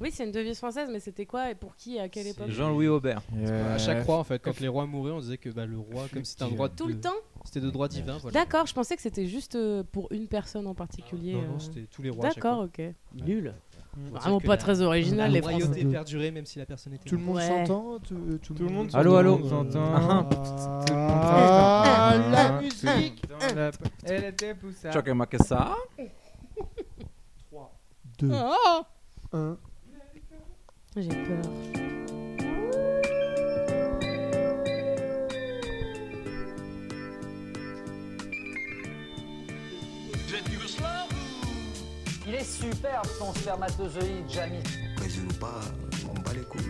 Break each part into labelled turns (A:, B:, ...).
A: Oui, c'est une devise française, mais c'était quoi et pour qui et à quelle
B: C'est
A: époque
B: Jean-Louis Aubert.
C: Euh,
D: À chaque roi, en fait, quand les rois mouraient, on disait que bah, le roi, comme c'était un droit de...
A: Tout le temps
D: C'était de droit divin. Voilà.
A: D'accord, je pensais que c'était juste euh, pour une personne en particulier.
D: Non,
A: euh.
D: non, c'était tous les rois. à chaque
A: D'accord,
D: fois.
A: ok. Nul.
D: Pour dire
A: Vraiment
D: que
A: pas
D: la-
A: très original,
D: la
A: les
D: royauté
A: Français.
D: perdurait même si la personne était
C: Tout le monde
A: Ouais.
C: s'entend tout, euh, tout le monde
B: Allô, allô.
C: s'entend.
B: Ah,
C: Ah, la
B: ah,
C: musique
E: Elle était poussa.
B: Chuck et Macassar.
C: 2,
A: Oh
C: 1.
A: J'ai peur.
F: Il est superbe son spermatozoïde, Jamie.
G: Présume pas, on bat les couilles.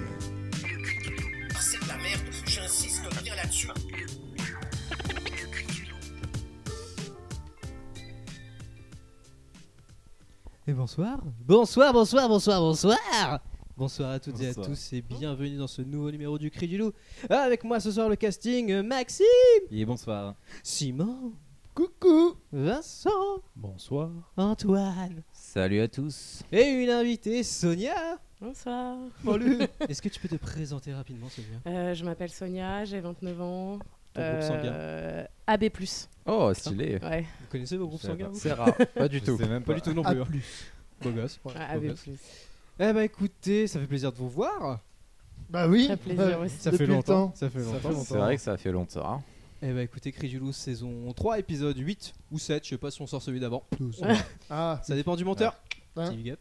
H: C'est de la merde, j'insiste bien là-dessus.
D: Et bonsoir. Bonsoir, bonsoir, bonsoir, bonsoir. Bonsoir à toutes et à
B: Bonsoir.
D: tous et bienvenue dans ce nouveau numéro du Cri du Loup. Ah, Avec moi ce soir le casting euh, Maxime,
B: Et bonsoir.
D: Simon, coucou, Vincent,
C: Bonsoir.
D: Antoine
B: Salut à tous.
D: et une invitée Sonia.
A: Bonsoir.
D: Salut. Est-ce que tu peux te présenter rapidement Sonia
A: Euh, je m'appelle Sonia, j'ai 29 ans.
D: Ton groupe sanguin.
A: Euh, AB+.
B: Oh, stylé.
A: Ouais,
D: Vous connaissez vos groupes sanguins vous
B: C'est rare. Pas du tout.
C: même
D: Pas du tout non
C: Ah,
D: plus. hein. Beau gosse. ouais,
A: ouais,
D: beau
A: AB+.
D: gosse. Eh bah écoutez, ça fait plaisir de vous voir.
C: Bah oui.
A: Très plaisir aussi.
D: Ça
C: Depuis
D: fait
C: le
D: longtemps.
C: temps.
D: Ça fait
C: Ça fait
D: longtemps.
C: longtemps.
B: C'est vrai que ça fait longtemps. hein.
D: Eh bah écoutez, Cri du Loup, saison 3, épisode 8 ou 7, je sais pas si on sort celui d'avant.
C: Ah,
D: Ça dépend du monteur.
C: Ouais.
D: Petit big up.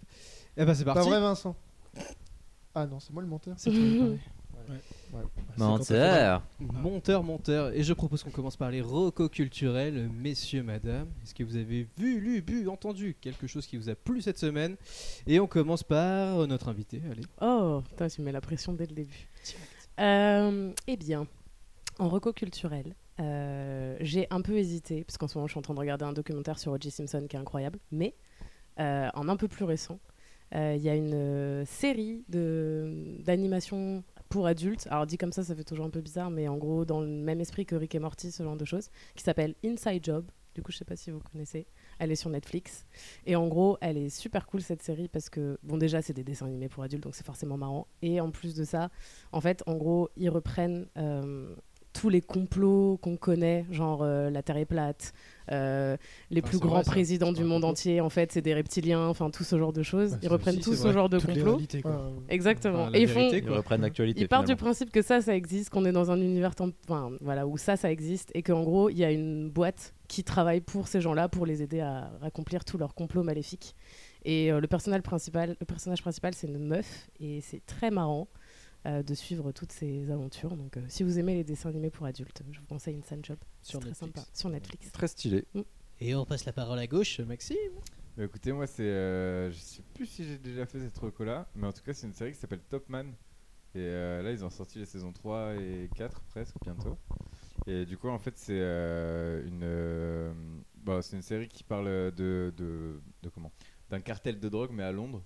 D: Eh bah c'est
C: pas
D: parti.
C: vrai, Vincent Ah non, c'est moi le menteur.
D: C'est tout, pareil.
B: Menteur.
D: Monteur, monteur. Et je propose qu'on commence par les recos culturels. Messieurs, madame, est-ce que vous avez vu, lu, bu, entendu quelque chose qui vous a plu cette semaine Et on commence par notre invité. Allez.
A: Oh, putain, tu mets la pression dès le début. Euh, eh bien, en reco culturel, euh, j'ai un peu hésité, parce qu'en ce moment, je suis en train de regarder un documentaire sur O.J. Simpson qui est incroyable, mais euh, en un peu plus récent, euh, il y a une euh, série de- d'animation pour adultes. Alors, dit comme ça, ça fait toujours un peu bizarre, mais en gros, dans le même esprit que Rick et Morty, ce genre de choses, qui s'appelle Inside Job. Du coup, je sais pas si vous connaissez. Elle est sur Netflix. Et en gros, elle est super cool cette série parce que, bon, déjà, c'est des dessins animés pour adultes, donc c'est forcément marrant. Et en plus de ça, en fait, en gros, ils reprennent euh, tous les complots qu'on connaît, genre euh, la Terre est plate, euh, les
D: Ah,
A: plus
D: c'est
A: grands
D: vrai, ça.
A: présidents du
D: Un
A: monde
D: complot.
A: entier, en fait, c'est des reptiliens, enfin, tout ce genre de choses.
C: Bah,
A: ils
C: ça
A: reprennent
D: aussi,
A: tout
D: c'est
A: ce
D: vrai.
A: genre de complots.
C: quoi.
A: Exactement.
D: Enfin, la
A: Et ils font-
D: vérité,
B: Ils
D: quoi.
B: reprennent l'actualité.
A: il part du
B: finalement.
A: principe que ça, ça existe, qu'on est dans un univers temp- enfin, voilà, où ça, ça existe, et qu'en gros, il y a une boîte qui travaille pour ces gens-là, pour les aider à accomplir tous leurs complots maléfiques. Et euh, le, personnel principal, le personnage principal, c'est une meuf, et c'est très marrant euh, de suivre toutes ces aventures. Donc, euh, si vous aimez les dessins animés pour adultes, je vous conseille Insane Job. C'est
D: Sur
A: très
D: Netflix.
A: sympa. Sur Netflix.
B: Très stylé.
D: Et on passe la parole à gauche, Maxime.
E: Bah, écoutez, moi, c'est. euh, je sais plus si j'ai déjà fait cette reco-là, mais en tout cas, c'est une série qui s'appelle Top Man. Et euh, là, ils ont sorti les saisons 3 et 4 presque bientôt. Et du coup, en fait, c'est euh, une. euh, bah, c'est une série qui parle de. de, de comment D'un cartel de drogue, mais à Londres.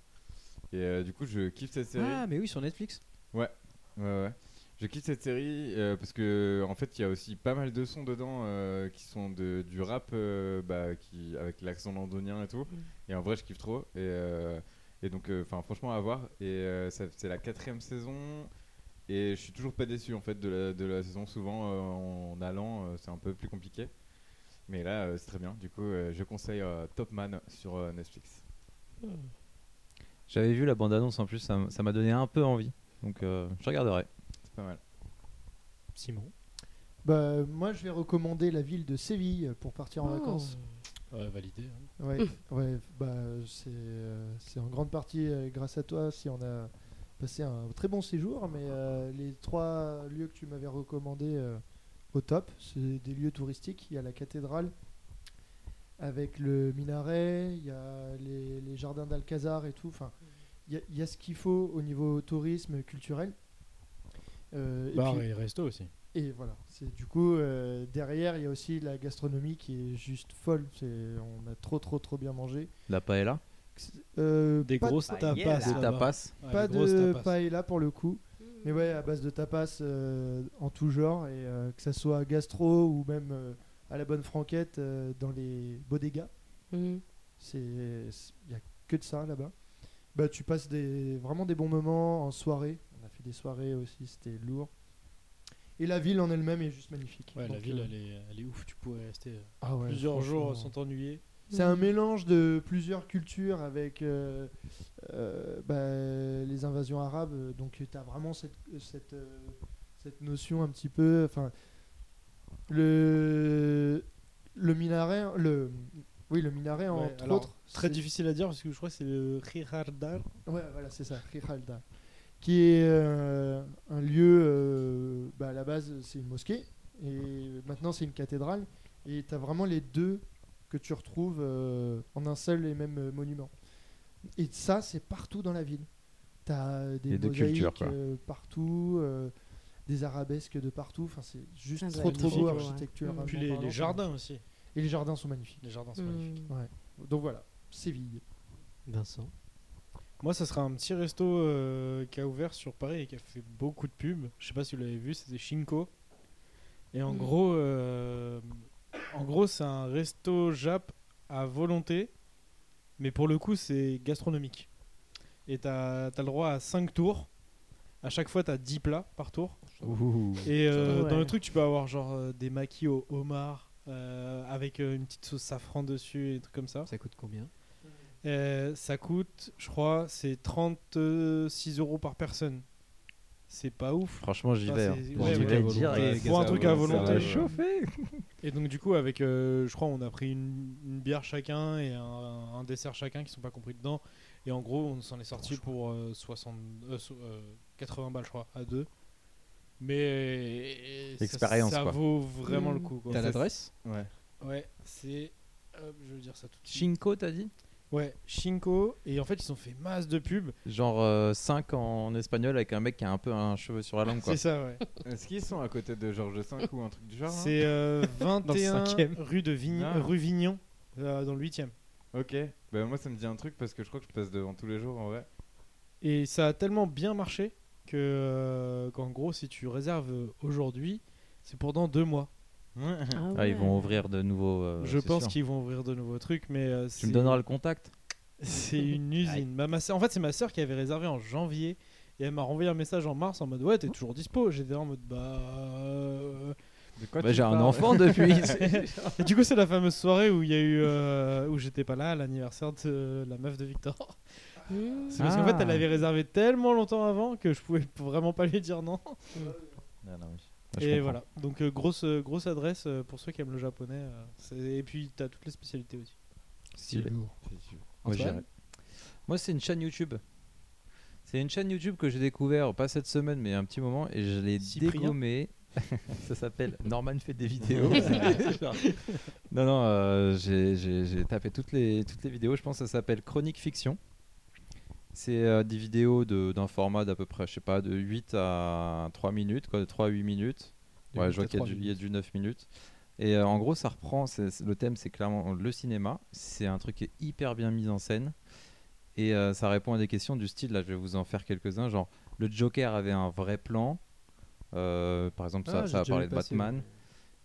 E: Et euh, du coup, je kiffe cette série.
D: Ah, mais oui, sur Netflix.
E: Ouais, ouais. Je kiffe cette série euh, parce que en fait il y a aussi pas mal de sons dedans euh, qui sont de, du rap euh, bah, qui, avec l'accent londonien et tout. Et en vrai je kiffe trop. Et, euh, et donc enfin franchement à voir. Et euh, ça- c'est la quatrième saison et je suis toujours pas déçu en fait de la, de la saison. Souvent euh, en allant euh, c'est un peu plus compliqué. Mais là euh, c'est très bien. Du coup euh, je conseille euh, Top Man sur euh, Netflix.
B: J'avais vu la bande-annonce en plus, ça m- ça m'a donné un peu envie. Donc euh, je regarderai.
E: C'est pas mal.
D: Simon.
C: Bah, moi, je vais recommander la ville de Séville pour partir en
A: Oh.
C: vacances.
I: validé. hein.
C: Ouais, ouais, bah, c'est euh, c'est en grande partie euh, grâce à toi si on a passé un très bon séjour. Mais euh, les trois lieux que tu m'avais recommandés euh, au top, c'est des lieux touristiques. Il y a la cathédrale avec le minaret, il y a les, les jardins d'Alcazar et tout. Enfin, il y a- il y, a ce qu'il faut au niveau tourisme culturel. Euh, et
I: Bar
C: puis-
I: et Bah, resto aussi.
C: et voilà, c'est du coup euh, derrière il y a aussi la gastronomie qui est juste folle. C'est on a trop trop trop bien mangé.
B: La paella.
C: Euh,
I: Des
C: pas,
I: grosses
B: paella.
I: tapas.
B: Des
I: là-bas.
B: tapas.
I: Ouais,
C: pas
I: des grosses
C: de
I: tapas.
C: paella pour le coup, mais ouais à base de tapas euh, en tout genre et euh, que ça soit gastro ou même euh, à la bonne franquette euh, dans les bodegas.
A: Mhm.
C: C'est il y a que de ça là-bas. Bah, tu passes des, vraiment des bons moments en soirée. On a fait des soirées aussi, c'était lourd. Et la ville en elle-même est juste magnifique.
I: Ouais, la
C: Donc,
I: ville,
C: euh,
I: elle est, elle est ouf. Tu pourrais rester euh,
C: ah ouais,
I: plusieurs jours euh,
C: franchement.
I: sans t'ennuyer.
C: C'est un mélange de plusieurs cultures avec euh, euh, bah, les invasions arabes. Donc tu as vraiment cette, cette, euh, cette notion un petit peu... Enfin, le, le minaret... Le, oui, le minaret,
I: Ouais,
C: entre
I: alors,
C: autres.
I: Très
C: c'est-
I: difficile à dire parce que je crois que c'est le Rirardar.
C: Ouais, voilà, c'est ça, Rijalda. Qui est euh, un lieu, euh, bah, à la base, c'est une mosquée, et maintenant c'est une cathédrale, et tu as vraiment les deux que tu retrouves euh, en un seul et même euh, monument. Et ça, c'est partout dans la ville. Tu as des
B: Les deux
C: mosaïques
B: cultures, quoi.
C: euh, partout, euh, des arabesques de partout, enfin, c'est juste
A: Ah, ça
C: trop
I: doit être
C: trop beau
I: bah, magnifique, ouais. Mmh.
C: architecturalement
I: Puis les,
C: parlant.
I: les jardins aussi.
C: Et les jardins sont magnifiques.
I: Les jardins, c'est magnifique.
A: Mhm.
C: Donc voilà, Séville.
D: Vincent.
I: Moi, ça sera un petit resto euh, qui a ouvert sur Paris et qui a fait beaucoup de pubs. Je sais pas si vous l'avez vu, c'était Shinko. Et en
A: Mhm.
I: gros, euh, en gros, c'est un resto Jap à volonté, mais pour le coup, c'est gastronomique. Et t'as as le droit à 5 tours. À chaque fois, t'as 10 plats par tour. Et euh,
A: Ouais.
I: dans le truc, tu peux avoir genre euh, des maquis au homard euh, avec euh, une petite sauce safran dessus et des trucs comme ça.
D: Ça coûte combien
I: Euh, ça coûte, je crois, c'est 36 euros par personne. C'est pas ouf.
B: Franchement, j'y
I: Ah,
B: vais.
I: c'est-
B: hein.
I: ouais,
B: J'y
I: ouais,
B: vais
D: volonté.
B: direct.
I: Faut un truc à volonté.
B: chauffé.
I: Et donc, du coup, avec, euh, je crois, on a pris une, une bière chacun et un, un dessert chacun qui sont pas compris dedans. Et en gros, on s'en est sorti pour euh, 60, euh, so- euh, 80 balles, je crois, à deux. Mais euh, ça-
B: L'expérience,
I: ça,
B: quoi.
I: vaut vraiment le coup. quoi.
D: T'as
I: Ça-
D: l'adresse
E: Ouais.
I: Ouais, c'est. hop, je veux dire ça tout de suite.
B: Shinko, t'as dit
I: Ouais, Shinko. Et en fait, ils ont fait masse de pubs.
B: Genre 5 en espagnol avec un mec qui a un peu un cheveu sur la langue, quoi.
I: C'est ça, ouais.
E: Est-ce qu'ils sont à côté de Georges V ou un truc du genre hein. là
I: C'est euh, 21
D: cinquième.
I: rue de Vign-
E: Ah.
I: rue Vignon, euh, dans le 8 e
E: Ok. Bah, moi, ça me dit un truc parce que je crois que je passe devant tous les jours en vrai.
I: Et ça a tellement bien marché que euh, qu'en gros, si tu réserves euh, aujourd'hui, c'est pour dans deux mois.
B: Ah, ils vont ouvrir de nouveaux. euh,
I: Je
B: c'est
I: pense
B: sûr.
I: qu'ils vont ouvrir de nouveaux trucs, mais euh,
B: Tu me
I: c'est
B: donneras le contact
I: c'est une usine. Ma- ma sœur- en fait, c'est ma soeur qui avait réservé en janvier. Et elle m'a renvoyé un message en mars en mode
C: Oh.
I: ouais t'es toujours dispo j'étais en mode bah euh,
E: De quoi
B: Bah,
E: tu
B: J'ai un
E: parles
B: enfant depuis.
I: et du coup c'est la fameuse soirée où il y a eu euh, où j'étais pas là à l'anniversaire de la meuf de Victor
A: Mmh.
I: C'est parce qu'en
B: Ah.
I: fait, elle avait réservé tellement longtemps avant que je pouvais vraiment pas lui dire non.
B: Non, non, oui. Ah, je
I: Et
B: comprends.
I: voilà. Donc, euh, grosse, euh, grosse adresse euh, pour ceux qui aiment le japonais. euh, c'est- Et puis, t'as toutes les spécialités aussi.
B: Stylé. Moi,
D: Antoine
B: j'irai. Moi, c'est une chaîne YouTube. C'est une chaîne YouTube que j'ai découvert, pas cette semaine, mais il y a un petit moment, et je l'ai
I: Cyprien.
B: dégommée. ça s'appelle Norman fait des vidéos. non, non, euh, j'ai- j'ai j'ai tapé toutes les, toutes les vidéos. Je pense que ça s'appelle Chronique Fiction. C'est euh, des vidéos de- d'un format d'à peu près, je sais pas, de 8 à 3 minutes, quoi, de 3 à 8 minutes.
D: De
B: ouais,
D: huit
B: je vois
D: à
B: qu'il y, a
D: trois
B: du- il y a
D: minutes.
B: du 9 minutes. Et euh, en gros, ça reprend. c'est- c'est- le thème, c'est clairement le cinéma. C'est un truc qui est hyper bien mis en scène. Et euh, ça répond à des questions du style, là, je vais vous en faire quelques-uns. Genre, le Joker avait un vrai plan. Euh, par exemple,
C: Ah,
B: ça, ça va parler de Batman.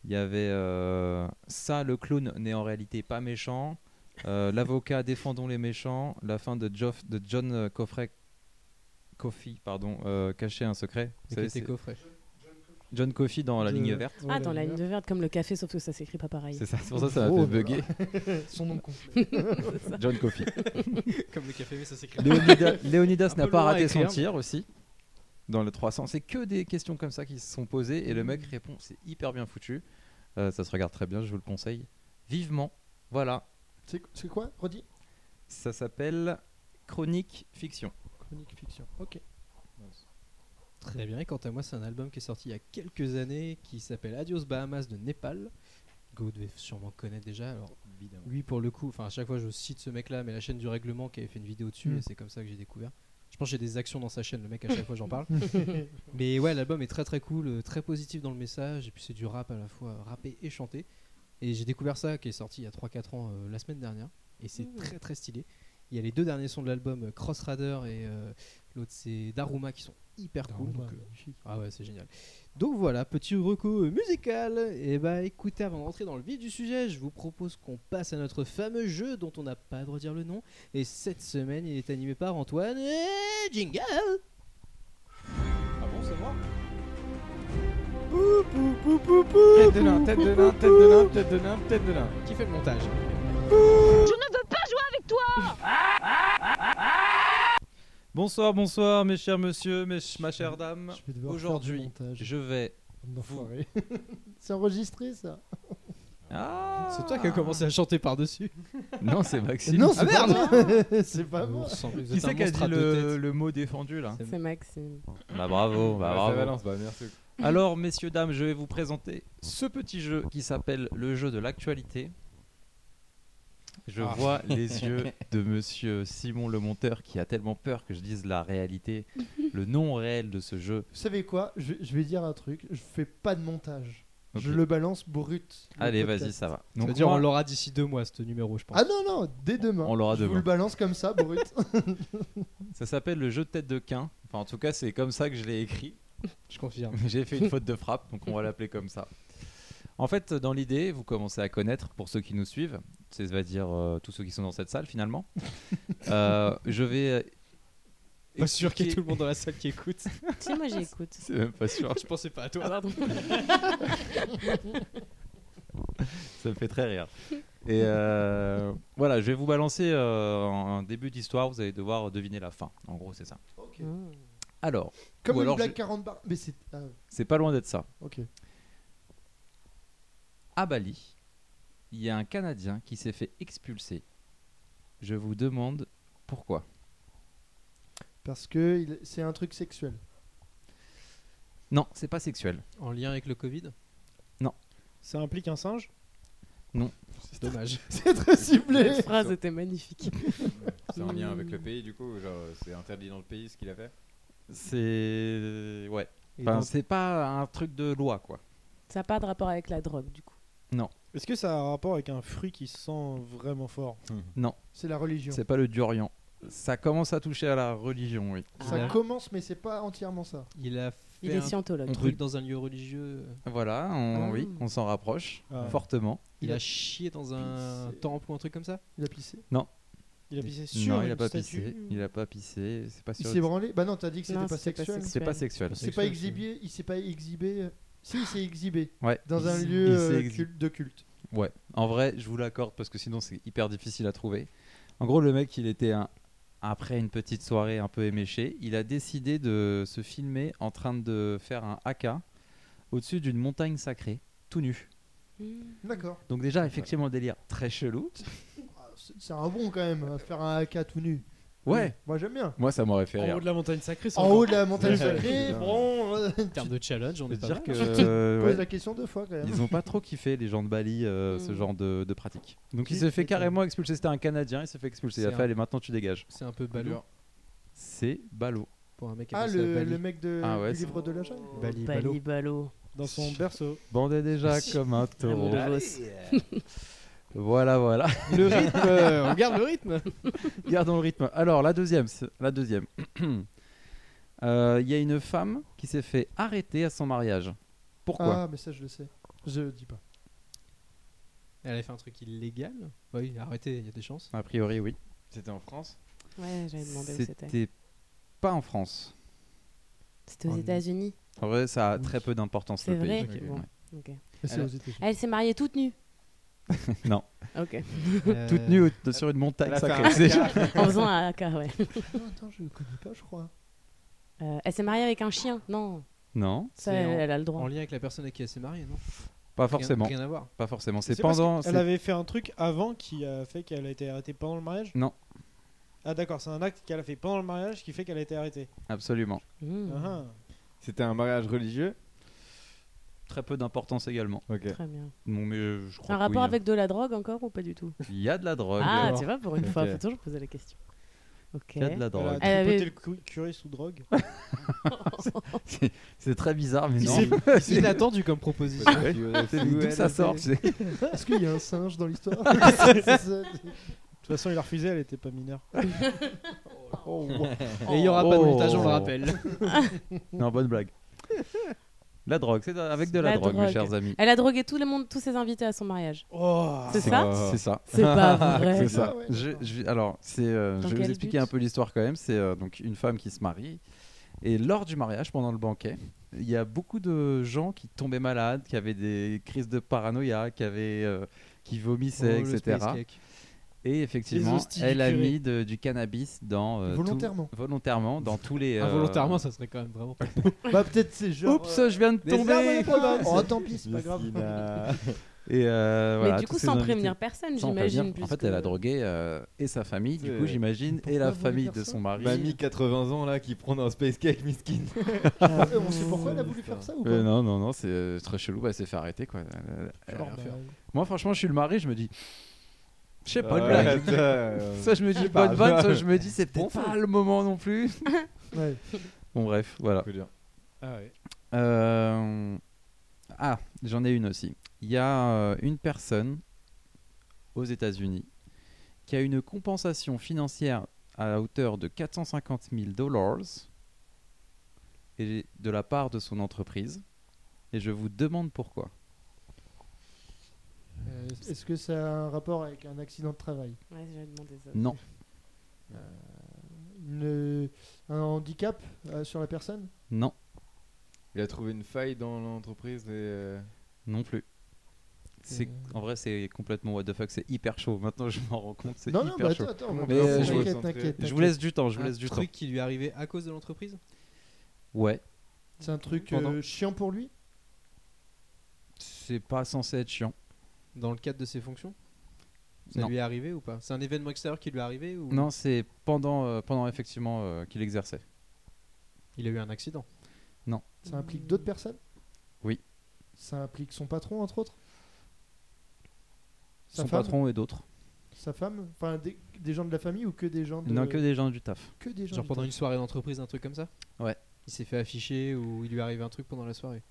B: Il y avait euh, ça, le clown n'est en réalité pas méchant. Euh, L'avocat défendons les méchants. La fin de, Joff- de John euh, Coffrey, Coffey, pardon, euh, cacher un secret. Vous savez, c'est
D: coffret.
B: John Coffey dans la
C: De-
B: ligne
I: Oh
B: verte.
C: Ouais,
A: Ah, dans la ligne
C: verte.
A: de verte, comme le café, sauf que ça s'écrit pas pareil.
B: C'est ça, c'est pour ça que ça m'a
C: Oh
B: fait
C: là là.
B: bugger.
C: Son nom complet.
B: John Coffey.
D: Comme le café, mais ça s'écrit.
B: Léonidas, Léonidas
D: Un
B: n'a
D: peu
B: pas
D: long à
B: raté son
D: écrire.
B: tir aussi. Dans le 300, c'est que des questions comme ça qui se sont posées et le
C: Mm.
B: mec répond, c'est hyper bien foutu. Euh, ça se regarde très bien, je vous le conseille vivement. Voilà,
C: C'est c'est quoi Redis
B: ça s'appelle Chronique Fiction.
C: Chronique fiction. Ok.
D: Très bien. Et quant à moi, c'est un album qui est sorti il y a quelques années qui s'appelle Adios Bahamas de Népal. Que vous devez sûrement connaître déjà. Alors, lui, pour le coup, enfin, à chaque fois, je cite ce mec-là, mais la chaîne du règlement qui avait fait une vidéo dessus,
C: Mm.
D: et c'est comme ça que j'ai découvert. Je pense que j'ai des actions dans sa chaîne, le mec, à chaque fois, j'en parle. mais ouais, l'album est très très cool, euh, très positif dans le message, et puis c'est du rap à la fois euh, rappé et
C: Mm.
D: chanté. Et j'ai découvert ça qui est sorti il y a 3-4 ans euh, la semaine dernière, et c'est très très stylé. Il y a les deux derniers sons de l'album, euh, Cross Rider et euh, l'autre c'est Daruma qui sont hyper cool.
C: Daruma,
D: donc, euh,
C: magnifique.
D: ah ouais, c'est génial. Donc voilà, petit reco euh, musical. Et bah écoutez, avant d'entrer dans le vif du sujet, je vous propose qu'on passe à notre fameux jeu dont on n'a pas le droit de dire le nom. Et cette semaine, il est animé par Antoine et Jingle
I: Ah bon, c'est moi
D: Pou, pou, pou, pou, pou,
E: Tête de nain,
D: pou,
E: tête
D: pou,
E: de
D: pou,
E: nain, tête de nain, tête de nain, tête de nain.
D: pou. Qui fait le montage
B: Bonsoir, bonsoir, mes chers messieurs, mes ch- ma chère dame.
C: Je vais devoir
B: Aujourd'hui,
C: faire du montage.
B: Je vais.
C: Enfoiré. c'est enregistré ça
B: Ah
D: C'est toi qui as commencé à chanter par-dessus.
B: Non, c'est Maxime. Ah,
C: Non, c'est
I: Ah,
C: pas moi. C'est
D: Ah,
C: pas moi.
B: Qui c'est qui a dit le, le mot défendu là
A: C'est Maxime.
B: Bah bravo, bah
E: Bah, ça
B: bravo.
E: balance, bah merci.
B: Alors, messieurs, dames, je vais vous présenter ce petit jeu qui s'appelle le jeu de l'actualité. Je
I: Ah.
B: vois les yeux de monsieur Simon le monteur qui a tellement peur que je dise la réalité, le non réel de ce jeu.
C: Vous savez quoi je, vais- je vais dire un truc. Je fais pas de montage.
B: Ok.
C: Je le balance brut. le
B: Allez,
C: podcast.
B: vas-y, ça va.
D: Ça
B: Donc,
D: veut dire
B: moi,
D: on l'aura d'ici deux mois, ce numéro, je pense.
C: Ah non, non, dès demain.
B: On l'aura
C: je
B: demain.
C: vous le balance comme ça, brut.
B: ça s'appelle le jeu de tête de quin. Enfin, en tout cas, c'est comme ça que je l'ai écrit.
D: je confirme.
B: J'ai fait une faute de frappe, donc on va l'appeler comme ça. En fait, dans l'idée, vous commencez à connaître, pour ceux qui nous suivent, c'est-à-dire euh, tous ceux qui sont dans cette salle finalement, Euh, je vais... euh,
D: Pas sûr qu'il y ait tout
B: expliquer-
D: le monde dans la salle qui écoute.
A: Si, moi j'écoute.
B: C'est même pas sûr,
D: je pensais pas à
A: Ah,
D: toi.
A: pardon.
B: ça me fait très rire. Et euh, voilà, je vais vous balancer euh, un début d'histoire, vous allez devoir deviner la fin. En gros, c'est ça.
C: Ok.
A: Mmh.
B: Alors,
C: Comme
B: Ou
C: une
B: alors
C: blague
B: je-
C: 40 barres. Mais c'est. ah,
B: c'est pas loin d'être ça.
C: ok.
B: à Bali, il y a un Canadien qui s'est fait expulser. Je vous demande pourquoi.
C: Parce que il- c'est un truc sexuel.
B: Non, c'est pas sexuel.
D: En lien avec le Covid
I: Ça implique un singe
D: C'est dommage.
C: C'est très ciblé.
A: Cette phrase était magnifique.
E: C'est en lien avec le
A: Mm.
E: pays du coup, genre euh, c'est interdit dans le pays ce qu'il a fait.
B: C'est euh, ouais.
C: Et
B: Enfin,
C: donc,
B: c'est pas un truc de loi quoi.
A: Ça n'a pas de rapport avec la drogue, du coup.
I: Est-ce que ça a un rapport avec un fruit qui sent vraiment fort
B: Hmm.
C: C'est la religion.
B: C'est pas le durian. Ça commence à toucher à la religion, oui.
C: Ça
D: Ah.
C: commence, mais c'est pas entièrement ça.
D: Il a fait
A: Il est
D: un
A: scientologue.
D: truc dans un lieu religieux. euh,
B: Voilà, on,
A: Ah.
B: oui, on s'en rapproche
I: Ah.
B: fortement.
D: Il
C: Il a
D: a chié dans un
C: pissé.
D: temple ou un truc comme ça
C: Il a pissé.
I: Il a pissé sur
B: non,
I: une
B: il a pas
I: statue
B: pissé. Il a pas pissé. C'est pas
C: Il
B: sûr.
C: s'est branlé. Bah non, t'as dit que c'était
A: Non,
C: pas
A: c'était pas
C: sexuel.
A: sexuel.
B: C'est pas sexuel.
C: C'est pas exhibé. Il s'est pas exhibé. Si, il s'est exhibé
B: Ouais.
C: dans un
B: Il-
C: lieu
B: il
C: euh,
B: s'est exhi-
C: culte- de culte.
B: Ouais, en vrai, je vous l'accorde parce que sinon c'est hyper difficile à trouver. En gros, le mec, il était un- après une petite soirée un peu éméchée, il a décidé de se filmer en train de faire un haka au-dessus d'une montagne sacrée, tout nu.
A: Mmh.
C: D'accord.
B: Donc déjà, effectivement, le délire très chelou.
C: Ah, C'est c'est un bon quand même, euh, faire un haka tout nu.
B: Ouais,
C: Moi j'aime bien.
B: moi ça m'aurait fait
I: en haut
B: rire.
I: de la montagne sacrée. c'est
C: En
I: encore-
C: haut de la montagne
E: Ouais.
C: sacrée, bon, euh,
D: En termes de challenge, on
B: De
D: est pas
B: dire
D: mal.
B: que
C: pose
B: euh, ouais,
C: la question deux fois quand même.
B: ils ont pas trop kiffé les gens de Bali euh, ce
A: Mm.
B: genre de, de pratique. Donc il
C: Qui-
B: s'est fait
C: qui-
B: carrément expulser. C'était un Canadien, il s'est fait expulser. Il a
D: C'est
B: fait
D: un-
B: allez maintenant tu dégages.
D: C'est un peu ballot
B: C'est ballot.
D: pour un mec qui a
C: Ah,
D: bossé à
C: le,
D: Bali.
C: le mec de,
B: Ah ouais,
C: du
B: c'est-
C: livre de la jungle.
D: Bali,
A: Bali
D: ballot.
A: Balo.
I: Bah, Dans son berceau.
B: Bandait déjà comme
C: Ah,
B: un taureau.
A: Amoureux.
B: Voilà, voilà.
D: Le rythme, euh, on garde le rythme.
B: Gardons le rythme. Alors, la deuxième. c'est- La deuxième. Euh, Il y a une femme qui s'est fait arrêter à son mariage. Pourquoi
C: Ah, mais ça je le sais. Je le dis pas.
D: Elle a fait un truc illégal Bah Oui, arrêtez, il y a des chances.
B: A priori, oui.
E: C'était en France
A: Ouais, j'avais demandé Ah. où c'était.
B: C'était pas en France.
A: C'était aux
B: en-
A: États-Unis.
B: En vrai, ça a
C: Oui.
B: très peu d'importance
A: C'est
B: le
A: vrai.
B: pays.
E: Ok.
A: Bon,
B: Ouais.
A: ok.
D: Ah,
C: Mais c'est
B: Alors-
C: aux États-Unis.
A: Elle s'est mariée toute nue.
B: Non.
A: Ok.
B: Toute nue au- sur une montagne sacrée. C'est-
A: En faisant un haka, ouais.
C: Non, attends, je le connais pas, je crois.
A: Euh, elle s'est mariée avec un chien. Non,
B: Non,
A: ça,
D: C'est
A: elle,
D: en-
A: elle a le
D: En
A: droit.
D: lien avec la personne à qui elle s'est mariée, non
B: pas forcément.
D: Rien, rien à voir.
B: Pas forcément. C'est
I: C'est parce
B: pendant.
I: Elle
B: c'est-
I: avait fait un truc avant qui a fait qu'elle a été arrêtée pendant le mariage
B: Non.
I: Ah d'accord, c'est un acte qu'elle a fait pendant le mariage qui fait qu'elle a été arrêtée.
B: Absolument.
A: Mmh,
I: Ah,
E: C'était un mariage religieux
B: Très peu d'importance également.
E: Ok.
A: Très bien.
B: Non, mais euh, je crois
A: Un
B: que
A: rapport
B: oui, hein.
A: avec de la drogue encore ou pas du tout
B: Il y a de la drogue.
A: Ah,
B: alors.
A: tu vois, pour une fois,
E: Ok.
A: faut toujours poser la question. Ok.
B: Il y a de la
I: Elle a
B: drogue.
I: tripoté
A: avait-
I: le cu- curé sous drogue.
B: C'est très bizarre, mais
D: Il
B: non.
D: s'est- Inattendu comme proposition.
B: Ouais.
E: euh,
B: D'où que ça sort, tu sais.
C: Est-ce qu'il y a un singe dans l'histoire C'est ça.
I: toute façon, il a refusé, elle était pas mineure.
C: Oh, wow.
D: Et il n'y aura pas de
B: Oh.
D: montage, on le rappelle.
B: Non, bonne blague. La drogue, c'est avec de la,
A: La
B: drogue, mes
A: drogue.
B: chers amis.
A: Elle a drogué tout le monde, tous ses invités à son mariage.
I: Oh,
A: C'est ça
B: C'est ça.
A: C'est pas vrai.
B: C'est ça.
C: Ah ouais,
B: Je-
C: d'accord.
B: je- alors, c'est, euh,
A: Dans
B: je vais
A: quel
B: vous expliquer
A: but
B: un peu l'histoire quand même. C'est euh, donc une femme qui se marie. Et lors du mariage, pendant le banquet, il y a beaucoup de gens qui tombaient malades, qui avaient des crises de paranoïa, qui, avaient, euh, qui vomissaient,
D: Oh, le
B: etc.
D: space cake.
B: Et
I: Les
B: effectivement,
I: hosties du
B: elle a
I: curé.
B: mis de- du cannabis dans. euh, tout-
C: Volontairement.
B: volontairement, dans tous les. euh,
D: Involontairement, ça serait quand même vraiment pas
C: Bah, peut-être c'est genre.
B: Oups, je viens de
C: euh, les armes à
B: tomber
C: la programme. Oh, tant pis, c'est pas grave.
B: Et euh, voilà,
A: Mais du
B: tous
A: coup,
B: ces
A: sans
B: invités.
A: prévenir personne,
B: Sans prévenir.
A: j'imagine.
B: En fait,
A: puisque-
B: elle a drogué euh, et sa famille, du
E: C'est-
B: coup, j'imagine, et
C: Pourquoi
B: la
C: vous
B: famille
C: voulez
B: de
C: faire
B: son mari.
E: Mamie 80 ans là qui prend un space cake miskin.
C: Ah, euh, on sait pourquoi elle a voulu faire ça ou pas
B: Euh, non, non, non, c'est euh, très chelou. bah, Elle s'est fait arrêter, quoi. Elle- elle- elle-
C: Genre, bah,
B: Moi, franchement, je suis le mari, je me dis. Je sais pas, le
E: Ah, Ouais,
B: blague.
E: ça, euh,
B: Soit je me dis
E: pas,
B: bonne vanne,
E: je-
B: soit je me dis c'est peut-être
E: Bon,
B: pas le moment non plus.
C: ouais.
B: Bon, bref, voilà.
E: on peut dire.
I: Ah ouais.
B: Euh, Ah, j'en ai une aussi. Il y a euh, une personne aux États-Unis qui a une compensation financière à la hauteur de 450 000 dollars et de la part de son entreprise. Et je vous demande pourquoi.
C: Euh, Est-ce que ça a un rapport avec un accident de travail
A: Ouais, j'allais demander ça.
B: Non,
C: Une- Un handicap euh, sur la personne
B: non,
E: Il a trouvé une faille dans l'entreprise et. euh,
B: non plus. C'est
C: Euh.
B: en vrai, c'est complètement what the fuck. C'est hyper chaud. Maintenant, je m'en rends compte. C'est
C: Non,
B: hyper
C: non, bah,
B: chaud.
C: attends, attends.
E: Mais,
C: bah,
B: euh,
C: t'inquiète,
B: je vous-
C: t'inquiète, t'inquiète.
B: Je vous laisse du temps. Je vous laisse du
D: un truc qui lui est arrivé à cause de l'entreprise
B: temps. Ouais.
C: C'est un truc
B: Pendant-
C: euh, chiant pour lui
B: C'est pas censé être chiant.
D: dans le cadre de ses fonctions Ça
B: Non.
D: lui est arrivé ou pas C'est un événement extérieur qui lui est arrivé ou
B: Non, c'est pendant, euh, pendant effectivement euh, qu'il exerçait.
D: Il a eu un accident.
C: Ça implique d'autres personnes
B: Oui.
C: Ça implique son patron, entre autres Sa
B: Son
C: femme
B: patron et d'autres.
C: Sa femme Enfin, des, des gens de la famille ou que des gens de...
B: Non, que des gens du taf.
C: que des gens
D: Genre
C: du
D: pendant
C: taf.
D: une soirée d'entreprise, un truc comme ça
B: Ouais.
D: Il s'est fait afficher ou il lui est arrivé un truc pendant la soirée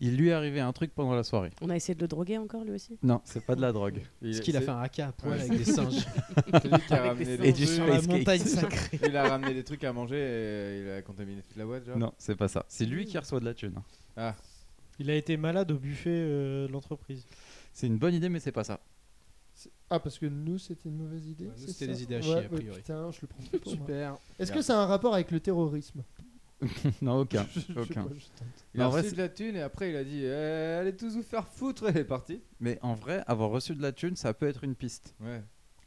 B: Il lui est arrivé un truc pendant la soirée.
A: On a essayé de le droguer encore, lui aussi
B: Non, c'est pas de la drogue.
E: il-
D: Est-ce qu'il a
E: c'est-
D: fait un haka à poil
E: Ouais,
D: avec des singes
E: c'est lui qui a ramené
B: Et
E: des
B: du
E: trucs.
I: Sur la
B: space cake.
I: montagne sacrée.
E: Il a ramené des trucs à manger et euh, il a contaminé toute la boîte. Genre.
B: Non, c'est pas ça. C'est lui qui reçoit de la thune.
E: Ah,
I: Il a été malade au buffet euh, de l'entreprise.
B: C'est une bonne idée, mais c'est pas ça.
C: Ah, parce que nous, c'était une mauvaise idée
D: Ouais, nous,
C: c'est
D: c'était
C: ça
D: des idées à
C: Ouais,
D: chier, a
C: ouais,
D: priori.
C: putain, je le prends pas pour moi.
D: Super.
C: Est-ce que ça a un rapport avec le terrorisme
B: non, aucun.
C: Je- je sais
B: aucun.
C: pas, je tente.
E: il
B: Non,
E: a
B: en vrai,
E: reçu de la thune et après il a dit euh, allez tous vous faire foutre et il est parti.
B: Mais en vrai, avoir reçu de la thune, ça peut être une piste.
E: Ouais.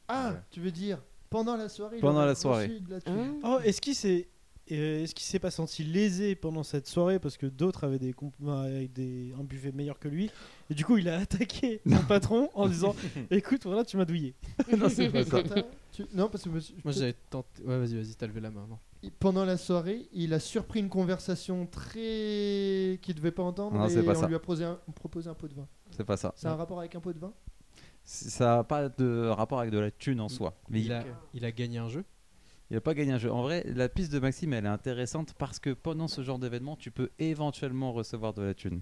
C: Ah,
E: Ouais.
C: tu veux dire pendant la soirée il
B: Pendant
C: aurait
B: la soirée.
C: reçu de la thune.
A: Hein
I: Oh, est-ce qu'il s'est. euh, Est-ce qu'il s'est pas senti lésé pendant cette soirée parce que d'autres avaient des comp- enfin, avec des un buffet meilleur que lui et du coup il a attaqué son patron en disant écoute voilà tu m'as douillé
B: non, c'est pas ça.
C: Attends, tu- Non, parce que monsieur-
D: Moi j'avais tenté. Ouais, vas-y, vas-y, t'as levé la main. Non.
C: il- pendant la soirée, il a surpris une conversation très qu'il devait pas entendre
B: Non,
C: et
B: c'est pas
C: on
B: ça.
C: lui a posé un- proposé un pot de vin.
B: C'est pas ça.
C: C'est un rapport avec un pot de vin
B: C'est- Ça a pas de rapport avec de la thune en soi. Mais
D: Il
B: il,
D: a, il a gagné un jeu.
B: il a pas gagné un jeu. En vrai, la piste de Maxime, elle est intéressante parce que pendant ce genre d'événement, tu peux éventuellement recevoir de la thune.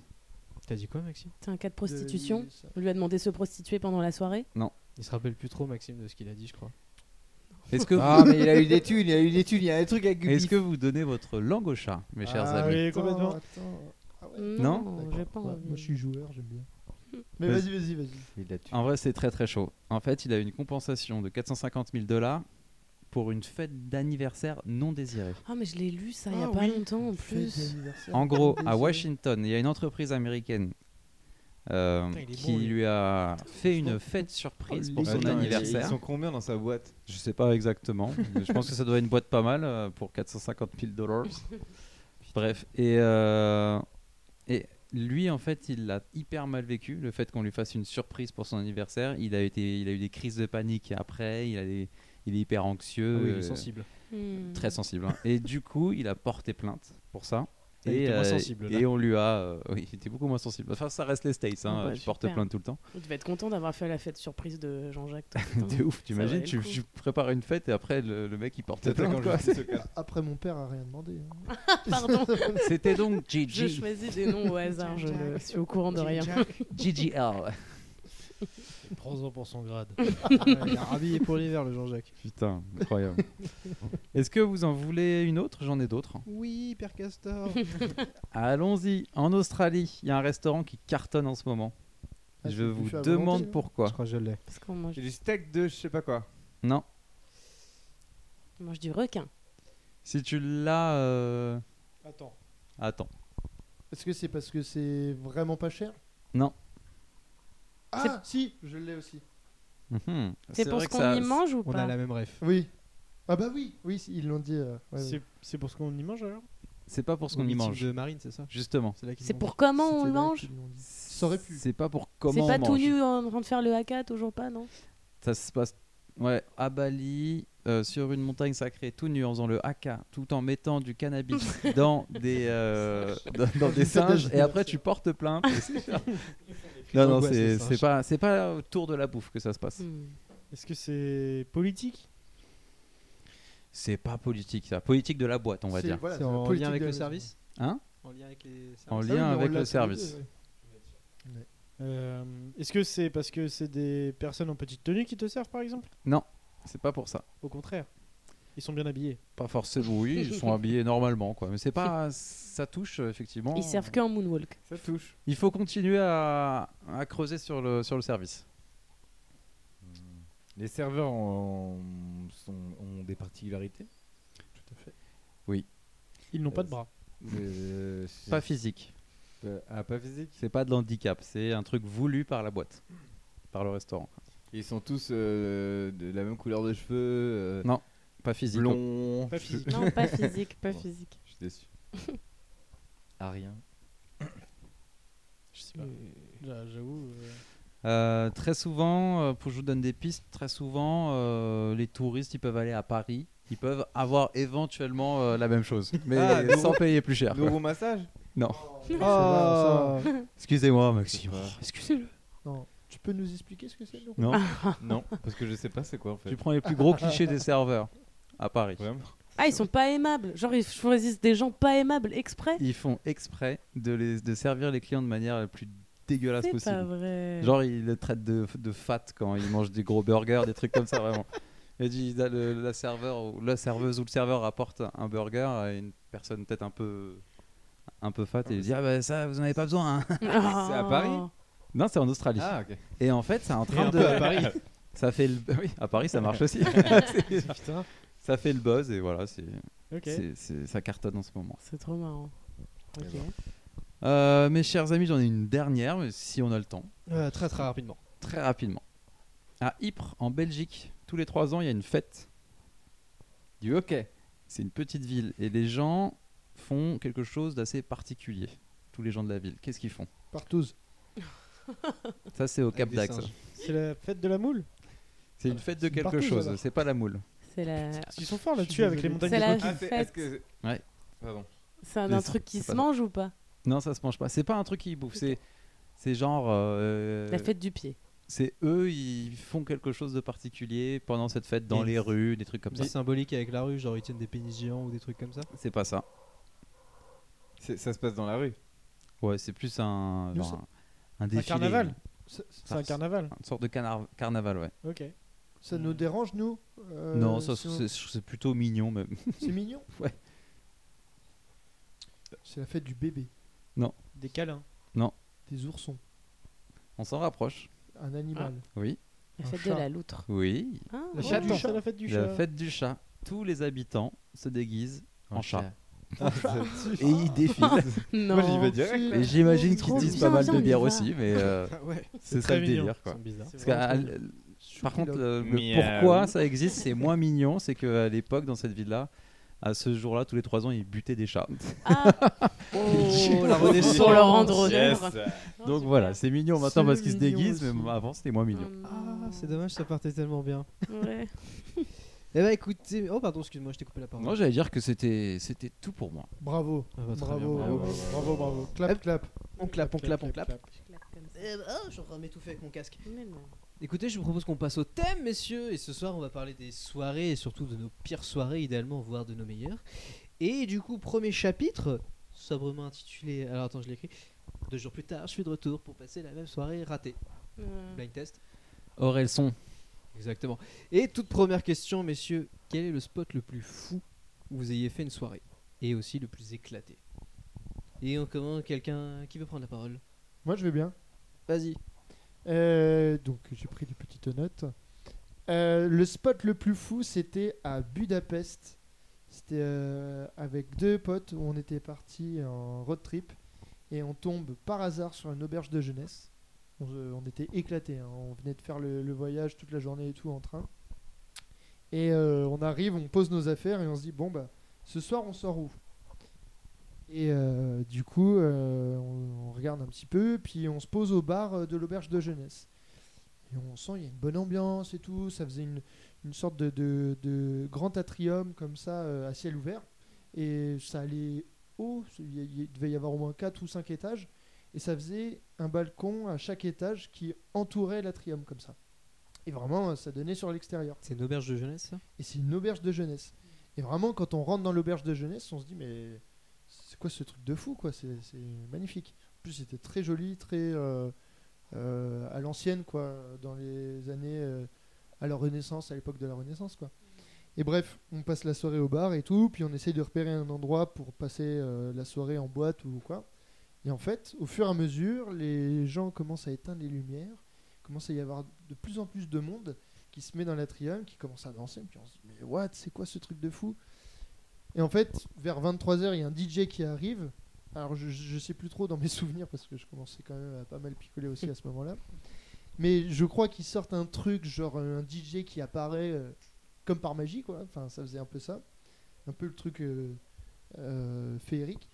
D: T'as dit quoi, Maxime
A: C'est un cas de
C: de-
A: prostitution.
C: ça.
A: On lui a demandé de se prostituer pendant la soirée.
D: Il se rappelle plus trop, Maxime, de ce qu'il a dit, je crois.
B: Est-ce que,
E: Ah mais il a eu des thunes, il a eu des thunes, il y a un truc avec
B: vous- est-ce que vous donnez votre langue au chat, mes chers
I: Ah
B: amis
I: oui,
C: Attends,
I: complètement.
C: attends. Ah ouais.
A: Non,
C: D'accord.
A: j'ai pas
C: Ouais,
A: envie.
C: moi je suis joueur, j'aime bien. Mais
B: Vas-y.
C: vas-y, vas-y, vas-y.
B: En vrai, c'est très très chaud. En fait, il a une compensation de 450 000 dollars pour une fête d'anniversaire non désirée.
A: Ah, mais je l'ai lu ça il y a
C: Ah
A: pas
C: oui.
A: longtemps en
C: Fête
A: plus.
C: d'anniversaire.
B: En gros, à
C: Désirée.
B: Washington, il y a une entreprise américaine euh,
I: Putain, il est
B: qui
I: bon, lui. Oh,
B: lui a fait une fête surprise pour son
C: Attends,
E: Ils
B: anniversaire.
E: sont combien dans sa boîte
B: Je sais pas exactement. mais je pense que ça doit être une boîte pas mal euh, pour 450 000 dollars. Bref, et, euh, et lui, en fait, il l'a hyper mal vécu, le fait qu'on lui fasse une surprise pour son anniversaire. Il a, été, il a eu des crises de panique après, il, a des- il est hyper anxieux,
D: Ah oui, il
B: euh,
D: est sensible.
A: Hmm.
B: très sensible. hein. Et du coup, il a porté plainte pour ça.
D: Ah, il était moins
B: euh,
D: sensible, là.
B: et on lui a. euh, oui, il était beaucoup moins sensible. Enfin, ça reste les States, hein,
A: Ah bah,
B: tu portes
A: super.
B: plainte tout le temps.
A: Il devait être content d'avoir fait la fête surprise de Jean-Jacques. toi,
B: T'es
A: putain.
B: ouf, t'imagines
A: valait le
B: tu,
A: coup.
B: tu prépares une fête et après, le, le mec, il porte
E: Peut-être
B: plainte.
E: quand
B: quoi.
E: je se casse.
C: Après mon père a rien demandé. hein.
A: Pardon,
B: C'était donc
A: je
B: Gigi.
A: choisis des noms au hasard, je le- suis au courant de rien.
B: GGL.
I: Prends-en pour son grade.
D: Ouais, L'Arabie est pour l'hiver, le Jean-Jacques.
B: Putain, incroyable. Est-ce que vous en voulez une autre J'en ai d'autres. hein.
D: Oui, Père Castor.
B: Allons-y. En Australie, il y a un restaurant qui cartonne en ce moment.
C: Ah,
B: je
C: c'est
B: vous
C: bouffé à
B: demande
C: volonté, là.
D: Je
B: pourquoi.
D: crois que je l'ai.
A: Parce qu'on mange,
E: C'est du steak de je sais pas quoi.
B: Non.
A: on mange du requin.
B: Si tu l'as. euh,
I: Attends.
B: Attends.
C: Est-ce que c'est parce que c'est vraiment pas cher
B: Non.
C: Ah, si, je l'ai aussi.
B: Mhm.
A: C'est pour
B: vrai
A: ce
B: que
A: qu'on
B: ça-
A: y mange ou
D: On
A: pas
D: a la même ref.
C: Oui. Ah bah oui, oui, si, ils l'ont dit. euh, ouais, ouais.
I: C'est c'est pour ce qu'on y mange alors
B: C'est pas pour ce qu'on
D: Au
B: y
D: meeting
B: mange.
D: de Marine, c'est ça
B: Justement.
D: C'est là qu'ils
A: C'est
D: l'ont
A: pour comment on
C: C'était
A: le
C: là
A: mange
C: qu'ils l'ont dit. Ça aurait pu.
B: C'est pas pour
A: C'est
B: comment
A: pas
B: on
A: tout
B: mange.
A: nu en train de faire le haka, toujours pas, non
B: Ça se passe ouais, à Bali, euh, sur une montagne sacrée, tout nu, en faisant le haka, tout en mettant du cannabis dans des, euh, dans, dans des singes, et après tu portes plainte. et c'est- non, non,
D: Angoisse, les
B: c'est Mm.
D: singes.
B: c'est pas, c'est pas autour de la bouffe que ça se passe.
A: Hmm.
I: Est-ce que c'est politique
B: C'est pas politique, ça. Politique de la boîte, on va
C: C'est-
B: dire.
C: voilà,
D: C'est
C: la
D: en
C: politique
D: lien avec
C: de
D: le
C: la maison.
D: service
B: Hein
D: En lien avec les
B: En
C: Ah oui,
D: services.
B: lien
C: mais
B: avec
C: on l'a
B: le
C: tous les deux,
B: service.
C: ouais.
I: Euh, Est-ce que c'est parce que c'est des personnes en petite tenue qui te servent par exemple
B: C'est pas pour ça.
I: Au contraire. Ils sont bien habillés.
B: Pas forcément, oui, ils sont habillés normalement, quoi. Mais c'est pas. Ça touche, euh, effectivement.
A: Ils servent qu'en moonwalk.
E: Ça touche.
B: Il faut continuer à, à creuser sur le, sur le service.
E: Les serveurs ont, sont- ont des particularités Tout à fait.
I: Ils n'ont pas de bras.
B: Pas physique.
E: ah, euh, pas physique
B: C'est pas de l'handicap, c'est un truc voulu par la boîte, par le restaurant.
E: Ils sont tous euh, de la même couleur de cheveux. euh,
B: Non, Pas physique. hein.
E: blonds.
I: Pas physique.
A: Non, pas physique, pas
E: Bon.
A: physique.
E: Je suis déçu. À rien.
I: Je sais pas. J'a- J'avoue. euh,
B: Euh, très souvent, euh, pour je vous donne des pistes, très souvent, euh, les touristes, ils peuvent aller à Paris, ils peuvent avoir éventuellement euh, la même chose, mais
E: Ah, nouveau-
B: sans payer plus cher. quoi.
E: Nouveau massage Oh,
B: Non.
C: Ça va, ça va.
B: Excusez-moi, Maxime.
E: Je sais pas.
B: Oh, Excusez-le.
C: Non. Ah. Tu peux nous expliquer ce que c'est non
B: Non.
E: Non, parce que je sais pas c'est quoi en fait.
B: Tu prends les plus gros clichés des serveurs à Paris.
E: Vraiment
A: Ah, ils sont pas aimables. Genre, ils choisissent des gens pas aimables exprès.
B: Ils font exprès de, les, de servir les clients de manière la plus dégueulasse
A: C'est pas
B: possible.
A: vrai.
B: Genre, il le traite de, de fat quand il mange des gros burgers, des trucs comme ça, vraiment. Il dit, là, le- la, serveur, ou la serveuse ou le serveur apporte un burger à une personne peut-être un peu, un peu fat et il dit Ah bah ça, vous en avez pas besoin. hein.
A: c'est
E: à Paris
B: Non, c'est en Australie.
E: Ah, ok.
B: Et en fait, c'est en train
I: un
B: de.
I: peu à Paris.
B: Ça fait le... Oui, à Paris, ça marche aussi.
I: Putain.
B: ça fait le buzz et voilà, c'est,
I: Ok.
B: c'est- c'est- ça cartonne en ce moment.
A: C'est trop marrant.
B: Eh
A: Ok.
B: ben. Euh, mes chers amis, j'en ai une dernière, mais si on a le temps.
D: Euh, Très très rapidement.
B: très rapidement. À Ypres, en Belgique, tous les trois ans, il y a une fête du hockey. C'est une petite ville et les gens font quelque chose d'assez particulier. Tous les gens de la ville, qu'est-ce qu'ils font
C: Partout.
B: Ça, c'est au Cap
D: des
B: d'Axe.
D: singes.
I: C'est la fête de la moule
B: C'est une fête de
C: C'est une
B: quelque
C: partouze,
B: chose,
C: alors.
B: c'est pas la moule.
A: C'est la...
I: Ils sont forts là-dessus
C: Je suis
I: avec les
C: désolé.
I: montagnes
A: C'est
I: de
A: la
I: Gobi.
E: Ah, c'est-
A: fête.
E: est-ce que.
B: Ouais.
E: Pardon.
A: C'est un,
B: Les-
A: un truc qui
B: c'est
A: se
B: pas
A: mange ou pas
B: Non, ça se mange pas. C'est pas un truc qu'ils bouffent, c'est c'est genre. euh,
A: La fête du pied.
B: C'est eux, ils font quelque chose de particulier pendant cette fête dans
D: Et-
B: les rues, des trucs comme ça.
D: C'est symbolique avec la rue, genre ils tiennent des pénis géants ou des trucs comme ça.
B: C'est pas ça.
E: C'est- Ça se passe dans la rue.
B: Ouais, c'est plus un.
C: Nous,
B: genre un, un défilé.
I: carnaval.
C: Ça, ça-
I: C'est un carnaval.
B: Une sorte de canar- carnaval, ouais.
I: Ok.
C: ça nous dérange, nous Euh,
B: non, ça,
C: si on-
B: c'est- c'est plutôt mignon même.
C: C'est mignon
B: Ouais.
C: C'est la fête du bébé,
I: Des câlins.
C: des oursons,
B: On s'en rapproche.
C: un animal.
B: Oui.
A: La
C: Un
A: fête de
C: chat.
A: la loutre.
B: Oui.
A: Ah,
C: La
A: ouais.
C: chatte.
I: Oh, c'est la fête du
B: La
I: chat.
B: fête du chat. Tous les habitants se déguisent en, chat.
E: Et
B: Ah.
C: Ah.
B: Et ils défilent.
A: Non.
E: Moi j'y vais direct.
B: Et j'imagine qu'ils
A: Trop
B: disent
A: bien,
B: pas mal
A: viens,
B: de
A: on y
B: bière
A: va.
B: aussi, mais euh,
D: ouais,
B: c'est ça
I: très
B: le
I: mignon.
B: délire.
D: ils
B: Quoi.
D: sont bizarres.
B: Parce euh,
I: C'est
B: qu'à-
I: vraiment
B: à- par contre, le, le
E: Miaou.
B: pourquoi ça existe, c'est moins mignon, c'est qu'à l'époque, dans cette ville-là, à ce jour-là, tous les trois ans, ils butaient des chats.
A: Ah,
D: Oh, la Renaissance
A: Pour leur rendre honneur.
E: Yes.
A: Oh,
B: Donc voilà, c'est mignon maintenant
D: C'est
B: parce qu'ils se
D: mignon
B: déguisent,
D: aussi.
B: mais avant, c'était moins mignon.
D: Ah, c'est dommage, ça partait tellement bien.
A: Hum. Ouais.
D: Eh bah écoutez, oh pardon, excuse-moi, je t'ai coupé la parole.
B: Moi, j'allais dire que c'était c'était tout pour moi.
C: Bravo,
D: Ah bah, très
C: bravo,
D: bien,
C: bravo,
D: bravo.
C: bravo, bravo. Clap, clap.
D: on clap, on clap, on clap.
A: Comme ça.
D: Eh bah, oh, je suis en train de m'étouffer avec mon casque.
A: Mais non.
D: Écoutez, je vous propose qu'on passe au thème, messieurs. Et ce soir, on va parler des soirées et surtout de nos pires soirées, idéalement, voire de nos meilleures. Et du coup, premier chapitre, sobrement intitulé. Alors attends, je l'écris. Deux jours plus tard, je suis de retour pour passer la même soirée ratée.
A: Euh,
D: Blind test.
B: Orelson.
D: Exactement. Et toute première question, messieurs, quel est le spot le plus fou où vous ayez fait une soirée Et aussi le plus éclaté Et on commence, quelqu'un qui veut prendre la parole
C: Moi, je vais bien.
D: Vas-y.
C: Euh, donc j'ai pris des petites notes. Euh, le spot le plus fou, c'était à Budapest. C'était euh, avec deux potes où on était partis en road trip et on tombe par hasard sur une auberge de jeunesse. On, se- on était éclatés, hein. on venait de faire le, le voyage toute la journée et tout en train. Et euh, on arrive, on pose nos affaires et on se dit bon bah ce soir on sort où et euh, du coup, euh, on, on regarde un petit peu, puis on se pose au bar euh, de l'auberge de jeunesse. Et on sent il y a une bonne ambiance et tout. Ça faisait une, une sorte de, de- de grand atrium comme ça, euh, à ciel ouvert. Et ça allait haut, il, y a- il devait y avoir au moins 4 ou 5 étages. Et ça faisait un balcon à chaque étage qui entourait l'atrium comme ça. Et vraiment, euh, ça donnait sur l'extérieur
D: C'est une auberge de jeunesse, ça
C: et c'est une auberge de jeunesse. Et vraiment, quand on rentre dans l'auberge de jeunesse, on se dit, mais c'est quoi ce truc de fou, quoi C'est c'est magnifique. En plus, c'était très joli, très euh, euh, à l'ancienne, quoi, dans les années euh, à la Renaissance, à l'époque de la Renaissance, quoi. Et bref, on passe la soirée au bar et tout, puis on essaye de repérer un endroit pour passer euh, la soirée en boîte ou quoi. Et en fait, au fur et à mesure, les gens commencent à éteindre les lumières, commence à y avoir de plus en plus de monde qui se met dans l'atrium, qui commence à danser, puis on se dit mais what, c'est quoi ce truc de fou Et en fait, vers 23h, il y a un DJ qui arrive. Alors je, je sais plus trop dans mes souvenirs parce que je commençais quand même à pas mal picoler aussi à ce moment-là. Mais je crois qu'ils sortent un truc genre euh, un DJ qui apparaît euh, comme par magie quoi. Enfin, ça faisait un peu ça, un peu le truc euh, euh, féerique.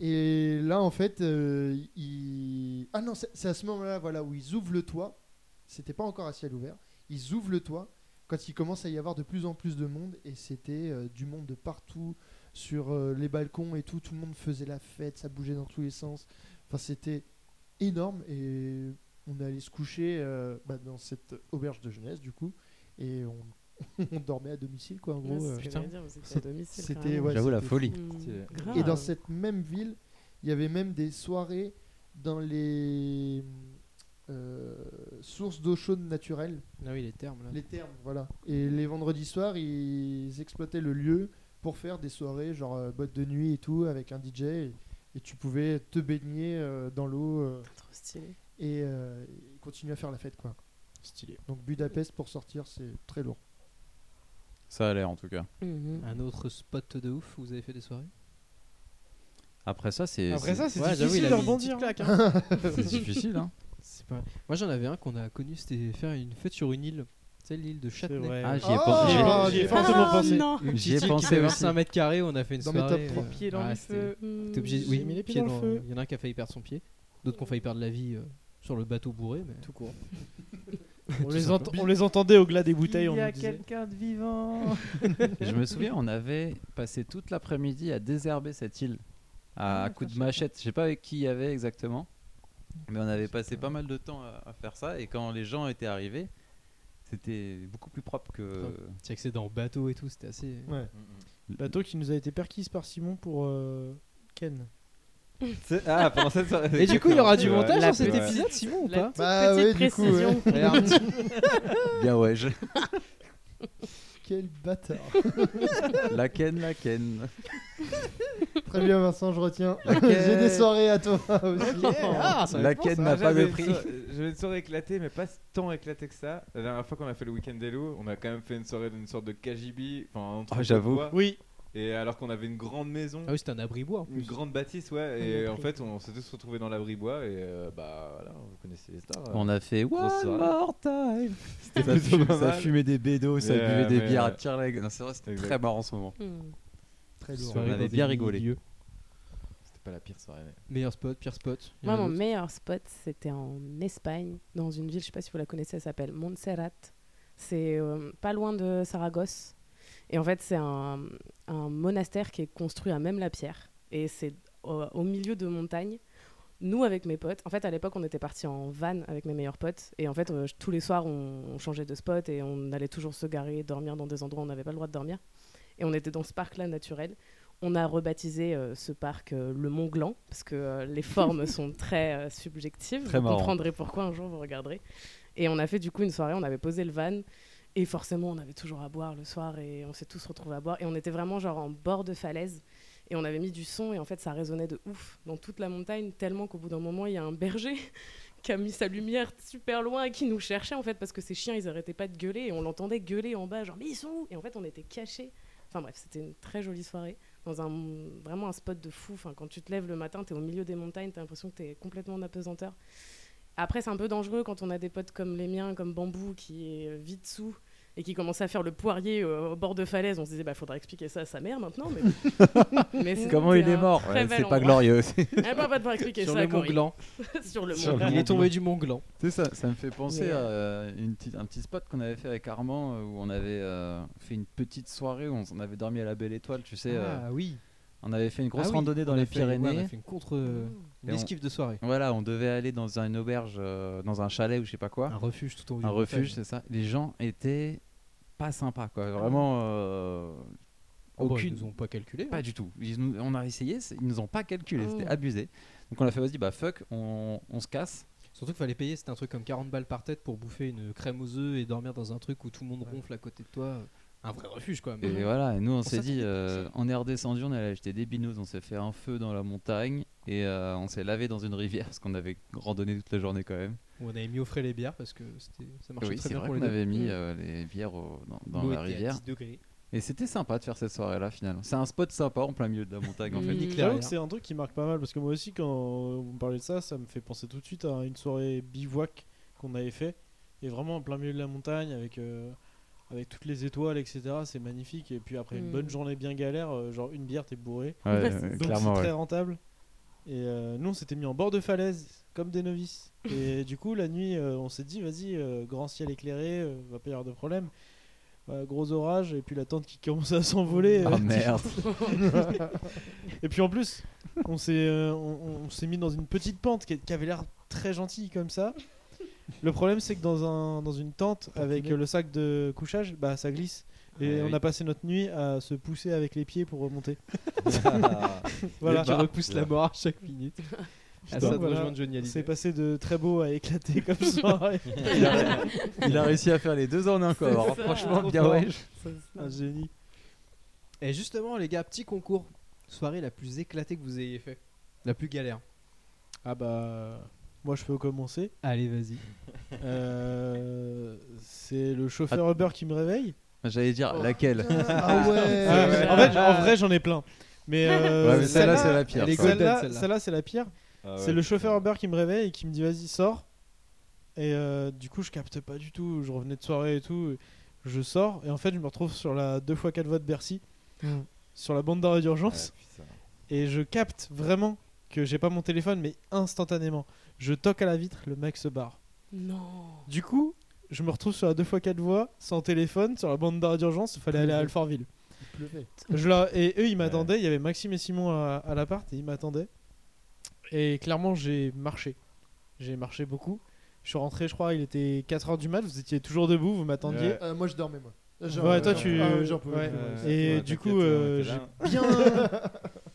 C: Et là, en fait, euh, ils... ah non, c'est c'est à ce moment-là, voilà, où ils ouvrent le toit. C'était pas encore à ciel ouvert ils ouvrent le toit quand il commence à y avoir de plus en plus de monde et c'était euh, du monde de partout sur euh, les balcons et tout tout le monde faisait la fête ça bougeait dans tous les sens enfin c'était énorme et on allait se coucher euh, bah, dans cette auberge de jeunesse du coup et on, on dormait à domicile quoi en
A: ouais,
C: gros
A: c'est
C: euh.
A: ce que j'allais dire, vous étiez à domicile,
C: c'était
A: carrément.
C: ouais,
B: J'avoue la
C: c'était
B: folie.
A: Mm,
B: Et
A: grave.
C: et dans cette même ville, il y avait même des soirées dans les euh, sources d'eau chaude naturelle,
D: Ah oui, les termes, là.
C: les thermes, voilà. Et les vendredis soirs, ils exploitaient le lieu pour faire des soirées, genre euh, boîte de nuit et tout, avec un DJ. Et, et tu pouvais te baigner euh, dans l'eau euh,
A: Trop stylé.
C: et, euh, et continuer à faire la fête, quoi.
D: Stylé.
C: Donc Budapest, pour sortir, c'est très lourd.
B: Ça a l'air en tout cas.
A: Mhm.
D: Un autre spot de ouf où vous avez fait des soirées
B: Après ça, c'est
I: Après ça, c'est
D: Ouais, j'avoue, il
I: difficile
D: a
I: de
D: mis une
I: rebondir.
D: petite claque, hein.
B: c'est difficile. Hein.
D: C'est pas- Moi j'en avais un qu'on a connu, c'était faire une fête sur une île. C'est l'île de
I: C'est
D: Châtenay.
I: vrai.
B: Ah, j'y ai,
C: Oh,
B: pen-
I: J'y ai-
C: Ah,
I: j'y ai
C: j'ai-
I: fortement
A: Ah,
I: pensé.
A: non.
B: j'y ai- j'y ai
D: Petite île qui
B: pensé
D: fait
B: aussi.
D: 25 mètres carrés, on a fait une
C: Dans mes
D: soirée.
C: top trois.
D: euh,
I: Pieds dans
D: ouais,
I: le
D: c'était-
I: feu.
A: Mmh.
D: T'es obligé, oui,
I: J'ai mis les pieds
D: pieds
I: dans le feu.
D: Il y en a un qui a failli perdre son pied, d'autres qui ont failli perdre la vie euh, sur le bateau bourré, mais
I: Tout
D: tout
I: court. on, les
D: simplement.
I: ent- on les entendait au glas des bouteilles. on nous disait.
D: de vivant.
B: Je me souviens, on avait passé toute l'après-midi à désherber cette île à coups de machette. Je sais pas avec qui il y avait exactement, mais on avait passé pas mal de temps à, à faire ça. Et quand les gens étaient arrivés, c'était beaucoup plus propre que.
D: C'est que c'est dans le bateau et tout, c'était assez. euh,
I: Bateau qui nous a été perquise par Simon pour euh, Ken.
B: Ah, pendant cette soirée.
D: Et du coup, il y aura du
E: Ouais.
D: montage
E: La
D: sur cet
E: petite-
D: épisode, Simon ou
A: La
D: pas
A: petite
C: Bah ouais, du coup,
A: précision.
C: ouais.
B: Bien ouais, je-
C: Quel bâtard.
B: la ken, la ken.
C: très bien, Vincent, je retiens.
B: Ok.
C: J'ai des soirées à toi aussi.
I: Ah,
D: Ah,
B: la ken n'a pas de prix.
E: hein, J'avais Ah, une soirée éclatée, mais pas tant éclatée que ça. La dernière fois qu'on a fait le week-end des loups, on a quand même fait une soirée d'une sorte de KGB. Enfin, un truc de
B: Oh, j'avoue.
E: bois.
I: Oui,
E: Et alors qu'on avait une grande maison,
D: Ah oui, c'était un abriboi.
E: une grande bâtisse, ouais. Et
A: Un
E: en
A: abri.
E: fait, on s'est tous retrouvés dans l'abri bois. Et euh, bah voilà, vous connaissez les stars.
B: On a fait
E: Grosse
B: One
E: soirée.
B: More Time.
E: Ça plutôt fume- pas ça mal.
B: fumait des bédos,
E: ça Yeah, buvait des mais, bières à euh,
B: tire C'est vrai,
E: c'était
B: c'était
E: exact. très
B: très marrant en ce moment.
A: Mhm.
C: Très lourd.
B: On avait bien rigolé.
E: euh, C'était pas la pire soirée. mais-
D: Meilleur spot, pire spot. il y en
A: Moi,
D: a
A: mon
D: d'autres.
A: meilleur spot, c'était en Espagne, dans une ville, je sais pas si vous la connaissez, elle s'appelle Montserrat. C'est euh, pas loin de Saragosse. Et en fait, c'est un, un monastère qui est construit à même la pierre. Et c'est au, au milieu de montagne. Nous, avec mes potes, en fait, à l'époque, on était partis en van avec mes meilleurs potes. Et en fait, euh, je- tous les soirs, on, on changeait de spot et on allait toujours se garer, dormir dans des endroits où on n'avait pas le droit de dormir. Et on était dans ce parc-là naturel On a rebaptisé euh, ce parc euh, le Mont Gland, parce que euh, les formes sont très euh, subjectives.
B: Très
A: vous
B: marrant.
A: comprendrez pourquoi un jour vous regarderez. Et on a fait du coup une soirée, on avait posé le van. Et forcément, on avait toujours à boire le soir et on s'est tous retrouvés à boire. Et on était vraiment genre en bord de falaise. Et on avait mis du son et en fait, ça résonnait de ouf dans toute la montagne, tellement qu'au bout d'un moment, il y a un berger qui a mis sa lumière super loin et qui nous cherchait en fait parce que ces chiens ils arrêtaient pas de gueuler et on l'entendait gueuler en bas genre mais ils sont où et en fait on était cachés enfin bref c'était une très jolie soirée dans un vraiment un spot de fou enfin quand tu te lèves le matin t'es au milieu des montagnes t'as l'impression que t'es complètement en apesanteur après c'est un peu dangereux quand on a des potes comme les miens comme Bambou qui est euh, vite sous et qui commençait à faire le poirier euh, au bord de falaise on se disait bah faudra expliquer ça à sa mère maintenant mais, mais c'était
B: Comment il est
A: un
B: mort
A: très
B: Ouais,
A: bel
B: C'est pas
A: endroit.
B: glorieux.
A: Eh ben, on va devoir expliquer
D: Sur
A: ça à
D: le Mont
A: Corinne.
D: Blanc.
A: sur le
B: Sur
A: mont
B: le
A: Blanc.
D: Il est tombé du Mont Gland.
B: C'est ça, ça me fait penser
A: Mais,
B: à euh, une petite- un petit spot qu'on avait fait avec Armand euh, où on avait euh, fait une petite soirée où on, s- on avait dormi à la Belle Étoile, tu sais. euh,
D: Ah oui.
B: on avait fait une grosse
D: Ah oui,
B: randonnée dans
D: on a
B: les
D: fait- ouais,
B: Pyrénées.
D: on a fait une contre. euh, une
A: Euh,
B: Et on-
D: esquive de soirée.
B: Voilà, on devait aller dans une auberge, euh, dans un chalet ou je sais pas quoi.
D: Un refuge tout en haut.
B: un
D: d'une
B: refuge,
D: montagne.
B: c'est ça. Les gens étaient pas sympas, quoi. Vraiment, euh,
D: Oh, Ah bah,
B: aucune.
D: Ils nous ont pas calculé. hein. Ah
B: Pas du tout. Ils nous- on a essayé, c'est- ils nous ont pas calculé,
A: Oh.
B: c'était abusé. Donc on a fait, vas-y, bah fuck, on, on se casse.
D: Surtout qu'il fallait payer, c'était un truc comme 40 balles par tête pour bouffer une crème aux œufs et dormir dans un truc où tout le monde ronfle à côté de toi. Un vrai refuge quoi.
B: Et
D: mais-
B: voilà, et nous on s'est
D: s'attendait
B: dit,
D: pas à
B: euh,
D: Mhm. ça.
B: on est redescendu, on est allé acheter des binous, on s'est fait un feu dans la montagne et euh, on s'est lavé dans une rivière parce qu'on avait randonné toute la journée quand même.
D: Où on avait mis au frais les bières parce que c'était- ça marchait
B: oui,
D: très
B: c'est
D: bien
B: vrai
D: pour les
B: qu'on
D: deux.
B: avait mis
A: Mm.
B: euh, les bières au- dans, dans
D: L'eau
B: la
D: était à
B: rivière.
D: 10 degrés.
B: Et c'était sympa de faire cette soirée-là finalement. C'est un spot sympa en plein milieu de la montagne en fait.
A: Mm.
D: Nique-les
I: J'avoue
D: arrières.
I: que c'est un truc qui marque pas mal parce que moi aussi quand vous me parlez de ça, ça me fait penser tout de suite à une soirée bivouac qu'on avait fait et vraiment en plein milieu de la montagne avec euh, avec toutes les étoiles etc. C'est magnifique et puis après une
A: Mm.
I: bonne journée bien galère, euh, genre une bière t'es bourré,
B: Ouais,
A: Ouais,
B: euh,
I: donc c'est
B: clairement. ouais.
I: très rentable. Et euh, nous on s'était mis en bord de falaise comme des novices et du coup la nuit euh, on s'est dit vas-y euh, grand ciel éclairé, euh, va pas y avoir de problème. Euh, gros orage et puis la tente qui commence à s'envoler.
B: Ah
I: euh,
B: merde.
I: et puis en plus, on s'est euh, on, on s'est mis dans une petite pente qui, qui avait l'air très gentille comme ça. Le problème, c'est que dans, un, dans une tente avec euh, le sac de couchage, bah ça glisse. Et
B: Ouais,
I: on
B: Ah oui.
I: a passé notre nuit à se pousser avec les pieds pour remonter.
D: Voilà.
I: Voilà,
D: Tu repousses la mort à chaque minute. Ah, ça
I: Donc
D: de
I: voilà,
D: rejoindre Johnny Hallyday.
I: c'est passé de très beau à éclaté comme soirée.
B: il, a, il a réussi à faire les deux en un quoi. Alors,
A: ça.
B: franchement,
I: Trop
B: bien
I: fort.
B: wesh.
I: un génie.
D: Et Eh, justement, les gars, petit concours. Soirée la plus éclatée que vous ayez fait. La plus galère.
I: Ah bah, moi je peux commencer.
D: Allez, vas-y.
I: Euh, c'est le chauffeur Uber qui me réveille.
B: J'allais dire laquelle.
C: Ah
I: Ah,
C: ouais
I: en fait, en vrai, j'en ai plein. Mais, euh,
B: Ouais, mais celle-là, c'est la pire.
D: elle est
B: ça.
D: golden,
I: Celle-là,
D: celle-là.
I: celle-là, c'est la pire.
E: Ah
I: c'est
E: ouais,
I: le chauffeur Uber qui me réveille et qui me dit vas-y sors. Et euh, du coup je capte pas du tout, je revenais de soirée et tout, je sors et en fait je me retrouve sur la 2x4 voies de Bercy,
D: Mm.
I: sur la bande d'arrêt
E: Ah,
I: d'urgence
E: putain.
I: et je capte vraiment que j'ai pas mon téléphone mais instantanément. Je toque à la vitre, le mec se barre.
A: Non.
I: Du coup je me retrouve sur la 2x4 voies, sans téléphone, sur la bande d'arrêt d'urgence, il fallait aller à Alfortville.
C: il pleuvait.
I: Je la- Et eux, ils m'attendaient. Il y avait Maxime et Simon à, à l'appart et ils m'attendaient. Et clairement, j'ai marché. J'ai marché beaucoup. Je suis rentré, je crois, il était 4h du mat. Vous étitais toujours debout, vous m'attendiez.
E: Ouais.
C: Euh, moi je dormais moi. Genre,
I: Ouais, toi
C: euh,
I: tu.
C: ah ouais, j'en pouvais
I: ouais.
C: plus, ouais.
I: Et
E: Ouais,
I: du
E: Euh, t'inquiète,
I: coup,
E: on
I: euh,
E: était
I: j'ai
E: là.
I: bien.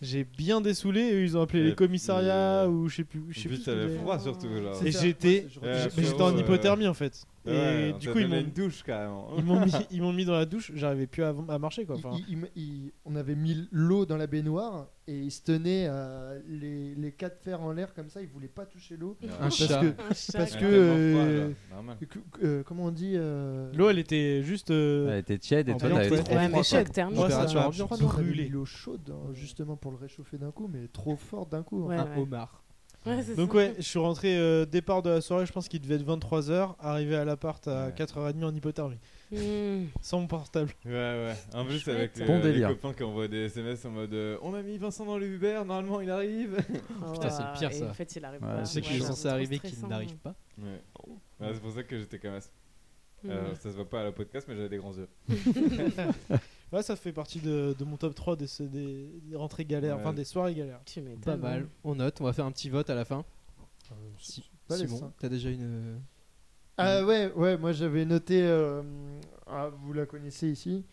I: j'ai bien dessoulé. Eux, ils ont appelé
E: Et
I: les commissariats
E: puis,
I: ou je sais plus. Je sais plus
E: Puis
I: ce que
E: euh, t'avais
I: j'ai-
E: froid surtout. genre.
C: C'est
I: Et
C: ça,
I: j'étais-
C: moi, je- je
E: Ouais,
I: J'ai-
C: retrouvais-
E: frérot,
I: mais J'étais en
E: euh,
I: hypothermie en fait.
E: Ouais,
I: et
E: on
I: du
E: t'a
I: coup, ils
E: donné
I: m'ont.
E: une douche quand
I: Ils
E: même.
I: m'ont mis, ils m'ont mis dans la douche, j'arrivais plus à, à marcher quoi.
C: il-
I: Enfin,
C: il- il me- il- on avait mis l'eau dans la baignoire et il se tenait euh, les, les quatre fers en l'air comme ça, il voulait pas toucher l'eau.
D: Un
C: Parce
D: chat.
C: que,
A: Un chat.
C: parce que,
E: Ouais, tellement froid,
C: euh,
E: là. Normal.
C: que- que- euh, comment on dit euh,
I: L'eau elle était juste. euh,
B: Elle était tiède et
I: En
B: toi
I: blanc,
B: t'avais
I: ouais.
B: trop
A: Ouais,
B: froid,
A: mais
B: quoi.
A: chaque terme.
I: Moi,
D: Température
I: ça m'a
D: ambiante.
C: Je crois qu'on avait mis
I: brûlé.
C: l'eau chaude hein, justement pour le réchauffer d'un coup, mais trop fort d'un coup. hein.
A: Ouais,
D: un
A: ouais.
D: homard.
A: Ouais, c'est
I: Donc
A: ça.
I: ouais, je suis rentré euh, départ de la soirée, je pense qu'il devait être 23h, arrivé à l'appart à
E: Ouais.
I: 4h30 en hypothermie,
A: Mm.
I: sans mon portable.
E: Ouais, ouais. En plus,
A: Chouette.
E: avec les,
B: Bon
E: les
B: délire.
E: copains qui envoient des SMS en mode euh, On a mis Vincent dans le Uber, normalement il arrive.
D: Putain, c'est le pire,
A: Oh, Et
D: ça.
A: En fait, il arrive
B: Ouais,
A: pas.
B: Ah,
D: Je sais
B: ouais,
D: qu'il est
B: non,
D: censé
A: c'est trop
D: arriver qu'il
A: stressant.
D: n'arrive pas.
E: Ouais. Ouais, c'est pour ça que j'étais comme ça.
A: Mm.
E: Euh, ça se voit pas à la podcast, mais j'avais des grands yeux.
I: Ouais, ça fait partie de, de mon top 3 des, des, des rentrées galères,
E: Ouais.
I: enfin des soirées galères.
A: Tu m'étonnes.
D: Pas mal. On note, on va faire un petit vote à la fin.
C: Euh, c'est
D: Si-
C: pas les
D: Simon,
C: seins.
D: t'as déjà une.
C: Ah ouais, ouais, moi j'avais noté, euh, ah, vous la connaissez ici,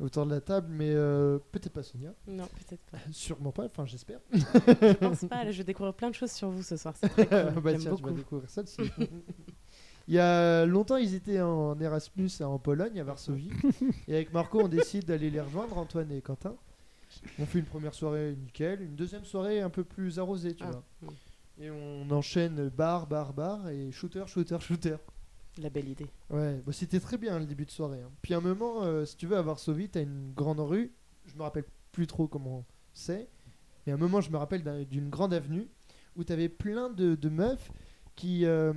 C: autour de la table, mais euh, peut-être pas Sonia.
A: Non, peut-être pas.
C: Sûrement pas, enfin j'espère. Bah,
A: Je pense pas. Là, je vais découvrir plein de choses sur vous ce soir. C'est très
C: Ah
A: cool.
C: bah
A: J'aime
C: tiens, tu vas
A: beaucoup.
C: découvrir ça. dessus. Il y a longtemps, ils étaient en Erasmus en Pologne, à Varsovie. et avec Marco, on décide d'aller les rejoindre, Antoine et Quentin. On fait une première soirée nickel, une deuxième soirée un peu plus arrosée, tu
A: Ah,
C: vois.
A: oui.
C: Et on enchaîne bar, bar, bar et shooter, shooter, shooter.
A: La belle idée.
C: Ouais, bah, c'était très bien le début de soirée. hein. Puis à un moment, euh, si tu veux, à Varsovie, t'as une grande rue. Je me rappelle plus trop comment c'est. Mais à un moment, je me rappelle d'un- d'une grande avenue où t'avais plein de, de meufs qui, euh,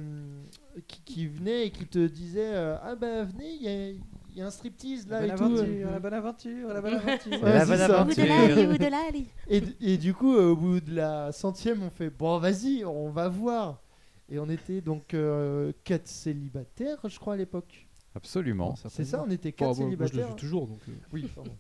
C: qui, qui venaient et qui te disaient euh, Ah bah venez, il y a, il y a un striptease là et tout.
I: euh,
D: la bonne aventure, la bonne aventure.
C: Ouais,
J: La
C: c'est
J: bonne
C: ça.
J: aventure.
C: Et, et du coup, euh, au bout de la centième, on fait Bon, vas-y, on va voir. Et on était donc euh, quatre célibataires, je crois, à l'époque.
B: Absolument.
C: C'est ça, on était quatre
D: Moi, je le
C: célibataires.
D: suis toujours, donc. euh,
C: Oui, pardon.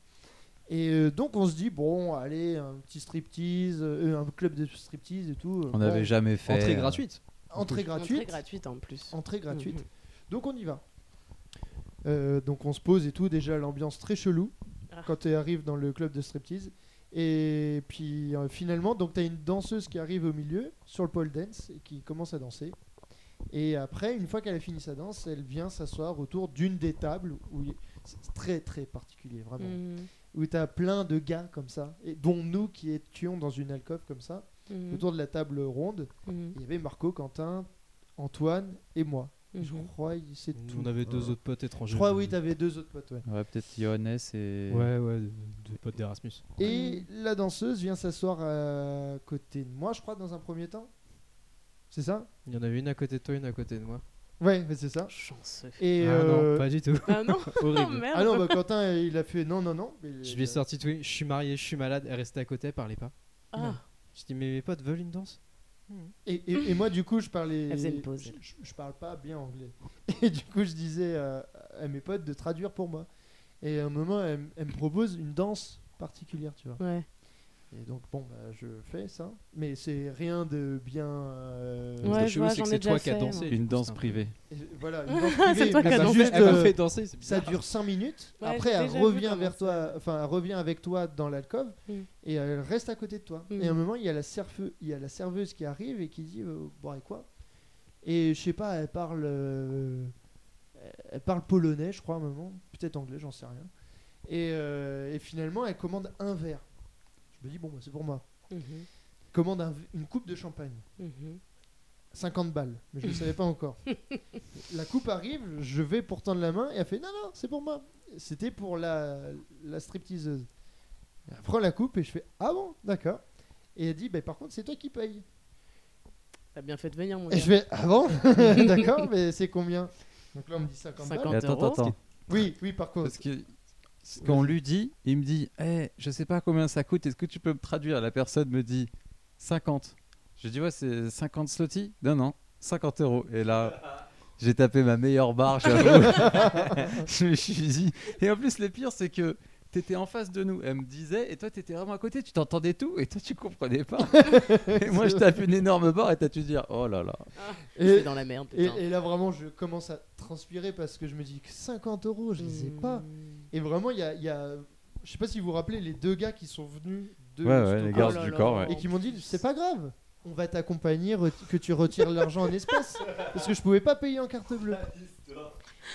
C: Et euh, donc on se dit, bon, allez, un petit striptease, euh, un club de striptease et tout. euh,
B: On
C: Bon,
B: n'avait jamais fait.
D: Entrée
B: euh,
D: gratuite.
C: Entrée gratuite. Ah
A: Entrée gratuite en plus.
C: Entrée gratuite.
A: Mhm.
C: Donc on y va. Euh, donc on se pose et tout, déjà l'ambiance très chelou
A: Ah.
C: quand tu arrives dans le club de striptease. Et puis euh, finalement, donc t'as une danseuse qui arrive au milieu sur le pole dance et qui commence à danser. Et après, une fois qu'elle a fini sa danse, elle vient s'asseoir autour d'une des tables où il- c'est très très particulier, vraiment
A: Mhm.
C: où t'as plein de gars comme ça, et dont nous qui étions dans une alcôve comme ça,
A: Mhm.
C: autour de la table ronde.
A: Mhm.
C: Il y avait Marco, Quentin, Antoine et moi. Je
A: Mhm.
C: crois que c'est tout.
D: On avait deux autres potes étrangers.
C: Je crois oui, t'avais deux autres potes. ouais.
B: Ouais, peut-être Johannes et.
D: Ouais, ouais, deux deux potes d'Erasmus.
C: Et la danseuse vient s'asseoir à côté de moi, je crois, dans un premier temps. C'est ça
D: Il y en avait une à côté de toi, une à côté de moi.
C: Ouais, mais c'est ça.
A: Chanceux.
C: Et
D: ah
C: euh,
D: non, pas du tout.
A: Ah non,
D: Horrible.
A: merde.
C: ah non, bah, Quentin, il a fait non, non, non. mais-
D: Je lui ai sorti tout. Je suis marié, je suis malade. Elle restait à côté, elle parlait pas.
A: Ah.
D: Je dis, mais mes potes veulent une danse
C: Et, et- et moi, du coup, je parlais.
A: Elle faisait une pause,
C: Je,
A: elle.
C: je- je parle pas bien anglais. Et du coup, je disais euh, à mes potes de traduire pour moi. Et à un moment, elle, m- elle me propose une danse particulière, tu vois.
A: Ouais.
C: Et donc, bon, bah, je fais ça. Mais c'est rien de bien. euh,
A: Ouais,
D: Ce qui est
A: je
D: chelou,
A: vois,
D: c'est
A: j'en
D: que
A: ai
D: c'est toi
A: déjà
D: qui as
A: fait,
D: dansé.
A: moi.
D: du
B: Une
D: coup, c'est
B: danse
D: un peu-
B: privée.
C: et Voilà, une danse privée,
A: toi
C: mais
A: qui as
D: Elle
C: c'est
D: m'a
A: dansé.
D: fait,
C: juste,
D: elle m'a
C: euh,
D: fait danser, c'est
C: ça
D: bizarre.
C: dure 5 minutes.
A: Bah, Ouais,
C: Après,
A: j'ai
C: elle
A: déjà vu
C: revient,
A: comment
C: vers
A: ça-
C: toi, enfin, elle revient avec toi dans l'alcôve
A: Mm.
C: et elle reste à côté de toi.
A: Mm.
C: Et à un moment, il y, a la serve- il y a la serveuse qui arrive et qui dit euh, Bon, et quoi Et je sais pas, elle parle, euh, elle parle polonais, je crois, à un moment. Peut-être anglais, j'en sais rien. Et, euh, et finalement, elle commande un verre. Je me dis Bon, bah, c'est pour moi.
A: Mhm.
C: Elle commande un v- une coupe de champagne.
A: Mhm.
C: 50 balles, mais je ne savais pas encore. la coupe arrive, je vais pour tendre la main et elle fait non, non, c'est pour moi. C'était pour la, la stripteaseuse. Elle prend la coupe et je fais ah bon, d'accord. Et elle dit bah, par contre, c'est toi qui paye.
A: T'as bien fait de venir, mon
C: Et
A: gars.
C: je fais ah bon, d'accord, mais c'est combien Donc là, on me dit 50, balles.
B: Et
A: 50
B: attends,
A: euros.
B: attends, attends.
C: Oui, oui, par contre.
B: Parce que quand on lui dit, il me dit Eh, Je sais pas combien ça coûte, est-ce que tu peux me traduire La personne me dit 50. Je dis Ouais, c'est 50 slotis Non, non, 50 euros. Et là, j'ai tapé ma meilleure barre, j'avoue. je me suis dit. Et en plus, le pire, c'est que. T'étais en face de nous, elle me disait, et toi t'étais vraiment à côté, tu t'entendais tout, et toi tu comprenais pas. et moi je tape une énorme barre, et t'as dû dire, oh là là.
A: Je
C: Et-
A: suis dans la merde,
C: Et,
A: putain.
C: et là, vraiment, je commence à transpirer parce que je me dis que 50 euros, je les ai pas.
A: Mhm.
C: Et vraiment, il y a, il y a- je sais pas si vous vous rappelez les deux gars qui sont venus de
B: Ouais,
C: le
B: ouais,
C: studio.
B: les gardes
A: Oh là
B: du
A: là.
B: corps, ouais.
C: et qui m'ont dit c'est pas grave on va t'accompagner reti- que tu retires l'argent en espèces parce que je pouvais pas payer en carte bleue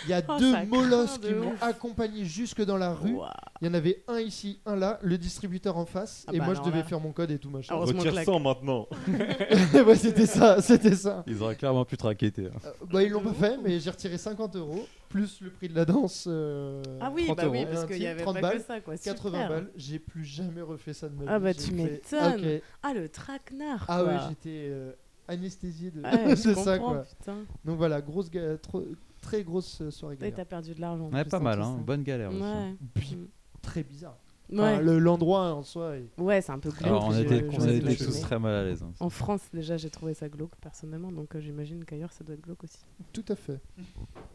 C: il y a
A: Oh, ça
C: deux
A: craint
C: molosses
A: de
C: qui m'ont
A: ouf.
C: accompagné jusque dans la rue
A: Ouah.
C: il y en avait un ici un là le distributeur en face
A: Ah
C: et
A: bah
C: moi je
A: alors
C: devais
A: là. Ah,
C: faire mon code et tout machin
A: Heureusement que la-
E: Retire 100 maintenant.
C: ouais c'était ça c'était ça
B: Ils auraient clairement pu te raqueter. hein.
C: Euh, bah ils l'ont pas fait mais j'ai retiré 50 euros plus le prix de la danse euh,
A: Ah oui,
C: 30
A: bah oui,
C: euros.
A: parce
C: Un
A: qu'il y
C: type,
A: avait
C: 30
A: pas
C: balles
A: que ça, quoi.
C: 80
A: Super.
C: balles, j'ai plus jamais refait ça de ma vie.
A: Ah bah,
C: J'ai
A: tu
C: fait,
A: m'étonnes.
C: ok.
A: Ah, le traquenard,
C: Ah
A: quoi.
C: ouais, j'étais euh, anesthésié de,
A: Ah Ouais,
C: de
A: je
C: ça
A: comprends,
C: quoi.
A: putain.
C: Donc voilà, grosse ga- tro- très grosse euh, soirée
A: Et
C: galère.
A: t'as perdu de l'argent. en
B: Ouais,
A: plus
B: pas
A: dans
B: mal,
A: tout
B: hein.
A: ça.
B: bonne galère aussi. hein.
A: Ouais.
C: Puis,
A: Mm.
C: très bizarre. Enfin,
A: Ouais,
C: le- L'endroit en soi. est-
A: ouais c'est un peu glauque.
B: Alors, on
C: j'ai-
B: était,
C: j'ai
B: on
C: jamais
B: était
C: imaginé.
B: tous très mal à l'aise. hein.
A: En France, déjà, j'ai trouvé ça glauque, personnellement, donc euh, j'imagine qu'ailleurs, ça doit être glauque aussi.
C: Tout à fait.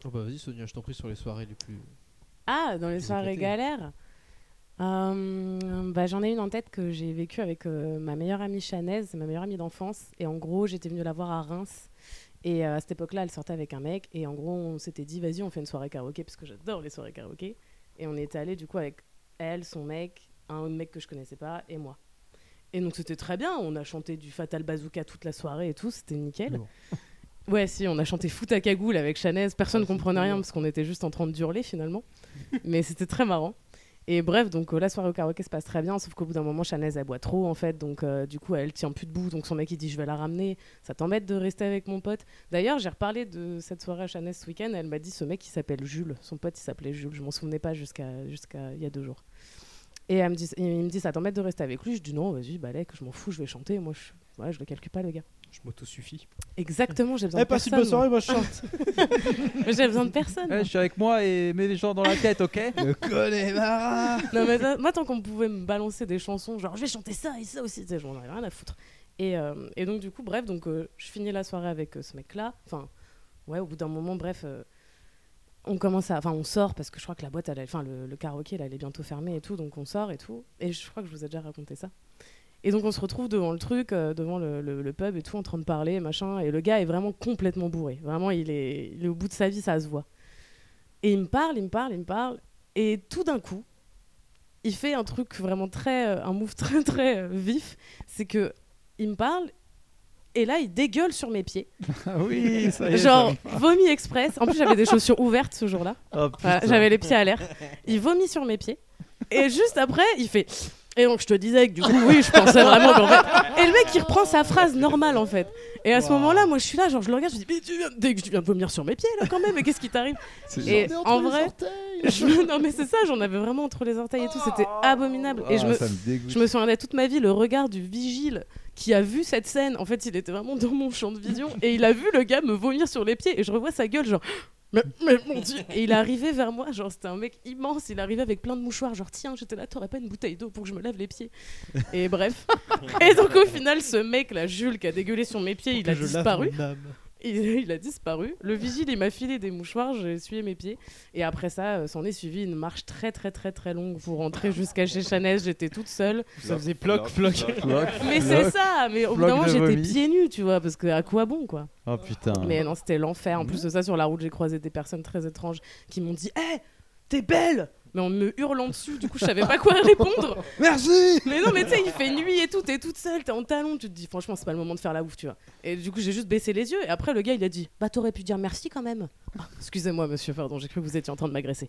D: Oh bah vas-y, Sonia, je t'en prie sur les soirées les plus.
A: Ah, dans les
D: Vous
A: soirées
D: éclatez.
A: galères Euh, bah, J'en ai une en tête que j'ai vécue avec euh, ma meilleure amie chanaise, c'est ma meilleure amie d'enfance. Et en gros, j'étais venue la voir à Reims. Et euh, à cette époque-là, elle sortait avec un mec. Et en gros, on s'était dit, vas-y, on fait une soirée karaoké, parce que j'adore les soirées karaoké. Et on était allé du coup avec elle, son mec, un mec que je connaissais pas et moi. Et donc c'était très bien, on a chanté du Fatal Bazooka toute la soirée et tout, c'était nickel.
C: Lourd.
A: Ouais, si, on a chanté Fout à cagoule avec Chanez, personne
C: Ah, c'est
A: comprenait rien
C: lourd.
A: parce qu'on était juste en train de hurler finalement. Mais c'était très marrant. Et bref, donc euh, la soirée au karaoké se passe très bien, sauf qu'au bout d'un moment, Chanez, elle boit trop en fait, donc euh, du coup, elle tient plus debout, donc son mec il dit Je vais la ramener, ça t'embête de rester avec mon pote. D'ailleurs, j'ai reparlé de cette soirée à Chanez ce week-end, elle m'a dit Ce mec il s'appelle Jules, son pote il s'appelait Jules, je m'en souvenais pas jusqu'à jusqu'à il y a deux jours. Et elle me dit, il me dit, ça t'embête de rester avec lui Je dis non, vas-y, balèque, je m'en fous, je vais chanter. Moi, je, ouais, je le calcule pas, le gars.
D: Je m'auto-suffis.
A: Exactement, j'ai besoin
I: Eh,
A: de
I: passe
A: personne.
I: une bonne soirée, moi je chante.
A: moi. J'ai besoin de personne.
B: Eh, je suis avec moi et mets les gens dans la tête, ok
D: Le Connemara
A: non, mais ça- moi, tant qu'on pouvait me balancer des chansons, genre je vais chanter ça et ça aussi, tu sais, j'en avais rien à foutre. Et, euh, et donc, du coup, bref, donc euh, je finis la soirée avec euh, ce mec-là. Enfin, ouais, au bout d'un moment, bref, euh, on commence à. Enfin, on sort parce que je crois que la boîte, elle allait- enfin, le, le karaoké, elle allait bientôt fermer et tout, donc on sort et tout. Et je crois que je vous ai déjà raconté ça. Et donc, on se retrouve devant le truc, euh, devant le, le- le pub et tout, en train de parler, machin. Et le gars est vraiment complètement bourré. Vraiment, il est, il est au bout de sa vie, ça se voit. Et il me parle, il me parle, il me parle. Et tout d'un coup, il fait un truc vraiment très euh, un move très très euh, vif c'est que il me parle et là il dégueule sur mes pieds
B: Ah oui, ça y est.
A: genre vomi express en plus j'avais des chaussures ouvertes ce jour-là
B: Oh, putain.
A: Voilà, j'avais les pieds à l'air il vomit sur mes pieds et juste après il fait et donc je te disais que du coup oui je pensais vraiment qu'en fait et le mec il reprend sa phrase normale en fait et à ce
D: Wow.
A: moment-là moi je suis là genre je le regarde je dis mais tu viens dès que tu viens de vomir sur mes pieds là quand même mais qu'est-ce qui t'arrive et
C: J'en ai entre
A: en
C: les
A: vrai
C: orteils.
A: je- non mais c'est ça j'en avais vraiment entre les orteils et tout c'était abominable et je
B: Ah,
A: me
B: ça me dégoûte.
A: je me souviendrai toute ma vie le regard du vigile qui a vu cette scène. En fait, il était vraiment dans mon champ de vision et il a vu le gars me vomir sur les pieds et je revois sa gueule genre mais, mais mon dieu Et il est arrivé vers moi, genre c'était un mec immense, il arrivait avec plein de mouchoirs, genre tiens, j'étais là, t'aurais pas une bouteille d'eau pour que je me lave les pieds. Et bref. Et donc au final, ce mec là, Jules, qui a dégueulé sur mes pieds, il a
I: je lave
A: disparu.
I: mon âme.
A: Il, il a disparu. Le vigile, il m'a filé des mouchoirs, j'ai essuyé mes pieds. Et après ça, euh, s'en est suivi une marche très, très, très, très longue pour rentrer jusqu'à chez Chanel. J'étais toute seule.
I: Ça faisait ploc, ploc.
A: Mais c'est ça Mais au bout
B: bloc
A: d'un moment,
B: de
A: j'étais
B: vomi.
A: pieds nus, tu vois, parce que à quoi bon, quoi
B: Oh putain.
A: Mais non, c'était l'enfer. En plus de ça, sur la route, j'ai croisé des personnes très étranges qui m'ont dit Hé, t'es belle mais en me hurlant dessus, du coup, je savais pas quoi répondre.
D: Merci
A: Mais non, mais tu sais, il fait nuit et tout, t'es toute seule, t'es en talon, tu te dis, franchement, c'est pas le moment de faire la ouf, tu vois. Et du coup, j'ai juste baissé les yeux, et après, le gars, il a dit, bah, t'aurais pu dire merci quand même. Ah, Excusez-moi, monsieur, pardon, j'ai cru que vous étiez en train de m'agresser.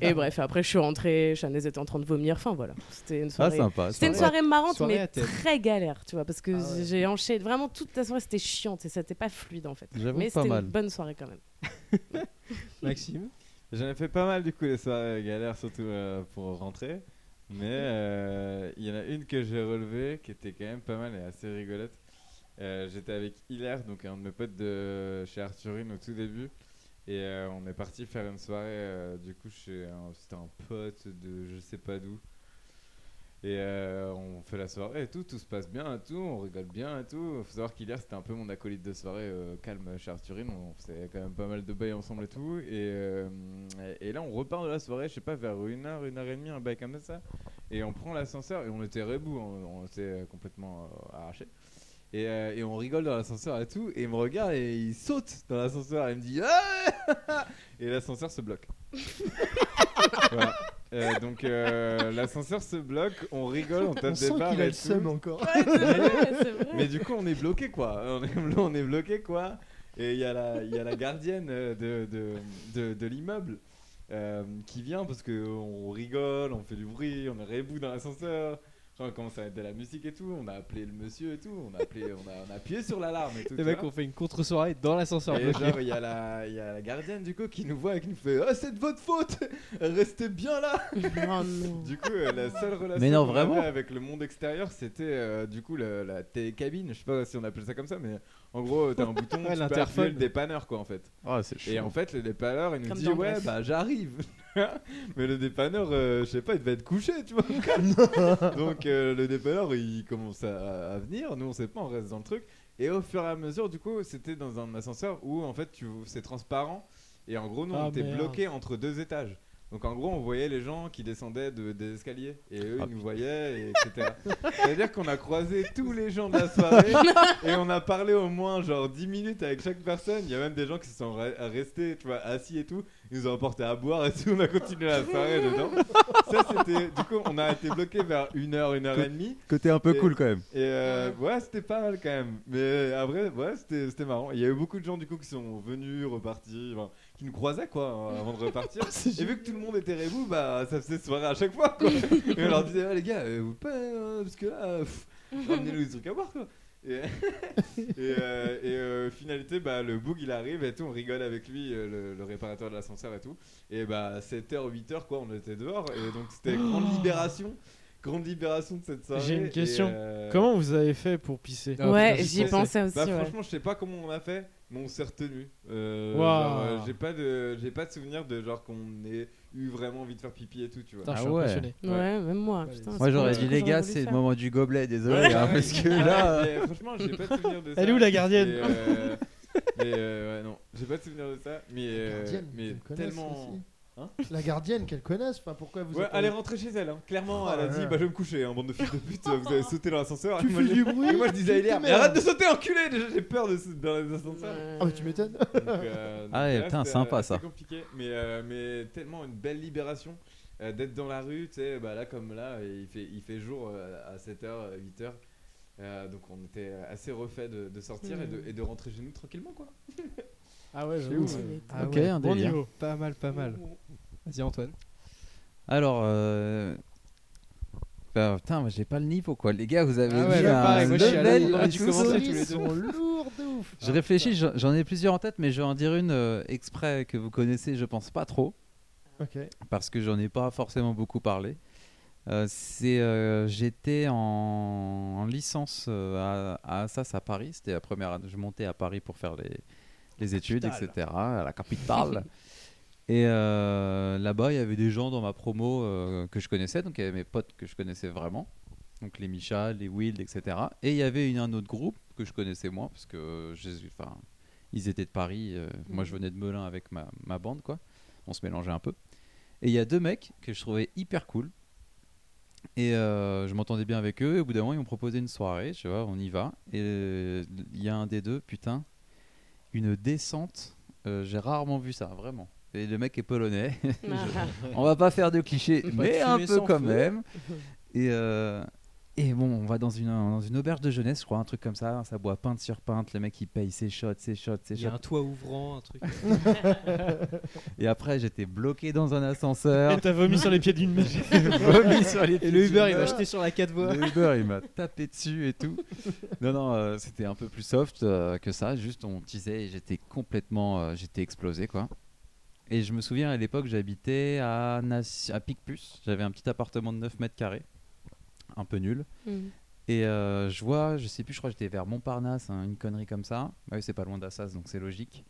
A: et bref, après, je suis rentrée, Chanez était en train de vomir, enfin, voilà. C'était une
B: Ah,
A: soirée
B: sympa.
A: c'était une
B: sympa.
A: soirée marrante,
D: Soirée
A: mais
D: à thème.
A: très galère, tu vois, parce que
C: Ah ouais.
A: j'ai enchaîné vraiment toute la soirée, c'était chiant, et c'était pas fluide en fait.
B: J'avoue
A: Mais
B: pas
A: c'était
B: mal.
A: une bonne soirée quand même.
D: Maxime
E: J'en ai fait pas mal du coup les soirées galères, surtout euh, pour rentrer. Mais euh, il y en a une que j'ai relevée qui était quand même pas mal et assez rigolote. Euh, J'étais avec Hilaire, donc un de mes potes de chez Arthurine au tout début. Et euh, on est parti faire une soirée, euh, du coup, chez un- c'était un pote de je sais pas d'où. Et euh, on fait la soirée et tout, tout se passe bien et tout, on rigole bien et tout. Faut savoir qu'hier c'était un peu mon acolyte de soirée euh, calme chez Arthurine, on faisait quand même pas mal de bails ensemble et tout. Et, euh, et là on repart de la soirée, je sais pas, vers une heure, une heure et demie, un bail comme ça. Et on prend l'ascenseur et on était rebou, on, on était complètement euh, arrachés. Et, euh, et on rigole dans l'ascenseur et tout, et il me regarde et il saute dans l'ascenseur et il me dit Ah Et l'ascenseur se bloque. Voilà. Euh, donc euh, l'ascenseur se bloque, on rigole, on tape
C: On
E: des
C: sent
E: barres
C: qu'il a
E: et
C: le
E: tout.
C: seum encore.
E: Mais du coup, on est bloqué quoi. On est, blo- on est bloqué quoi. Et il y, a la- il y a la gardienne euh, de, de, de- de l'immeuble euh, qui vient parce qu'on rigole, on fait du bruit, on est rebout dans l'ascenseur. Genre, on commence à mettre de la musique et tout. On a appelé le monsieur et tout. On a, appelé, on a, on a appuyé sur l'alarme et tout. tu
D: Les mecs
E: vois.
D: ont fait une contre-soirée dans l'ascenseur.
E: Et genre, il y, a la- il y a la gardienne du coup qui nous voit et qui nous fait Ah, c'est de votre faute Restez bien là
A: Oh non.
E: du coup, euh, la seule relation
B: Mais non,
E: qu'on
B: vraiment
E: avait avec le monde extérieur, c'était euh, du coup le- la télécabine. Je sais pas si on appelle ça comme ça, mais en gros, t'as un bouton, tu peux
D: l'interphone.
E: appeler le dépanneur, quoi, en fait.
B: Ah, c'est chaud.
E: Et en fait, le dépanneur, il nous
A: Comme
E: dit
A: dans
E: ouais,
A: Bref.
E: bah j'arrive. mais le dépanneur, euh, je sais pas, il devait être couché, tu vois. Donc euh, le dépanneur, il commence à, à venir. Nous, on sait pas, on reste dans le truc. Et au fur et à mesure, du coup, c'était dans un ascenseur où en fait, tu, c'est transparent. Et en gros, nous, on
I: Ah,
E: était
I: merde.
E: bloqués entre deux étages. Donc en gros, on voyait les gens qui descendaient de- des escaliers et eux,
B: Ah,
E: ils nous
B: putain.
E: voyaient, et etc. C'est-à-dire qu'on a croisé tous les gens de la soirée et on a parlé au moins genre 10 minutes avec chaque personne. Il y a même des gens qui se sont re- restés, tu vois, assis et tout. Ils nous ont apporté à boire et tout. On a continué la soirée dedans. Ça, c'était. Du coup, on a été bloqué vers 1 heure, 1 heure et demie.
B: Côté un peu
E: Et-
B: cool quand même.
E: Et euh, ouais, c'était pas mal quand même. Mais euh, après, ouais, c'était c'était marrant. Il y a eu beaucoup de gens du coup qui sont venus, repartis, enfin, qui nous croisaient quoi euh, avant de repartir. Et vu que tout le monde était rebou, bah ça faisait soirée à chaque fois quoi. Et on leur disait, ouais, les gars, euh, vous pas, euh, parce que là, pff, ramenez-nous des trucs à boire quoi. Et, et, euh, et, euh, finalité, bah, le boug il arrive et tout, on rigole avec lui, euh, le, le réparateur de l'ascenseur et tout. Et bah 7h, 8h quoi, on était dehors. Et donc c'était grande libération. Grande libération de cette soirée.
I: J'ai une
E: Et,
I: question.
E: euh,
I: Comment vous avez fait pour pisser
D: Ah,
A: ouais,
D: putain, j'y
A: j'y pensais
E: pensais.
A: aussi.
E: bah,
A: ouais.
E: franchement, je sais pas comment on a fait, mais on s'est retenu. Euh,
I: Waouh.
E: genre, euh, j'ai pas de, j'ai pas de souvenir de genre qu'on ait eu vraiment envie de faire pipi et tout, tu vois.
D: Putain, je suis
B: Ah ouais.
D: impressionné.
A: Ouais, même moi. Putain,
B: Moi
A: c'est
B: j'aurais
A: pas un Ah
B: dit
A: truc
B: les
A: que
B: gars,
A: j'aurais
B: c'est le
A: voulu
B: moment du gobelet, désolé,
E: Ouais,
B: hein,
E: ouais,
B: parce que
E: ouais,
B: là.
E: Ah, mais franchement, j'ai pas de souvenir de ça.
I: Elle est où, la gardienne
E: Mais, euh, mais, euh, ouais, non, j'ai pas de souvenir de ça, mais
C: La
E: euh,
C: gardienne,
E: mais
C: qu'elle connaisse
E: tellement.
C: aussi.
E: Hein
C: La gardienne qu'elle connaisse, enfin, pourquoi vous
E: Ouais,
C: êtes-
E: elle est rentrée chez elle. hein. Clairement,
C: Oh
E: elle a
C: là
E: dit
C: là.
E: Bah, je vais me coucher, hein, bande de fils de pute, vous avez sauté dans l'ascenseur.
C: Tu
E: Et
C: fais du bruit
E: moi, je disais à
C: tu
E: Hilaire,
C: te
E: mais
C: merdes.
E: arrête de sauter, enculé Déjà, j'ai peur de sauter dans les
A: faire.
E: ascenseurs.
A: Ouais.
C: Ah, mais tu m'étonnes.
E: Donc, euh, donc
B: Ah ouais,
E: là,
B: putain,
E: c'était,
B: sympa,
E: euh,
B: ça.
E: C'est compliqué, mais, euh, mais tellement une belle libération euh, d'être dans la rue, tu sais, bah, là comme là, il fait, il fait jour euh, à 7h, 8h. donc on était euh, assez refait de, de sortir et, de, et de rentrer chez nous tranquillement quoi.
I: Ah ouais,
E: j'avoue,
A: Tu
E: ouais.
A: m'étonnes.
D: Ah
B: euh, Ok,
D: ouais,
B: un
D: bon
B: délire.
D: niveau. Pas mal, pas mal. Vas-y Antoine.
B: Alors. euh, bah, putain, moi j'ai pas le niveau quoi. Les gars, vous avez
D: Ah ouais,
B: mis
D: bah,
B: un
D: pareil, moi, je suis allé
B: level
D: au
B: à
D: moment du
B: tous.
D: commencement.
C: Les
D: tous les
C: souris
D: deux.
C: sont lourds de ouf.
B: Je réfléchis, j'en j'en ai plusieurs en tête, mais je vais en dire une euh, exprès que vous connaissez, je pense pas trop,
C: Ok.
B: parce que j'en ai pas forcément beaucoup parlé. Euh, c'est euh, j'étais en, en licence euh, à, à Assas à Paris, c'était la première année, je montais à Paris pour faire les, les études,
I: capitale.
B: etc., à la capitale. Et euh, là-bas, il y avait des gens dans ma promo euh, que je connaissais, donc il y avait mes potes que je connaissais vraiment, donc les Micha, les Wild, etc. Et il y avait une, un autre groupe que je connaissais moins, parce que euh, je- enfin, ils étaient de Paris, euh, moi je venais de Melun avec ma, ma bande, quoi. On se mélangeait un peu. Et il y a deux mecs que je trouvais hyper cool. Et euh, je m'entendais bien avec eux. Et au bout d'un moment, ils m'ont proposé une soirée. Je sais pas, on y va. Et euh, il y a un des deux, putain, une descente. Euh, J'ai rarement vu ça, vraiment. Et le mec est polonais. on va pas faire de clichés,
D: Pas de
B: mais
D: fumée
B: un peu
D: sans
B: quand
D: feu.
B: même. Et, euh, et bon, on va dans une, dans une auberge de jeunesse, je crois, un truc comme ça. Ça boit peinte sur peinte. Le mec, il paye ses shots, ses shots, ses
D: Il y a
B: shots.
D: un toit ouvrant, un truc.
B: Et après, j'étais bloqué dans un ascenseur.
I: Et t'as vomi sur les pieds d'une mère.
B: vomi sur les
D: Et le
B: petites
D: Uber il
B: immeubles.
D: m'a jeté sur la 4 voies.
B: Le Uber, il m'a tapé dessus et tout. Non, non, euh, c'était un peu plus soft euh, que ça. Juste, on teasait et j'étais complètement. euh, j'étais explosé, quoi. Et je me souviens, à l'époque, j'habitais à, Nas- à Picpus. J'avais un petit appartement de 9 mètres carrés. Un peu nul.
A: Mhm.
B: Et euh, je vois, je sais plus, je crois que j'étais vers Montparnasse, hein, une connerie comme ça. Bah oui, c'est pas loin d'Assas, donc c'est logique.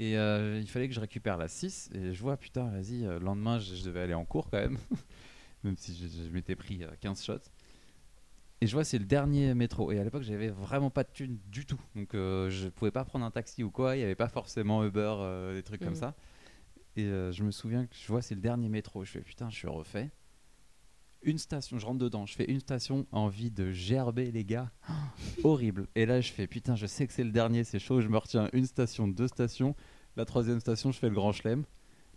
B: Et euh, il fallait que je récupère la 6. Et je vois, putain, vas-y, euh, le lendemain, je, je devais aller en cours quand même. même si je, je m'étais pris euh, 15 shots. Et je vois, c'est le dernier métro. Et à l'époque, j'avais vraiment pas de thune du tout. Donc euh, je pouvais pas prendre un taxi ou quoi. Il n'y avait pas forcément Uber, euh, des trucs comme
A: Mhm.
B: ça. Et euh, je me souviens que je vois, c'est le dernier métro. Je fais, putain, je suis refait une station, je rentre dedans, je fais une station, envie de gerber les gars, horrible. Et là je fais putain, je sais que c'est le dernier, c'est chaud, je me retiens une station, deux stations, la troisième station, je fais le grand chelem,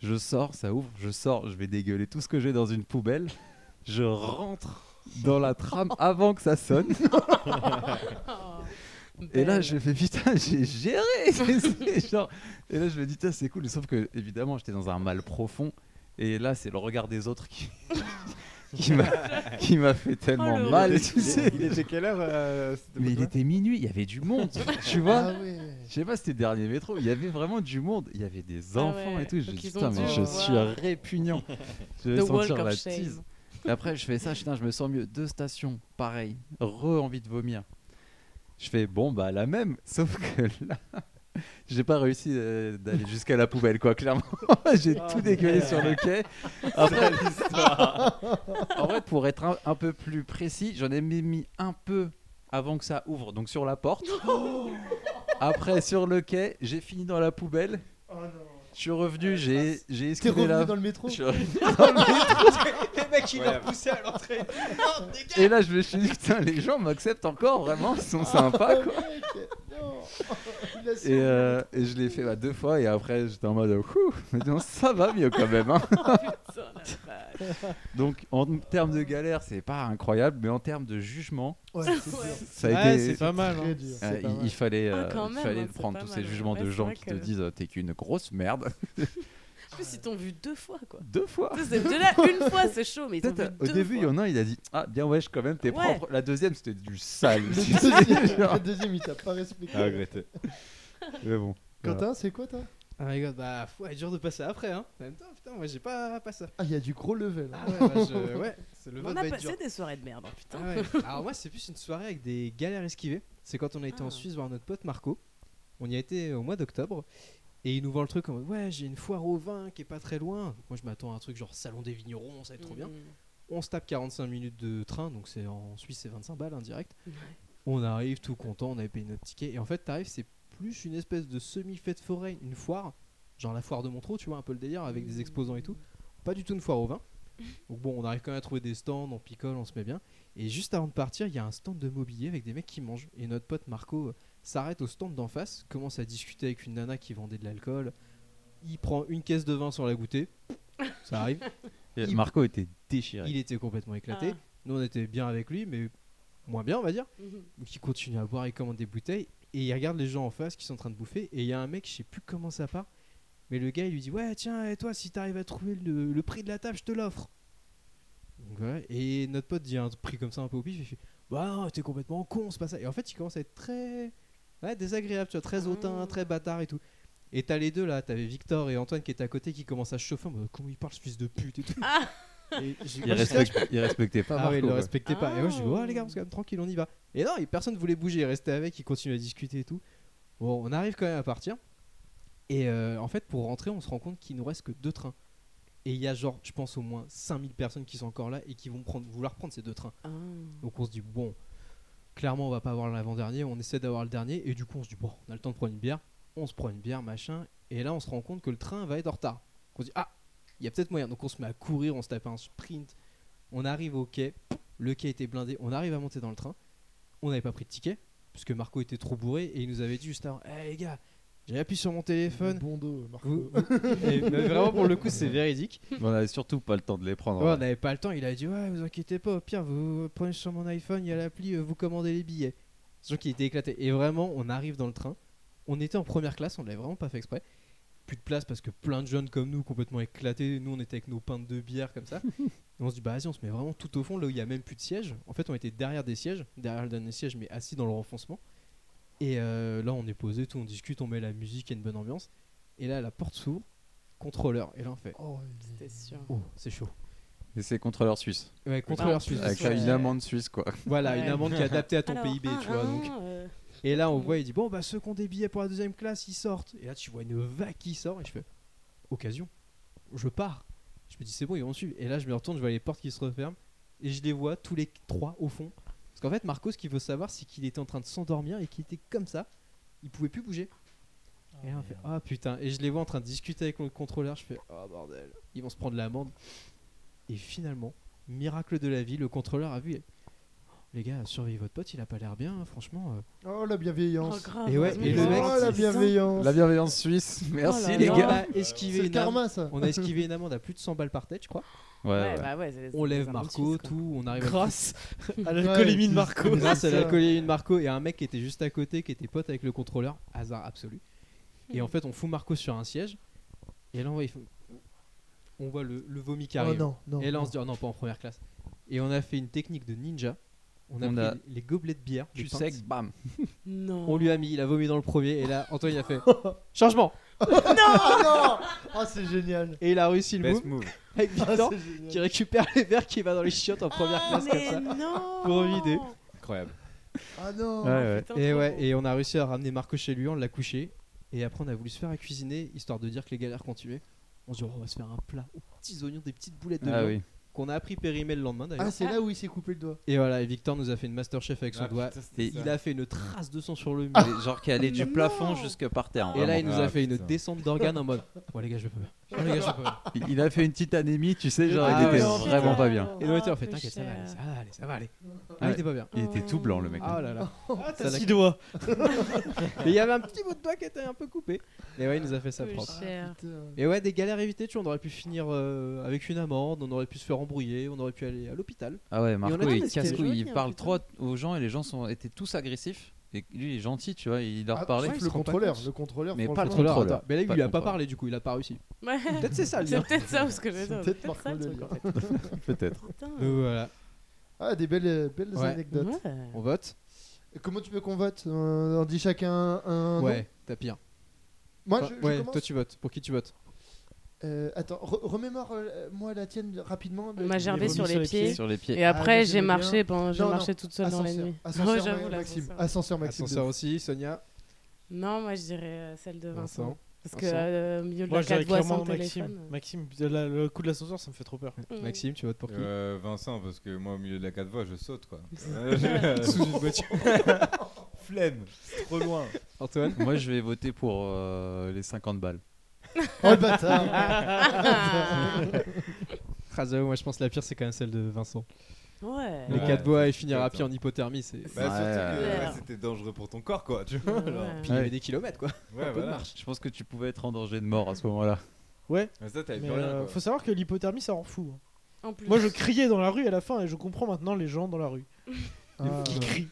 B: je sors, ça ouvre, je sors, je vais dégueuler tout ce que j'ai dans une poubelle, je rentre dans la trame avant que ça sonne. Et là, je fais putain, j'ai géré. C'est- c'est genre... Et là, je me dis, putain, c'est cool. Sauf que, évidemment, j'étais dans un mal profond. Et là, c'est le regard des autres qui, qui m'a qui m'a fait tellement
A: Oh, le
B: mal.
A: regard.
B: tu sais.
E: Il était quelle heure euh, cette
B: Mais il
E: époque-là
B: était minuit, il y avait du monde. tu vois
C: Ah ouais.
B: Je sais pas, c'était le dernier métro. Il y avait vraiment du monde. Il y avait des
A: Ah
B: enfants
A: ouais,
B: et tout. Je
A: donc
B: dis,
A: ils
B: putain,
A: ont
B: mais
A: dû
B: je
A: voir.
B: suis répugnant. Je vais
A: The walk
B: sentir
A: of
B: la
A: shame.
B: tease. Et après, je fais ça, putain, je me sens mieux. Deux stations, pareil. Re envie de vomir. Je fais bon, bah la même. Sauf que là, j'ai pas réussi euh, d'aller jusqu'à la poubelle, quoi, clairement. j'ai
C: Ah,
B: tout dégueulé sur le quai. Après, en vrai, pour être un, un peu plus précis, j'en ai même mis un peu avant que ça ouvre, donc
C: Oh.
B: sur la porte. Après, sur le quai, j'ai fini dans la poubelle.
C: Oh non.
J: Je suis revenu, j'ai j'ai
C: T'es
J: esquivé
C: revenu
J: la.
C: dans le métro
J: Je suis revenu-
D: Les mecs, ils
E: Ouais.
D: l'ont poussé à l'entrée. Non, dégage
J: Et là, je me suis dit, putain, les gens m'acceptent encore, vraiment, ils sont sympas. quoi.
C: Mec, non. Il a
J: Et,
C: sauvé.
J: euh, et je l'ai fait bah, deux fois, et après, j'étais en mode, Ouh, maintenant, ça va mieux quand même. hein.
A: Putain, la vache.
J: Donc, en termes de galère, c'est pas incroyable, mais en termes de jugement,
C: Ouais, c'est dur.
J: ça a
I: Ouais,
J: été.
I: c'est pas mal.
C: Très
B: Ah,
I: hein.
C: dur.
J: Euh,
C: C'est pas
J: il, il
C: mal.
J: fallait,
A: Ah,
J: euh,
A: quand
J: il
A: même,
J: fallait
A: hein, c'est
J: prendre
A: pas
J: tous ces
A: mal,
J: jugements
A: ouais,
J: de
A: c'est
J: gens
A: vrai
J: qui
A: que-
J: te disent euh, t'es qu'une grosse merde.
A: En plus, ils t'ont vu deux fois, quoi.
J: Deux fois.
A: Ça, c'est- Déjà, une fois, c'est chaud, mais ils t'ont vu
J: Peut-être,
B: euh,
A: deux
J: au début, il y
A: fois.
J: en a un, il a dit Ah, bien, wesh, quand même, t'es
A: Ouais.
J: propre. La deuxième, c'était du sale.
C: Le
J: Tu sais,
C: deuxième,
J: genre.
C: le deuxième, il t'a pas respecté.
B: Ah,
E: à regretter. Mais bon.
C: Quentin, c'est quoi toi
D: Ah my god, bah, faut être dur de passer après, hein. En même temps, putain, moi j'ai pas, pas ça.
C: Ah, il y a du gros level. hein.
D: Ah ouais, bah, je- ouais, c'est le
A: On
D: vote va
A: a
D: être dur.
A: passé des soirées de merde, hein, putain.
D: Ah ouais. Alors moi c'est plus une soirée avec des galères esquivées. C'est quand on a été en
A: Ah.
D: Suisse voir notre pote Marco. On y a été au mois d'octobre. Et il nous vend le truc en mode ouais j'ai une foire au vin qui est pas très loin. Moi je m'attends à un truc genre salon des vignerons, ça va être
A: Mm.
D: trop bien. On se tape 45 minutes de train, donc c'est en Suisse c'est 25 balles indirect.
A: Ouais.
D: On arrive tout content, on avait payé notre ticket. Et en fait t'arrives c'est plus une espèce de semi-fête foraine, une foire, genre la foire de Montreux, tu vois un peu le délire avec des exposants et tout. Pas du tout une foire au vin. Donc bon on arrive quand même à trouver des stands, on picole, on se met bien. Et juste avant de partir, il y a un stand de mobilier avec des mecs qui mangent. Et notre pote Marco euh, s'arrête au stand d'en face, commence à discuter avec une nana qui vendait de l'alcool. Il prend une caisse de vin sans la goûter. Ça arrive.
B: Et
D: Il-
B: Marco était déchiré.
D: Il était complètement éclaté.
A: Ah.
D: Nous, on était bien avec lui, mais moins bien, on va dire.
A: Mhm.
D: Donc il continue à boire, il commande des bouteilles. Et il regarde les gens en face qui sont en train de bouffer. Et il y a un mec, je sais plus comment ça part. Mais le gars, il lui dit Ouais, tiens, et toi, si t'arrives à trouver le, le prix de la table, je te l'offre. Donc voilà. Et notre pote dit un prix comme ça un peu au pif. Il fait Bah non, t'es complètement con, c'est pas ça. Et en fait, il commence à être très ouais, désagréable, tu vois, très hautain,
A: Ah.
D: très bâtard et tout. Et t'as les deux là, t'avais Victor et Antoine qui étaient à côté qui commencent à se chauffer. en mode, Comment il parle, ce fils de pute et tout.
A: Ah.
D: Et j'ai-
B: Il, respecte- il respectait pas
D: ah
B: Marco.
D: ouais, il le
B: quoi.
D: respectait pas. Et moi, je dis,
A: Ah.
D: ouais, les gars, on se calme, tranquille, on y va. Et non, et personne voulait bouger, il restait avec, il continuait à discuter et tout. Bon, on arrive quand même à partir. Et euh, en fait, pour rentrer, on se rend compte qu'il nous reste que deux trains. Et il y a genre, je pense, au moins 5000 personnes qui sont encore là et qui vont prendre, vouloir prendre ces deux trains.
A: Ah.
D: Donc on se dit, bon, clairement, on va pas avoir l'avant-dernier, on essaie d'avoir le dernier. Et du coup, on se dit, bon, on a le temps de prendre une bière. On se prend une bière, machin. Et là, on se rend compte que le train va être en retard. Donc on se dit, ah, il y a peut-être moyen. Donc on se met à courir, on se tape un sprint. On arrive au quai. Le quai était blindé. On arrive à monter dans le train. On n'avait pas pris de ticket, puisque Marco était trop bourré. Et il nous avait dit juste avant, Eh, les gars, j'ai appuyé sur mon téléphone.
C: Bon dos, Marco.
D: Vous- Et, mais vraiment, pour le coup, c'est véridique.
B: Mais On avait surtout pas le temps de les prendre.
D: Ouais,
J: hein.
B: ouais.
D: on n'avait pas le temps. Il a dit Ouais, vous inquiétez pas, au pire, vous vous prenez sur mon iPhone, il y a l'appli, euh, vous commandez les billets. Sauf qu'il était éclaté. Et vraiment, on arrive dans le train. On était en première classe, on l'avait vraiment pas fait exprès. Plus de place parce que plein de jeunes comme nous, complètement éclatés. Nous, on était avec nos pintes de bière comme ça. Et on se dit Bah, vas-y, on se met vraiment tout au fond, là où il y a même plus de sièges. En fait, on était derrière des sièges, derrière le dernier siège, mais assis dans le renfoncement. Et euh, là, on est posé, tout, on discute, on met la musique, il y a une bonne ambiance. Et là, la porte s'ouvre, contrôleur. Et là, on fait
C: Oh, il
A: C'était
C: est-
A: sûr.
D: Oh, c'est chaud.
J: Et c'est contrôleur suisse.
D: Ouais, contrôleur
A: Ah,
D: suisse.
J: Avec
A: Ouais.
J: une amende suisse, quoi.
D: Voilà,
A: Ouais.
D: une amende qui est adaptée à ton
A: Alors,
D: PIB,
A: un,
D: tu vois.
A: un,
D: Donc.
A: euh,
D: Et là, on voit, il dit Bon, bah, ceux qui ont des billets pour la deuxième classe, ils sortent. Et là, tu vois une vague qui sort, et je fais Occasion, je pars. Je me dis C'est bon, ils vont me suivre. Et là, je me retourne, je vois les portes qui se referment, et je les vois tous les trois au fond. Parce qu'en fait, Marco, ce qu'il faut savoir, c'est qu'il était en train de s'endormir et qu'il était comme ça, il pouvait plus bouger. Et là, on fait Ah putain, et je les vois en train de discuter avec le contrôleur, je fais Oh bordel, ils vont se prendre l'amende. Et finalement, miracle de la vie, le contrôleur a vu et- Les gars, surveillez votre pote, il a pas l'air bien, hein, franchement. euh.
C: Oh, la
A: Oh,
C: bienveillance.
A: grave,
D: Et ouais,
A: heureusement
D: et
A: qu'ils
D: le
A: ont
D: mec,
A: pas
C: Oh,
A: dit
C: la
A: ça.
C: bienveillance.
J: La bienveillance suisse. Merci,
A: là
J: les
A: là.
D: Et
J: gars.
D: on a
C: C'est
D: esquivé
C: le
D: une amende-
C: karma, ça.
D: On a esquivé une amende à plus de 100 balles par tête, je crois.
B: Ouais,
A: Ouais,
B: ouais.
A: bah ouais, c'est-
D: On
A: c'est
D: lève
A: un
D: Marco,
A: petit, quoi.
D: tout, on arrive à
I: Grâce à
C: Ouais,
I: l'alcoolémie
C: c'est-
I: de Marco.
C: c'est-
D: Grâce à
C: ça.
D: l'alcoolier de Marco et à un mec qui était juste à côté, qui était pote avec le contrôleur, hasard absolu. Et en fait, on fout Marco sur un siège. Et là, on voit, il faut- on voit le, le vomi qui
C: Oh
D: arrive.
C: non, non.
D: et là, on
C: non.
D: se dit, oh non, pas en première classe. Et on a fait une technique de ninja. On a
J: On
D: pris
J: a-
D: les gobelets de bière, les
J: Tu
D: pintes.
J: sais que bam.
A: Non.
D: On lui a mis, il a vomi dans le premier. Et là, Antoine, il a fait changement.
C: Ah non Oh, c'est génial.
D: Et il a réussi le
E: Best
D: move
E: move.
D: avec
C: Ah,
D: Victor
C: c'est génial.
D: qui récupère les verres qui va dans les chiottes en première
A: Ah,
D: classe comme
A: mais
D: ça.
A: non
D: Pour vider.
E: Incroyable.
C: Ah non.
A: Putain,
D: Et
A: trop
D: ouais,
A: beau.
D: et on a réussi à ramener Marco chez lui, on l'a couché. Et après, on a voulu se faire à cuisiner, histoire de dire que les galères continuaient. On se dit, oh, on va se faire un plat aux petits oignons, des petites boulettes de
B: Ah
D: viande
B: oui.
D: qu'on a appris périmé le lendemain d'ailleurs.
C: Ah, c'est là où il s'est coupé le doigt.
D: Et voilà, et Victor nous a fait une Masterchef avec son
E: Ah,
D: doigt.
E: putain, c'était
D: et
E: ça.
D: il a fait une trace de sang sur le mur.
B: Et Genre qui allait du
D: Non.
B: plafond jusque par terre.
D: Et là, il
B: vraiment.
D: nous
E: Ah,
D: a fait une
E: putain.
D: descente d'organes en mode Ouais, les gars, je peux pas. Ouais, les gars, je peux pas.
J: Il- Il a fait une petite anémie, tu sais, genre
D: Ah
J: il était
D: ouais,
J: vraiment pas bien.
A: Ah,
D: Et l'autre, en fait,
A: peu
D: t'inquiète, ça va
A: cher.
D: aller, ça va aller, ça va aller.
J: Ouais.
D: Il était pas bien.
J: Il était tout blanc le mec.
D: Ah là là.
I: Ah,
D: Ça
I: t'as
D: l'a-
I: six doigts.
D: Et il y avait un petit bout de doigt qui était un peu coupé. Et ouais, il nous a fait ça
A: Peu
D: propre.
A: cher.
C: Putain.
D: Et ouais, des galères évitées, tu vois, on aurait pu finir euh, avec une amende, on aurait pu se faire embrouiller, on aurait pu aller à l'hôpital.
B: Ah ouais, Marco,
D: Et on a dit, mais
B: il
D: c'était
B: casse couille,
A: joli,
B: il
A: hein,
B: parle
A: putain.
B: trop aux gens et les gens sont, étaient tous agressifs. Et lui, il est gentil, tu vois, il leur
C: Ah,
B: parlait.
C: sauf
B: il se
C: le
B: rend pas
C: contrôleur,
B: compte.
C: le contrôleur.
B: Mais pas le
C: franchement,
B: contrôleur.
D: attends. Mais là, il
B: Pas
D: lui a
B: le
D: pas
B: contrôleur.
D: parlé du coup, il a pas réussi.
A: Ouais.
D: Peut-être c'est ça hein. le
A: C'est
D: lien.
A: peut-être ça, parce que j'ai
C: C'est
A: ça.
C: peut-être
A: ça le
C: Marco
A: truc, en fait.
J: Peut-être.
A: Putain.
D: Donc voilà,
C: Ah, des belles, euh, belles
D: Ouais.
C: anecdotes.
A: Ouais.
D: on vote.
C: Et Comment tu veux qu'on vote Euh, On dit chacun un. nom
D: Ouais, t'as pire.
C: Moi,
D: Enfin,
C: je, je
D: ouais,
C: commence.
D: toi tu votes. Pour qui tu votes
C: Euh, attends, re- remémore-moi la tienne rapidement.
A: On m'a gerbé
I: remis
A: sur les pieds.
B: Sur les pieds.
A: Et après,
C: mais
A: j'ai
C: j'aimais
A: marché, pendant, j'ai
C: Non,
A: marché toute seule dans la
C: Ascenseur,
A: nuit.
C: ascenseur,
A: Ouais, j'avoue,
C: Maxime.
A: l'ascenseur.
C: Ascenseur, Maxime.
D: Ascenseur aussi, Sonia,
A: Non, moi, je dirais euh, celle de Vincent.
D: Vincent.
A: Parce que
D: Vincent.
A: euh, au milieu de
I: Moi,
A: la
I: je dirais
A: quatre voies sans
I: clairement
A: téléphone.
I: Maxime. Maxime, la- le coup de l'ascenseur, ça me fait trop peur.
A: euh,
D: Maxime, tu votes pour qui
E: Euh, Vincent, parce que moi au milieu de la 4 voies, je saute quoi. Euh,
D: Sous une voiture.
E: Flemme, c'est trop loin.
D: Antoine
B: Moi, je vais voter pour euh, les 50 balles.
C: Oh le bâtard
A: Ah.
D: Ah, j'avoue, moi je pense que la pire c'est quand même celle de Vincent.
A: ouais.
D: Les
E: Ouais.
D: quatre bois et finir à
E: Attends.
D: pied en hypothermie, c'est.
J: Ouais,
E: Bah, surtout que
A: ouais.
E: ouais, c'était dangereux pour ton corps quoi, tu vois.
A: Ouais.
E: Genre.
D: Puis il y avait des kilomètres quoi.
E: Ouais, voilà.
B: Je pense que tu pouvais être en danger de mort à ce moment-là.
I: Ouais.
E: Mais ça, t'avais
I: Mais
E: plus rien.
I: euh,
E: quoi.
I: faut savoir que l'hypothermie, ça rend fou. hein.
A: En plus,
I: Moi, je criais dans la rue à la fin et je comprends maintenant les gens dans la rue
C: Ah.
I: qui crient.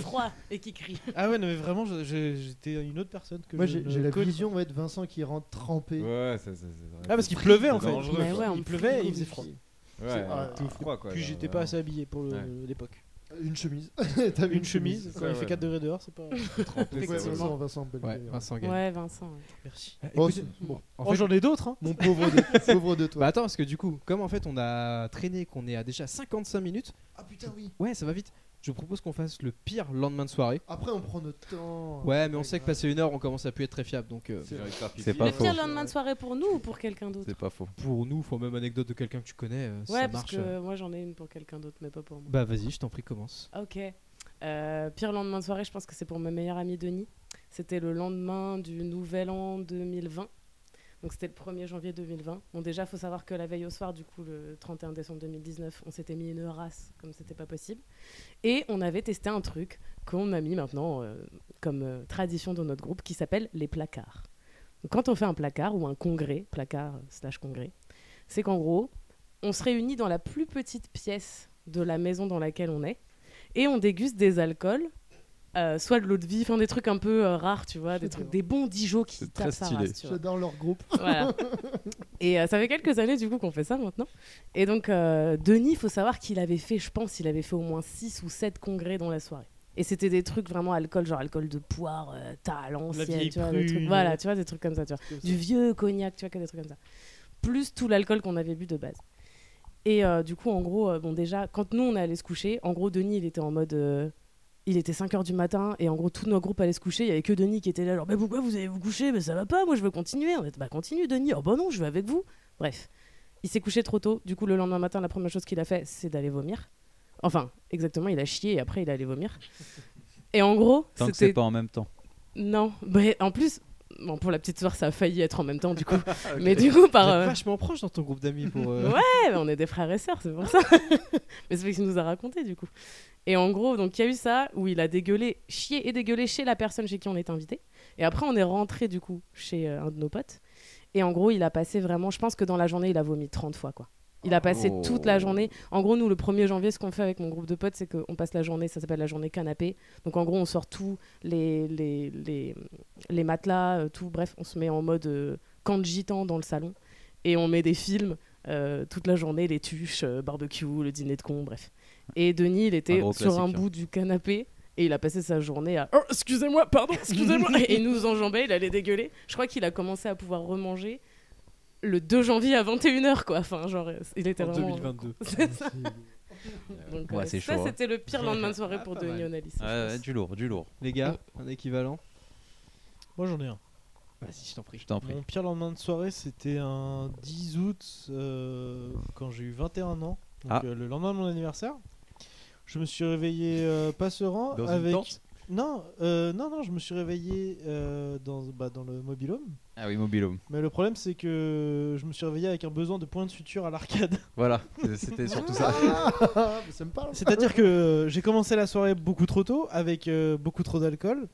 A: froid et qui crie.
I: ah ouais, non, mais vraiment, je- je- j'étais une autre personne que
C: Moi
I: je
C: j'ai
I: ne
C: j'ai la
I: connais.
C: vision ouais, de Vincent qui rentre trempé.
E: Ouais, ça, ça, ça, ça-
I: Ah, parce qu'il pleuvait en
E: C'est
I: fait.
E: dangereux,
A: Mais
E: quoi.
A: Bah ouais, en
I: il pleuvait et il
C: il
I: faisait froid.
E: Ouais,
C: Ah,
E: tout froid quoi.
I: Puis
E: genre,
I: j'étais
E: vraiment.
I: pas assez habillé pour le-
E: Ouais.
I: l'époque.
C: Une chemise. T'as vu
I: Une chemise,
E: Ça,
I: quand il fait
E: ouais.
I: 4 degrés dehors, c'est pas.
E: Trempé, quoi,
C: Ouais,
E: voilà.
C: Vincent, Vincent, belle
D: Ouais,
I: Euh,
C: gueule.
D: Vincent gagne.
A: Ouais, Vincent. ouais.
I: Merci.
D: Ah,
C: Bon,
D: écoute,
C: c'est- bon.
D: en
I: oh,
D: fait-
I: j'en ai d'autres, hein.
C: Mon pauvre de, pauvre de toi.
D: Bah attends, parce que du coup, comme en fait on a traîné, qu'on est à déjà 55 minutes,
C: ah putain, oui.
D: ouais, ça va vite. Je vous propose qu'on fasse le pire lendemain de soirée.
C: Après, on prend notre
I: Oh,
C: temps.
D: Ouais, mais on
C: Ouais,
D: sait que
C: grave.
D: passer une heure, on commence à plus être très fiable. Donc euh,
E: J'ai envie de faire pipi.
B: C'est pas
A: Le
B: faux.
A: pire lendemain de soirée pour nous ou pour quelqu'un d'autre
B: C'est pas faux.
D: pour nous, faut même anecdote de quelqu'un que tu connais, euh,
A: Ouais,
D: ça
A: parce
D: marche.
A: que
D: euh.
A: moi, j'en ai une pour quelqu'un d'autre, mais pas pour moi.
D: Bah vas-y, je t'en prie, commence.
A: Ok. Euh, pire lendemain de soirée, je pense que c'est pour ma meilleure amie Denis. C'était le lendemain du nouvel an 2020. Donc c'était le 1er janvier 2020. Bon déjà, faut savoir que la veille au soir, du coup, le 31 décembre 2019, on s'était mis une race, comme c'était pas possible. Et on avait testé un truc qu'on a mis maintenant euh, comme euh, tradition dans notre groupe, qui s'appelle les placards. Donc, quand on fait un placard ou un congrès, placard euh, slash congrès, c'est qu'en gros, on se réunit dans la plus petite pièce de la maison dans laquelle on est et on déguste des alcools, euh, soit de l'eau de vie, enfin des trucs un peu euh, rares, tu vois, des
C: J'adore.
A: trucs, des bons Dijon qui
B: C'est très
A: tapent sa race,
B: stylé.
A: tu vois.
C: J'adore leur groupe.
A: Voilà. Et euh, ça fait quelques années du coup qu'on fait ça maintenant. Et donc euh, Denis, il faut savoir qu'il avait fait, je pense, il avait fait au moins 6 ou 7 congrès dans la soirée. Et c'était des trucs vraiment alcool, genre alcool de poire, euh, tas à l'ancienne,
I: vieille
A: tu vois, des trucs,
I: prune.
A: voilà, tu vois, des trucs comme ça, tu vois. Du vieux cognac, tu vois, que des trucs comme ça. Plus tout l'alcool qu'on avait bu de base. Et euh, du coup, en gros, euh, bon déjà, quand nous on allait se coucher, en gros, Denis, il était en mode... euh, il était 5h du matin et en gros tous nos groupes allaient se coucher, il y avait que Denis qui était là genre mais pourquoi vous allez vous coucher mais ça va pas moi je veux continuer en fait bah continue Denis oh bah non je vais avec vous bref il s'est couché trop tôt du coup le lendemain matin la première chose qu'il a fait c'est d'aller vomir enfin exactement il a chié et après il est allé vomir et en gros
B: Tant que c'est
A: c'était
B: pas en même temps.
A: non mais en plus bon pour la petite soirée ça a failli être en même temps du coup mais du coup par
D: Vous êtes
A: euh,
D: vachement proche dans ton groupe d'amis pour. euh,
A: Ouais, mais on est des frères et sœurs, c'est pour ça. mais c'est ce qu'il nous a raconté, du coup. Et en gros, donc il y a eu ça où il a dégueulé, chié et dégueulé chez la personne chez qui on est invité. Et après, on est rentré, du coup, chez euh, un de nos potes. Et en gros, il a passé vraiment, je pense que dans la journée, il a vomi 30 fois, quoi. Il a passé
J: Oh.
A: toute la journée. En gros, nous, le 1er janvier, ce qu'on fait avec mon groupe de potes, c'est qu'on passe la journée, ça s'appelle la journée canapé. Donc en gros, on sort tous les, les, les, les matelas, euh, tout, bref, on se met en mode euh, camp de gitan dans le salon et on met des films euh, toute la journée, les tuches, euh, barbecue, le dîner de con, bref. Et Denis, il
B: Un
A: était
B: gros
A: sur un
B: classique, hein.
A: bout du canapé et il a passé sa journée à Oh, excusez-moi, pardon, excusez-moi Et il nous enjambait, il allait dégueuler. Je crois qu'il a commencé à pouvoir remanger le 2 janvier à 21h, quoi. Enfin, genre, euh, il était
D: En
A: vraiment.
D: 2022.
A: C'est ça. Donc,
B: Ouais,
A: euh,
B: c'est
A: ça,
B: chaud, hein.
A: c'était le pire lendemain de soirée
D: Ah,
A: pour
D: pas
A: Denis
D: mal.
A: Onalis. je
B: Ouais,
A: pense.
B: ouais, du lourd, du lourd.
D: Les gars, un équivalent.
I: Moi, j'en ai un.
D: Vas-y, je t'en prie.
B: Je t'en prie.
I: Mon pire lendemain de soirée, c'était un 10 août euh, quand j'ai eu 21 ans. Donc,
B: Ah.
I: euh, le lendemain de mon anniversaire, je me suis réveillé euh, pas serein
J: Dans une
I: avec.
J: tente
I: non, euh, non, non, je me suis réveillé euh, dans, bah, dans le mobilhome.
B: Ah oui, Mobilhome.
I: Mais le problème, c'est que je me suis réveillé avec un besoin de point de suture à l'arcade.
B: Voilà, c'était surtout ça.
C: Ah, mais ça me parle.
I: C'est-à-dire que euh, j'ai commencé la soirée beaucoup trop tôt, avec euh, beaucoup trop d'alcool.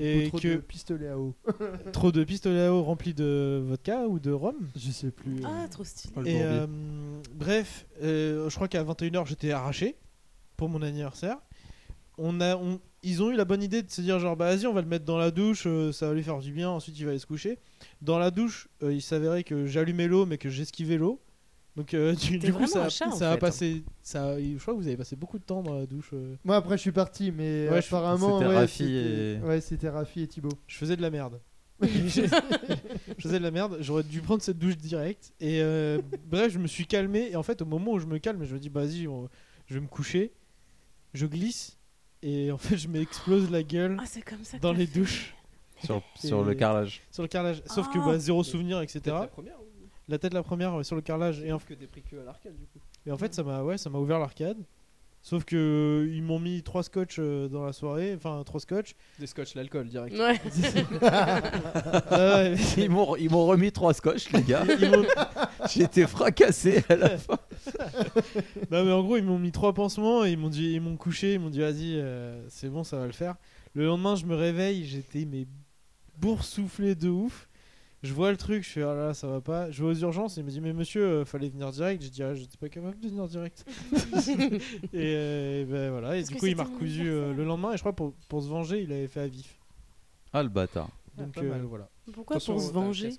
I: Et
C: Ou trop
I: que
C: de pistolets à eau.
I: trop de pistolets à eau remplis de vodka ou de rhum.
C: Je sais plus. euh,
A: Ah, trop stylé.
I: Et euh, bref, euh, je crois qu'à 21h, j'étais arraché pour mon anniversaire. On a, on- ils ont eu la bonne idée de se dire genre bah vas-y on va le mettre dans la douche, euh, ça va lui faire du bien, ensuite il va aller se coucher. Dans la douche, euh, il s'avérait que j'allumais l'eau mais que j'esquivais l'eau. Donc euh, du,
A: T'es
I: du coup
A: vraiment
I: ça,
A: un chat, en
I: ça a
A: fait. hein.
I: passé, ça, a- je crois que vous avez passé beaucoup de temps dans la douche. euh.
C: Moi après je suis parti mais euh,
I: Ouais, je-
C: apparemment
B: c'était
C: ouais,
B: Rafi
C: c'était-
B: et-
C: ouais, c'était Rafi et Thibaut.
I: Je faisais de la merde. je faisais de la merde, j'aurais dû prendre cette douche directe. Et euh, bref, je me suis calmé. Et en fait, au moment où je me calme, je me dis, bah, vas-y, on- je vais me coucher. Je glisse. Et en fait, je m'explose la gueule
A: Ah, c'est comme ça. que
I: dans
A: t'as
I: les
A: fait.
I: douches,
B: Sur, sur le
I: Et-
B: carrelage.
I: sur le carrelage. Sauf que
A: Ah.
I: bah, zéro souvenir, etc.
D: la première ou
I: La tête la première ouais, sur le carrelage. Et en,
D: que t'es pris que à l'arcade du coup
I: et en fait, ça m'a ouais, ça m'a ouvert l'arcade. Sauf que euh, ils m'ont mis trois scotch euh, dans la soirée, enfin trois scotch.
D: Des scotch, l'alcool direct.
A: Ouais.
I: Ah ouais,
J: Ils m'ont ils m'ont remis trois scotch, les gars.
I: ils m'ont-
J: J'étais fracassé à la fin.
I: Non Bah, mais en gros ils m'ont mis trois pansements et ils m'ont dit ils m'ont couché ils m'ont dit vas-y euh, c'est bon ça va le faire. Le lendemain je me réveille j'étais mais boursouflé de ouf. Je vois le truc je fais ah là là, ça va pas. Je vais aux urgences il me dit mais monsieur euh, fallait venir direct. J'ai dit ah j'étais pas capable de venir direct. et, euh, et ben voilà et
A: Parce
I: du
A: que
I: coup il
A: c'était
I: m'a
A: mon
I: recousu euh, le lendemain et je crois pour, pour se venger il avait fait à vif.
B: Ah le bâtard.
I: Donc
D: pas
I: euh,
D: mal.
I: voilà.
A: Pourquoi pour se venger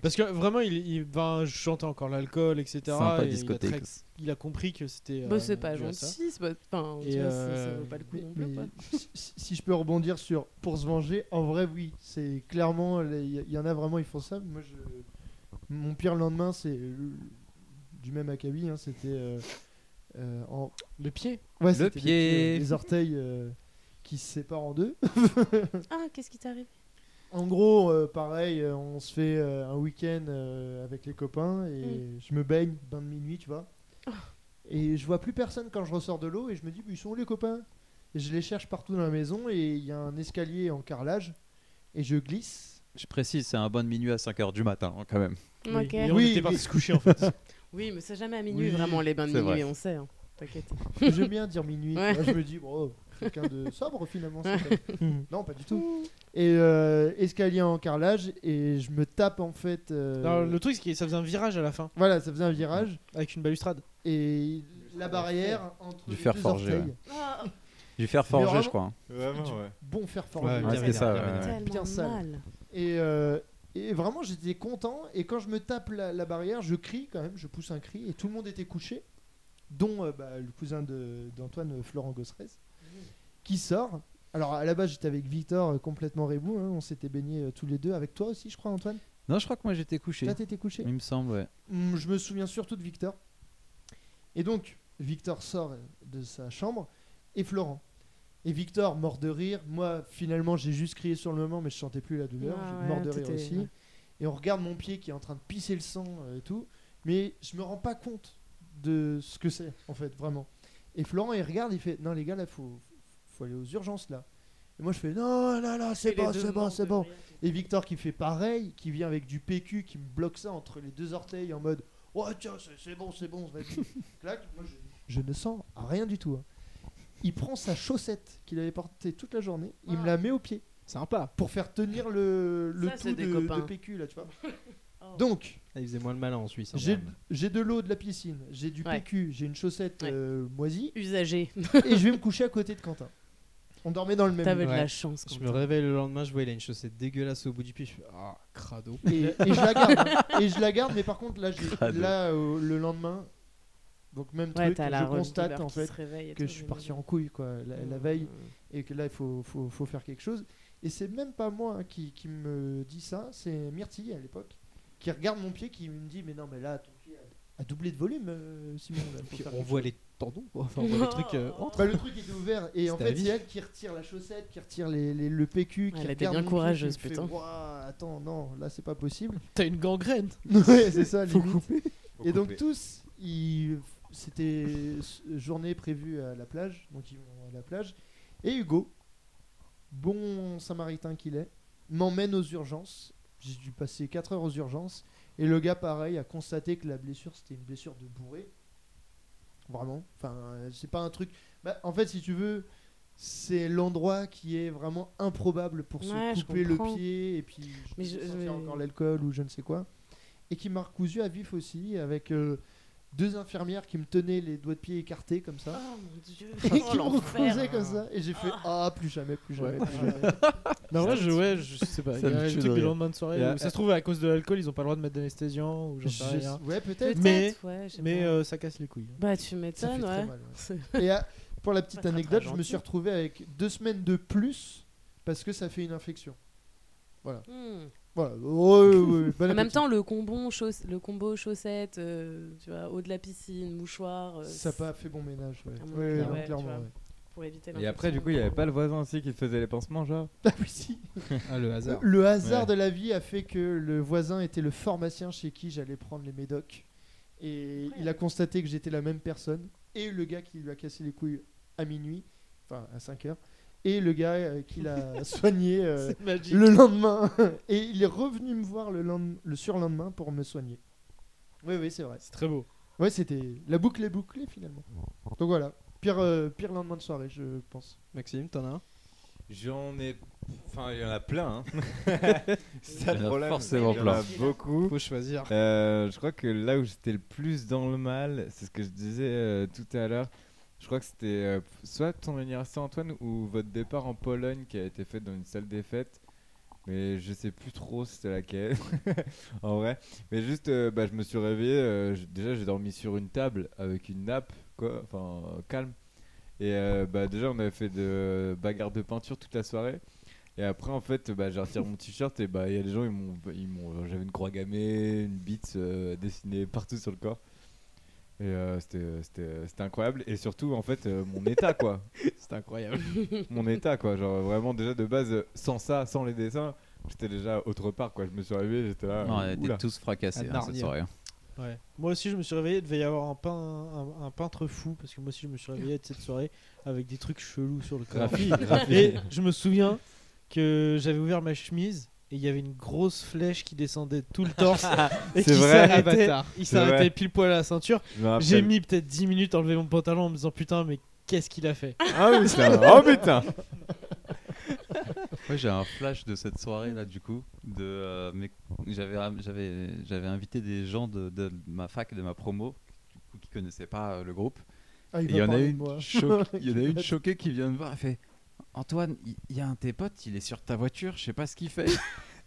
I: Parce que vraiment il, il ben, je chantais encore l'alcool etc.
B: Sympa
I: et
B: discothèque.
I: Il a, très- il a compris que c'était.
A: Bah,
I: euh,
A: c'est pas
I: dû à ça.
A: gentil. c'est pas- Enfin,
I: Et,
A: tu vois, ça- ça
I: euh,
A: vaut pas le coup
C: Mais-
A: non plus.
C: mais
A: quoi.
C: si- si, si je peux rebondir sur pour se venger, en vrai oui, c'est clairement il y, y en a vraiment ils font ça. Moi je mon pire lendemain c'est le- du même acabit hein, c'était euh, euh, en
I: Le pied.
B: Le
C: ouais, c'était les
B: pied.
C: pieds, les orteils euh, qui se séparent en deux.
A: Ah, qu'est-ce qui t'arrive
C: En gros, euh, pareil, euh, on se fait euh, un week-end euh, avec les copains et
I: Mm.
C: je me baigne, bain de minuit, tu vois.
I: Oh.
C: Et je vois plus personne quand je ressors de l'eau et je me dis, ils sont où les copains Et je les cherche partout dans la maison et il y a un escalier en carrelage et je glisse.
B: Je précise, c'est un bain de minuit à 5h du matin hein, quand même.
I: Oui,
A: Ok.
I: et on
C: Oui,
I: était partis
C: mais-
I: se coucher en fait.
A: Oui, mais c'est jamais à minuit,
C: Oui,
A: vraiment, les bains de
B: c'est
A: minuit,
B: vrai.
A: on sait. hein. T'inquiète.
C: J'aime bien dire minuit. tu
A: Ouais.
C: vois. je me dis, bon, oh, quelqu'un de sobre finalement. c'est pas-
I: Mhm.
C: non, pas du tout. Et euh, escalier en carrelage et je me tape en fait. euh,
I: Non, le truc, c'est que ça faisait un virage à la fin,
C: Voilà, ça faisait un virage
I: avec une balustrade.
C: et la barrière entre
B: Du
C: les
B: fer
C: deux
B: forgé, ouais.
C: orteils.
B: Du fer
C: Mais
B: forgé,
C: vraiment-
B: je crois. hein.
E: Vraiment, ouais.
C: bon fer forgé.
I: Ouais,
B: Ouais,
I: bien
B: c'est ça.
I: vénère, bien
B: ouais.
A: Tellement
C: Bien sale.
A: mal.
C: Et, euh, et vraiment, j'étais content. Et quand je me tape la, la barrière, je crie quand même, je pousse un cri. Et tout le monde était couché, dont euh, bah, le cousin de- d'Antoine, euh, Florent Gosserez, qui sort. Alors à la base, j'étais avec Victor, euh, complètement rebou. hein. on s'était baignés euh, tous les deux. Avec toi aussi, je crois, Antoine.
B: Non, je crois que moi j'étais couché.
C: Là, t'étais couché.
B: Il me semble, ouais.
C: Mm, Je me souviens surtout de Victor. Et donc, Victor sort euh, de sa chambre et Florent. Et Victor, mort de rire. Moi, finalement, j'ai juste crié sur le moment, mais je sentais plus la douleur.
A: Ah
C: J'ai
A: ouais,
C: mort de rire
A: t'étais-
C: aussi.
A: ouais.
C: Et on regarde mon pied qui est en train de pisser le sang euh, et tout. Mais je me rends pas compte de ce que c'est, en fait, vraiment. Et Florent, il regarde, il fait Non, les gars, là, faut, faut aller aux urgences, là. Et moi, je fais Non, là, là, c'est
A: Et les
C: bon,
A: deux
C: c'est bon,
A: morts
C: c'est
A: de
C: bon.
A: rire.
C: Et Victor qui fait pareil, qui vient avec du PQ, qui me bloque ça entre les deux orteils en mode Oh tiens, c'est- c'est bon, c'est bon, vas-y. Clac, moi je, je ne sens rien du tout. hein. Il prend sa chaussette qu'il avait portée toute la journée, il me la met au pied
D: Sympa.
C: pour faire tenir le, le
A: Ah. Ça, c'est
C: tout
A: des
C: de,
A: copains.
C: de PQ là, tu vois. Donc,
D: il faisait moins le malin en Suisse. hein.
C: j'ai j'ai de l'eau de la piscine, j'ai du
A: Ouais.
C: PQ, j'ai une chaussette
A: Ouais.
C: euh, moisie
A: Usagé.
C: et je vais me coucher à côté de Quentin. On dormait dans le même
A: T'avais
C: lit.
A: de
D: Ouais.
A: la chance.
D: Je
A: quand
D: me réveille le lendemain, je vois il a une chaussette dégueulasse au bout du pied. Je fais ah crado.
C: et, et je la garde. hein. Et je la garde, mais par contre, là, j'ai-
B: Crado.
C: là euh, le lendemain, donc même
A: Ouais,
C: truc,
A: t'as la
C: je constate en fait que
A: que
C: je suis parti en couille quoi, la,
A: Mm.
C: la veille et que là, il faut, faut, faut faire quelque chose. Et c'est même pas moi hein, qui, qui me dit ça, c'est Myrtille à l'époque qui regarde mon pied qui me dit Mais non, mais là, ton pied a- a doublé de volume, euh, Simon. là, faut faire
D: on
C: quelque
D: voit
C: chose.
D: les tendons, quoi. Enfin, on voit les trucs. euh, entre.
C: Bah, le truc était ouvert et en
D: C'était
C: fait
D: la vie.
C: c'est elle qui retire la chaussette, qui retire les, les- le PQ, qui
A: Elle était
C: regarde
A: bien
C: mon pied,
A: courageuse,
C: qui me fait,
A: putain.
C: Ouah, attends non là c'est pas possible
I: T'as une gangrène.
C: ouais c'est ça limite.
E: Faut
C: Et donc
E: couper.
C: tous, ils, c'était s- journée prévue à la plage, donc ils vont à la plage. Et Hugo, bon samaritain qu'il est, m'emmène aux urgences. J'ai dû passer 4 heures aux urgences. Et le gars, pareil, a constaté que la blessure, c'était une blessure de bourré. Vraiment. Enfin, euh, c'est pas un truc. Bah, en fait, si tu veux, c'est l'endroit qui est vraiment improbable pour
A: Ouais,
C: se
A: je
C: couper le
A: comprends.
C: pied et puis
A: Mais je-
C: sentir
A: je-
C: encore l'alcool ou je ne sais quoi. Et qui m'a recousu à vif aussi, avec euh, deux infirmières qui me tenaient les doigts de pied écartés comme ça.
A: Oh mon dieu.
C: Et qui
A: Oh,
C: me recousaient
A: l'enfer.
C: comme ça. Et j'ai fait Ah, plus jamais, plus jamais, plus jamais.
I: Non, ouais, je, ouais, je sais pas. Il y a
J: me
I: le
J: tue
I: truc
J: de
I: du
J: rire.
I: lendemain de soirée.
J: Et à-
I: où ça se trouve, à cause de l'alcool, ils ont pas le droit de mettre d'anesthésiant ou j'en sais
C: Je-
I: rien.
C: Ouais, peut-être.
I: Mais-
A: Peut-être, ouais, je sais
I: Mais
A: pas.
I: euh, ça casse les couilles.
A: Bah, tu
C: Ça fait
A: m'étonnes,
C: très
A: ouais.
C: mal, ouais.
A: C'est-
C: Et à- pour la petite
A: Pas très,
C: anecdote,
A: très
C: je me suis
A: gentil.
C: retrouvé avec deux semaines de plus parce que ça fait une infection.
A: Hmm.
C: Voilà. Ouais, ouais, ouais, bon
A: En même
C: appétit.
A: temps, le, combon, chauss- le combo chaussettes, euh, tu vois, eau de la piscine, mouchoir, euh,
C: ça n'a pas fait bon ménage. Ouais.
A: Ah, mon
C: Ouais,
A: Dieu,
C: non,
A: ouais,
C: clairement,
A: tu vois.
C: ouais.
A: pour éviter
E: Et après,
A: l'infection.
E: du coup, il n'y avait pas le voisin aussi qui te faisait les pansements, genre
C: Ah oui, si.
D: Ah, le hasard.
C: Le hasard
E: Ouais.
C: de la vie a fait que le voisin était le pharmacien chez qui j'allais prendre les médocs. Et il a constaté que j'étais la même personne. Et le gars qui lui a cassé les couilles à minuit, enfin à 5 heures. Et le gars euh, qui l'a soigné euh,
I: magique.
C: le lendemain. Et il est revenu me voir le, lendem- le surlendemain pour me soigner. Oui, oui, c'est vrai.
I: C'est très beau.
C: Ouais, c'était. La boucle est bouclée finalement. Donc voilà. Pire, euh, pire lendemain de soirée, je pense.
D: Maxime, t'en as un
E: J'en ai. Enfin, il y en a plein, hein.
B: Il y
E: ça
B: en
E: le
B: a
E: problème.
B: forcément
E: Il y en a
B: plein.
E: beaucoup.
D: Faut choisir.
E: Euh, je crois que là où j'étais le plus dans le mal, c'est ce que je disais euh, tout à l'heure. Je crois que c'était euh, soit ton anniversaire Antoine ou votre départ en Pologne qui a été fait dans une salle des fêtes. Mais je sais plus trop c'était laquelle, en vrai. Mais juste, euh, bah, je me suis réveillé. euh, j- déjà, j'ai dormi sur une table avec une nappe, quoi. Enfin, euh, calme. Et euh, bah, déjà, on avait fait de bagarre de peinture toute la soirée. Et après, en fait, bah, j'ai retiré mon t-shirt et bah, il y a des gens, ils m'ont, ils m'ont, j'avais une croix gammée, une bite euh, dessinée partout sur le corps. Et euh, c'était, c'était, c'était incroyable. Et surtout, en fait, euh, mon état, quoi.
D: C'est incroyable.
E: Mon état, quoi. Genre, vraiment, déjà de base, euh, sans ça, sans les dessins, j'étais déjà autre part, quoi. Je me suis réveillé, j'étais là.
B: Non, on
E: euh,
B: était
E: oula.
B: tous fracassés
D: À
B: hein, cette
D: Narnia.
B: soirée. hein.
I: Ouais. Moi aussi, je me suis réveillé. Il devait y avoir un, pein- un- un peintre fou parce que moi aussi, je me suis réveillé de cette soirée avec des trucs chelous sur le corps.
E: Raffi,
I: Et je me souviens que j'avais ouvert ma chemise et il y avait une grosse flèche qui descendait de tout le torse et
E: C'est
I: qui
E: vrai.
I: s'arrêtait.
D: Avatar.
I: Il
E: C'est
I: s'arrêtait
E: vrai.
I: pile poil à la ceinture.
E: Je me rappelle.
I: J'ai mis peut-être 10 minutes à enlever mon pantalon en me disant putain, mais qu'est-ce qu'il a fait
E: Ah, putain. Oh, putain.
B: Ouais, j'ai un flash de cette soirée là du coup de euh, mes- j'avais ram- j'avais j'avais invité des gens de, de ma fac de ma promo du coup, qui connaissaient pas euh, le groupe
C: Ah,
B: et
C: il
B: il
C: va
B: y en a
C: parler de
B: une
C: moi.
B: choquée- il y en a une choquée qui vient me voir elle fait Antoine il il y, a un de tes potes il est sur ta voiture je sais pas ce qu'il fait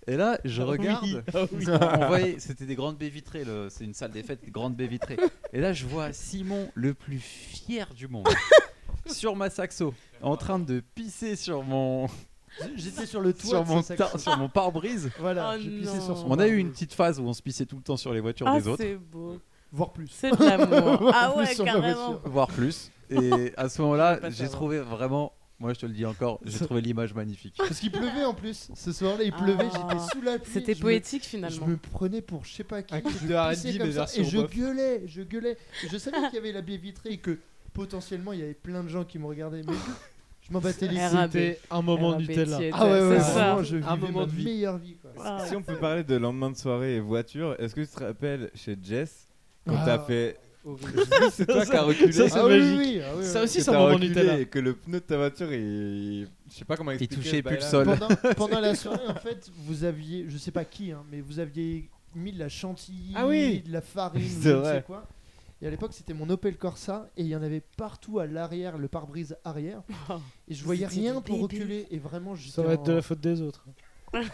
B: et là
C: Ah
B: je regarde on voyait c'était des grandes baies vitrées le- c'est une salle des fêtes des grandes baies vitrées et là je vois Simon le plus fier du monde sur ma saxo en train de pisser sur mon
C: J'étais sur le toit.
B: sur
C: de
B: mon,
C: ce sac-
B: tar- sur mon pare-brise.
C: Voilà,
A: Oh
C: j'ai pissé sur
A: non.
C: son
B: On a eu
C: bras.
B: une petite phase où on se pissait tout le temps sur les voitures
A: Ah,
B: des autres,
A: c'est beau.
C: Voire plus.
A: C'est de l'amour. ah
C: Plus
A: ouais,
C: sur ma
A: carrément.
C: voiture.
B: voire plus. Et à ce moment-là,
A: pas
B: j'ai
A: savoir.
B: trouvé vraiment, moi je te le dis encore, j'ai trouvé l'image magnifique.
C: Parce qu'il pleuvait en plus. Ce soir-là, il pleuvait,
A: Ah.
C: j'étais sous la pluie.
A: C'était
C: je me-
A: poétique
C: Je
A: finalement.
C: me prenais pour je sais pas qui.
D: Un clip
C: je
D: de
C: pissais
D: R&B,
C: comme
D: mais
C: ça,
D: version
C: Et je
D: bof.
C: gueulais, je gueulais. Je savais qu'il y avait la baie vitrée et que potentiellement il y avait plein de gens qui me regardaient. Mais je, je m'en battais les
A: R.A.B.
I: C'était un moment
A: RAP,
I: Nutella.
A: t'y étais,
C: Ah ouais, ouais,
A: E. c'est
C: vraiment,
A: ça.
C: je vivais
D: Un moment
C: ma
D: de vie.
C: meilleure vie. Quoi.
I: Ah,
A: Wow.
E: Si on peut parler de lendemain de soirée et voiture, est-ce que tu te rappelles chez Jess quand
C: Ah.
E: t'as fait.
C: Horrible.
E: Je sais plus, c'est toi qui as reculé.
I: ça, c'est
C: Ah oui,
I: magique.
C: oui, ah oui,
I: Ça
C: oui.
I: aussi,
E: que
I: c'est un
E: t'as
I: moment
E: reculé
I: Nutella.
E: et que le pneu de ta voiture, il. Je sais pas comment
B: Il
E: expliquer. bah,
B: touchait plus le
E: bail-là.
B: sol.
C: pendant, pendant la soirée, en fait, vous aviez, je sais pas qui, hein, mais vous aviez mis de la chantilly,
I: Ah oui
C: de la farine, ou
E: C'est
C: je ne sais
E: vrai.
C: quoi. Et à l'époque, c'était mon Opel Corsa et il y en avait partout à l'arrière, le pare-brise arrière.
A: Oh.
C: Et je
A: Vous
C: voyais
A: étiez
C: rien
A: des
C: pour
A: bébés.
C: reculer et vraiment, j'étais
I: Ça va être de
C: en-
I: la faute des autres. hein.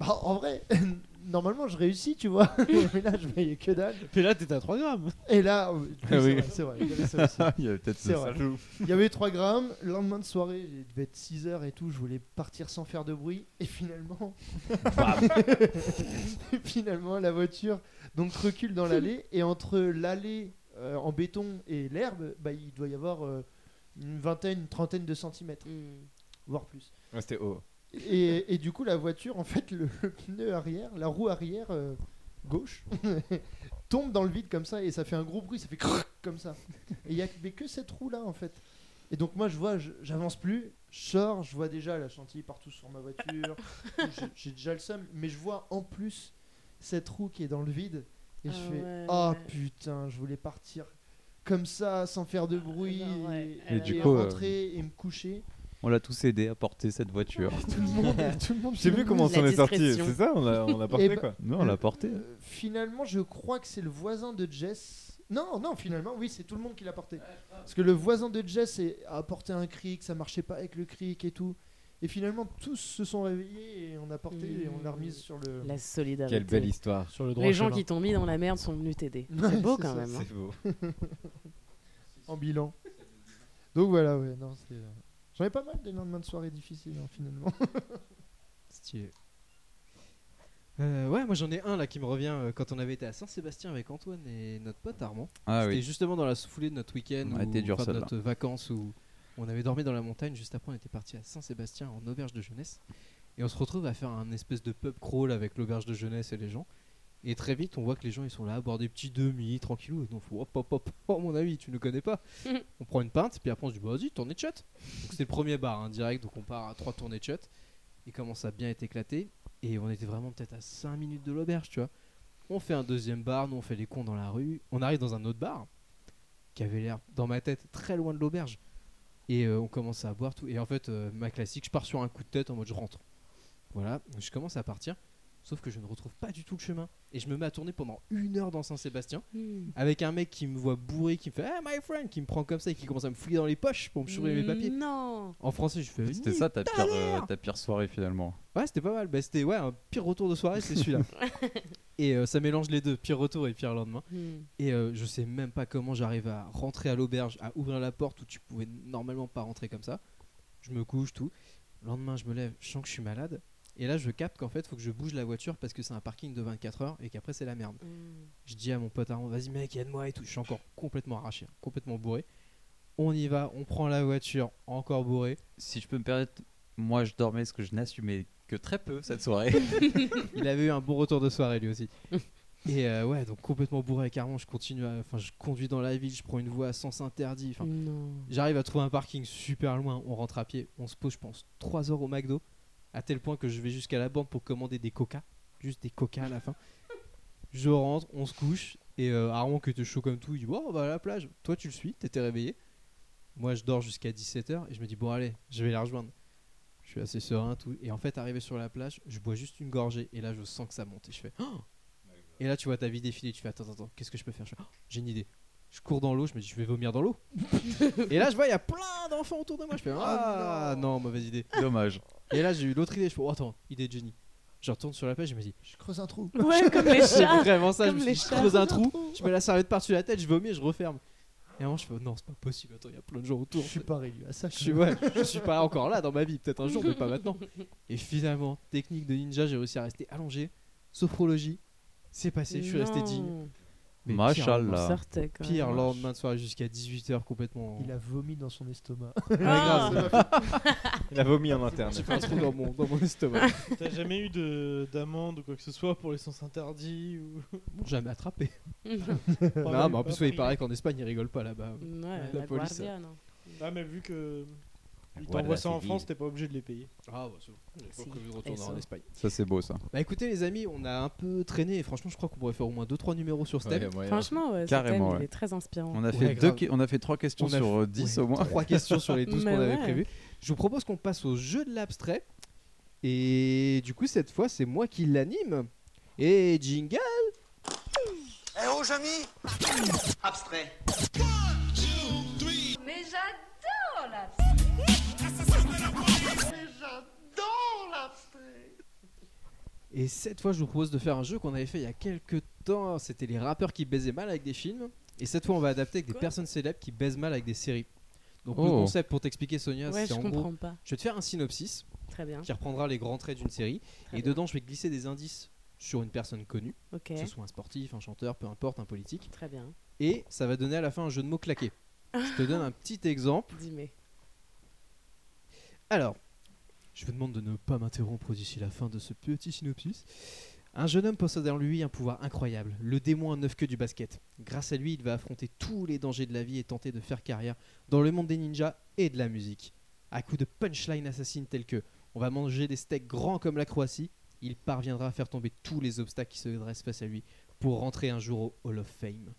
C: Bah, en vrai, normalement, je réussis, tu vois. mais là, je voyais que dalle.
I: Mais là, t'étais à 3 grammes.
C: Et là, oui,
E: Ah oui.
C: c'est vrai, c'est vrai, il y avait ça aussi.
B: Il y avait peut-être
C: C'est
B: ça.
C: vrai. Il y avait 3 grammes, le lendemain de soirée, il devait être 6 heures et tout, je voulais partir sans faire de bruit, et finalement. Et finalement, la voiture donc recule dans l'allée, et entre l'allée euh, en béton et l'herbe, bah, il doit y avoir euh, une vingtaine, une trentaine de centimètres,
A: Hmm.
C: voire plus.
E: Ouais, c'était haut.
C: Et, et du coup, la voiture, en fait, le, le pneu arrière, la roue arrière. euh, gauche tombe dans le vide comme ça et ça fait un gros bruit, ça fait crrrr comme ça. Et il n'y a mais que cette roue là en fait. Et donc moi je vois, je- j'avance plus, je sors, je vois déjà la chantilly partout sur ma voiture, j'ai- j'ai déjà le seum, mais je vois en plus cette roue qui est dans le vide et je
A: Ah
C: fais
A: ouais.
C: ah putain, je voulais partir comme ça sans faire de bruit
A: non, ouais.
C: et,
A: Mais
C: et
B: du coup, euh,
C: rentrer et me coucher.
B: On l'a tous aidé à porter cette voiture.
C: Tout le monde, tout le monde.
E: Je sais
C: tout le
E: plus
C: monde.
E: comment on s'en
A: La
E: est sorti.
A: discrétion.
E: C'est ça, on l'a on l'a
C: Eh
E: porté
C: ben,
E: quoi.
B: Non, on l'a porté.
C: Euh, Finalement, je crois que c'est le voisin de Jess. Non, non, finalement, oui, c'est tout le monde qui l'a porté. Parce que le voisin de Jess est- a porté un cric, ça marchait pas avec le cric et tout. Et finalement, tous se sont réveillés et on a porté et on l'a remise sur le.
A: La solidarité.
E: Quelle belle histoire.
I: Sur le droit
A: Les gens
I: chemin.
A: qui t'ont mis dans la merde sont venus t'aider.
C: Ouais,
A: C'est beau
C: c'est
A: quand
C: ça,
A: même. hein.
E: C'est beau.
C: En bilan. Donc voilà, ouais, non, c'est. euh, J'en ai pas mal des lendemains de soirée difficiles, hein, finalement.
D: Stylé. Euh, ouais, moi j'en ai un là qui me revient euh, quand on avait été à Saint-Sébastien avec Antoine et notre pote Armand.
B: Ah
D: C'était
B: oui.
D: justement dans la foulée de notre week-end,
B: Ah,
D: ou-
B: t'es dur,
D: enfin, de
B: celle-là.
D: notre vacances où on avait dormi dans la montagne. Juste après, on était parti à Saint-Sébastien en auberge de jeunesse. Et on se retrouve à faire un espèce de pub crawl avec l'auberge de jeunesse et les gens. Et très vite, on voit que les gens ils sont là à boire des petits demi, tranquillou. Et nous, on fait, hop, hop, hop, oh, mon ami, tu ne connais pas. on prend une pinte, puis après, on se dit, bah, vas-y, tournée de chat. Donc, c'est le premier bar hein, direct, donc on part à trois tournées de chat. Il commence à bien être éclaté. Et on était vraiment peut-être à 5 minutes de l'auberge, tu vois. On fait un deuxième bar, nous on fait les cons dans la rue. On arrive dans un autre bar qui avait l'air, dans ma tête, très loin de l'auberge. Et euh, on commence à boire tout. Et en fait, euh, ma classique, je pars sur un coup de tête en mode je rentre. Voilà, donc je commence à partir. Sauf que je ne retrouve pas du tout le chemin. Et je me mets à tourner pendant une heure dans Saint-Sébastien
A: Mm.
D: avec un mec qui me voit bourré, qui me fait Hey my friend, qui me prend comme ça et qui commence à me fouiller dans les poches pour me chourer mes papiers.
A: Non.
D: En français, je fais
B: Mmh. C'était
D: Ni
B: ça ta pire, euh, ta pire soirée finalement.
D: Ouais, c'était pas mal. Bah, c'était ouais, un pire retour de soirée, c'est celui-là. et euh, ça mélange les deux, pire retour et pire lendemain.
C: Hmm.
A: Mm.
D: Et euh, je sais même pas comment j'arrive à rentrer à l'auberge, à ouvrir la porte où tu pouvais normalement pas rentrer comme ça. Je me couche, tout. Le lendemain, je me lève, je sens que je suis malade. Et là, je capte qu'en fait, faut que je bouge la voiture parce que c'est un parking de 24 heures et qu'après, c'est la merde. Je dis à mon pote Armand, vas-y mec, aide-moi et tout. Je suis encore complètement arraché, hein, complètement bourré. On y va, on prend la voiture, encore bourré.
B: Si je peux me permettre, moi je dormais ce que je n'assumais que très peu cette soirée.
D: Il avait eu un bon retour de soirée lui aussi. Et euh, ouais, donc complètement bourré avec Armand, je continue, à- enfin je conduis dans la ville, je prends une voie à sens interdit. Enfin,
A: Non.
D: j'arrive à trouver un parking super loin, on rentre à pied, on se pose, je pense, 3 heures au McDo, à tel point que je vais jusqu'à la banque pour commander des coca, juste des coca à la fin. Je rentre, on se couche, et euh, Armand qui était chaud comme tout, il dit Bon, on va à la plage, toi tu le suis, t'étais réveillé. Moi je dors jusqu'à 17h et je me dis Bon, allez, je vais la rejoindre. Je suis assez serein, tout. Et en fait, arrivé sur la plage, je bois juste une gorgée, et là je sens que ça monte, et je fais Oh Et là tu vois ta vie défiler, tu fais Attends, attends, qu'est-ce que je peux faire Je fais, Oh, J'ai une idée. Je cours dans l'eau, je me dis Je vais vomir dans l'eau. Et là, je vois, il y a plein d'enfants autour de moi. Je fais Ah non. mauvaise idée.
B: Dommage.
D: Et là, j'ai eu l'autre idée. Je fais oh, Attends, idée de génie. Je retourne sur la plage, je me dis
C: Je creuse un trou.
A: Ouais, comme les
D: C'est
A: chats.
D: vraiment ça. Je
A: Comme
D: me
A: les
D: suis dit, je
A: chats.
D: creuse un trou, je mets la serviette par-dessus la tête, je vomis et je referme. Et à un moment, je fais oh, Non, c'est pas possible. Attends, il y a plein de gens
C: Je
D: autour.
C: suis pas réélu à ça.
D: Je suis, ouais, je suis pas encore là dans ma vie, peut-être un jour, mais pas maintenant. Et finalement, technique de ninja, j'ai réussi à rester allongé. Sophrologie, c'est passé, je suis resté digne.
A: Non.
D: Mais
A: On
B: Machallah.
A: sortait quand
D: Pire
A: même.
D: lendemain de soirée jusqu'à 18h complètement.
C: Il a vomi dans son estomac.
A: Ah.
E: Il a vomi en interne.
D: J'ai fait un trou dans mon, dans mon estomac.
I: T'as jamais eu de- d'amende ou quoi que ce soit pour les sens interdits ou...
D: Bon, jamais attrapé.
I: Pas
D: Non, mais
I: mal,
D: en
I: pas
D: plus, ouais, il
I: pris.
D: paraît qu'en Espagne, ils rigolent pas là-bas.
A: Ouais, la, hein.
D: La police.
A: Guardia, non.
I: Ah, mais vu que. Ils
B: Voilà,
I: t'envoient ça en
B: c'est
I: France,
B: dit.
I: t'es pas obligé de les payer.
D: Ah, bah, c'est bon.
A: Si,
D: que je
A: elles sont.
D: en Espagne.
B: Ça c'est beau ça.
D: Bah, écoutez, les amis, on a un peu traîné. Et franchement, je crois qu'on pourrait faire au moins 2-3 numéros sur ce thème.
A: Franchement, ouais, ce
B: Carrément,
A: thème, il
B: ouais.
A: est très inspirant.
B: On a
D: Ouais,
B: fait deux,
D: grave.
B: qui- on a fait trois questions
D: On a
B: sur 10
D: Ouais,
B: au moins.
D: Trois questions sur les 12 qu'on
A: Mais
D: avait
A: ouais.
D: prévues. Je vous propose qu'on passe au jeu de l'abstrait. Et du coup, cette fois, c'est moi qui l'anime. Et jingle
H: Eh oh, Jamy Abstrait.
K: Mais j'adore la
D: Et cette fois, je vous propose de faire un jeu qu'on avait fait il y a quelques temps. C'était les rappeurs qui baisaient mal avec des films. Et cette fois, on va adapter avec des
A: Quoi
D: personnes célèbres qui baisent mal avec des séries. Donc, le
B: Oh.
D: concept pour t'expliquer, Sonia,
A: Ouais,
D: c'est
A: je
D: en gros.
A: comprends pas.
D: Je vais te faire un synopsis
A: Très bien.
D: qui reprendra les grands traits d'une série.
A: Très
D: et
A: bien.
D: dedans, je vais glisser des indices sur une personne connue,
A: Ok,
D: que ce soit un sportif, un chanteur, peu importe, un politique.
A: très bien.
D: Et ça va donner à la fin un jeu de mots claqué. je te donne un petit exemple.
A: Dis-moi.
D: Alors, je vous demande de ne pas m'interrompre d'ici la fin de ce petit synopsis. Un jeune homme possède en lui un pouvoir incroyable, le démon à neuf queues du basket. Grâce à lui, il va affronter tous les dangers de la vie et tenter de faire carrière dans le monde des ninjas et de la musique. À coups de punchline assassines telles que on va manger des steaks grands comme la Croatie, il parviendra à faire tomber tous les obstacles qui se dressent face à lui pour rentrer un jour au Hall of Fame.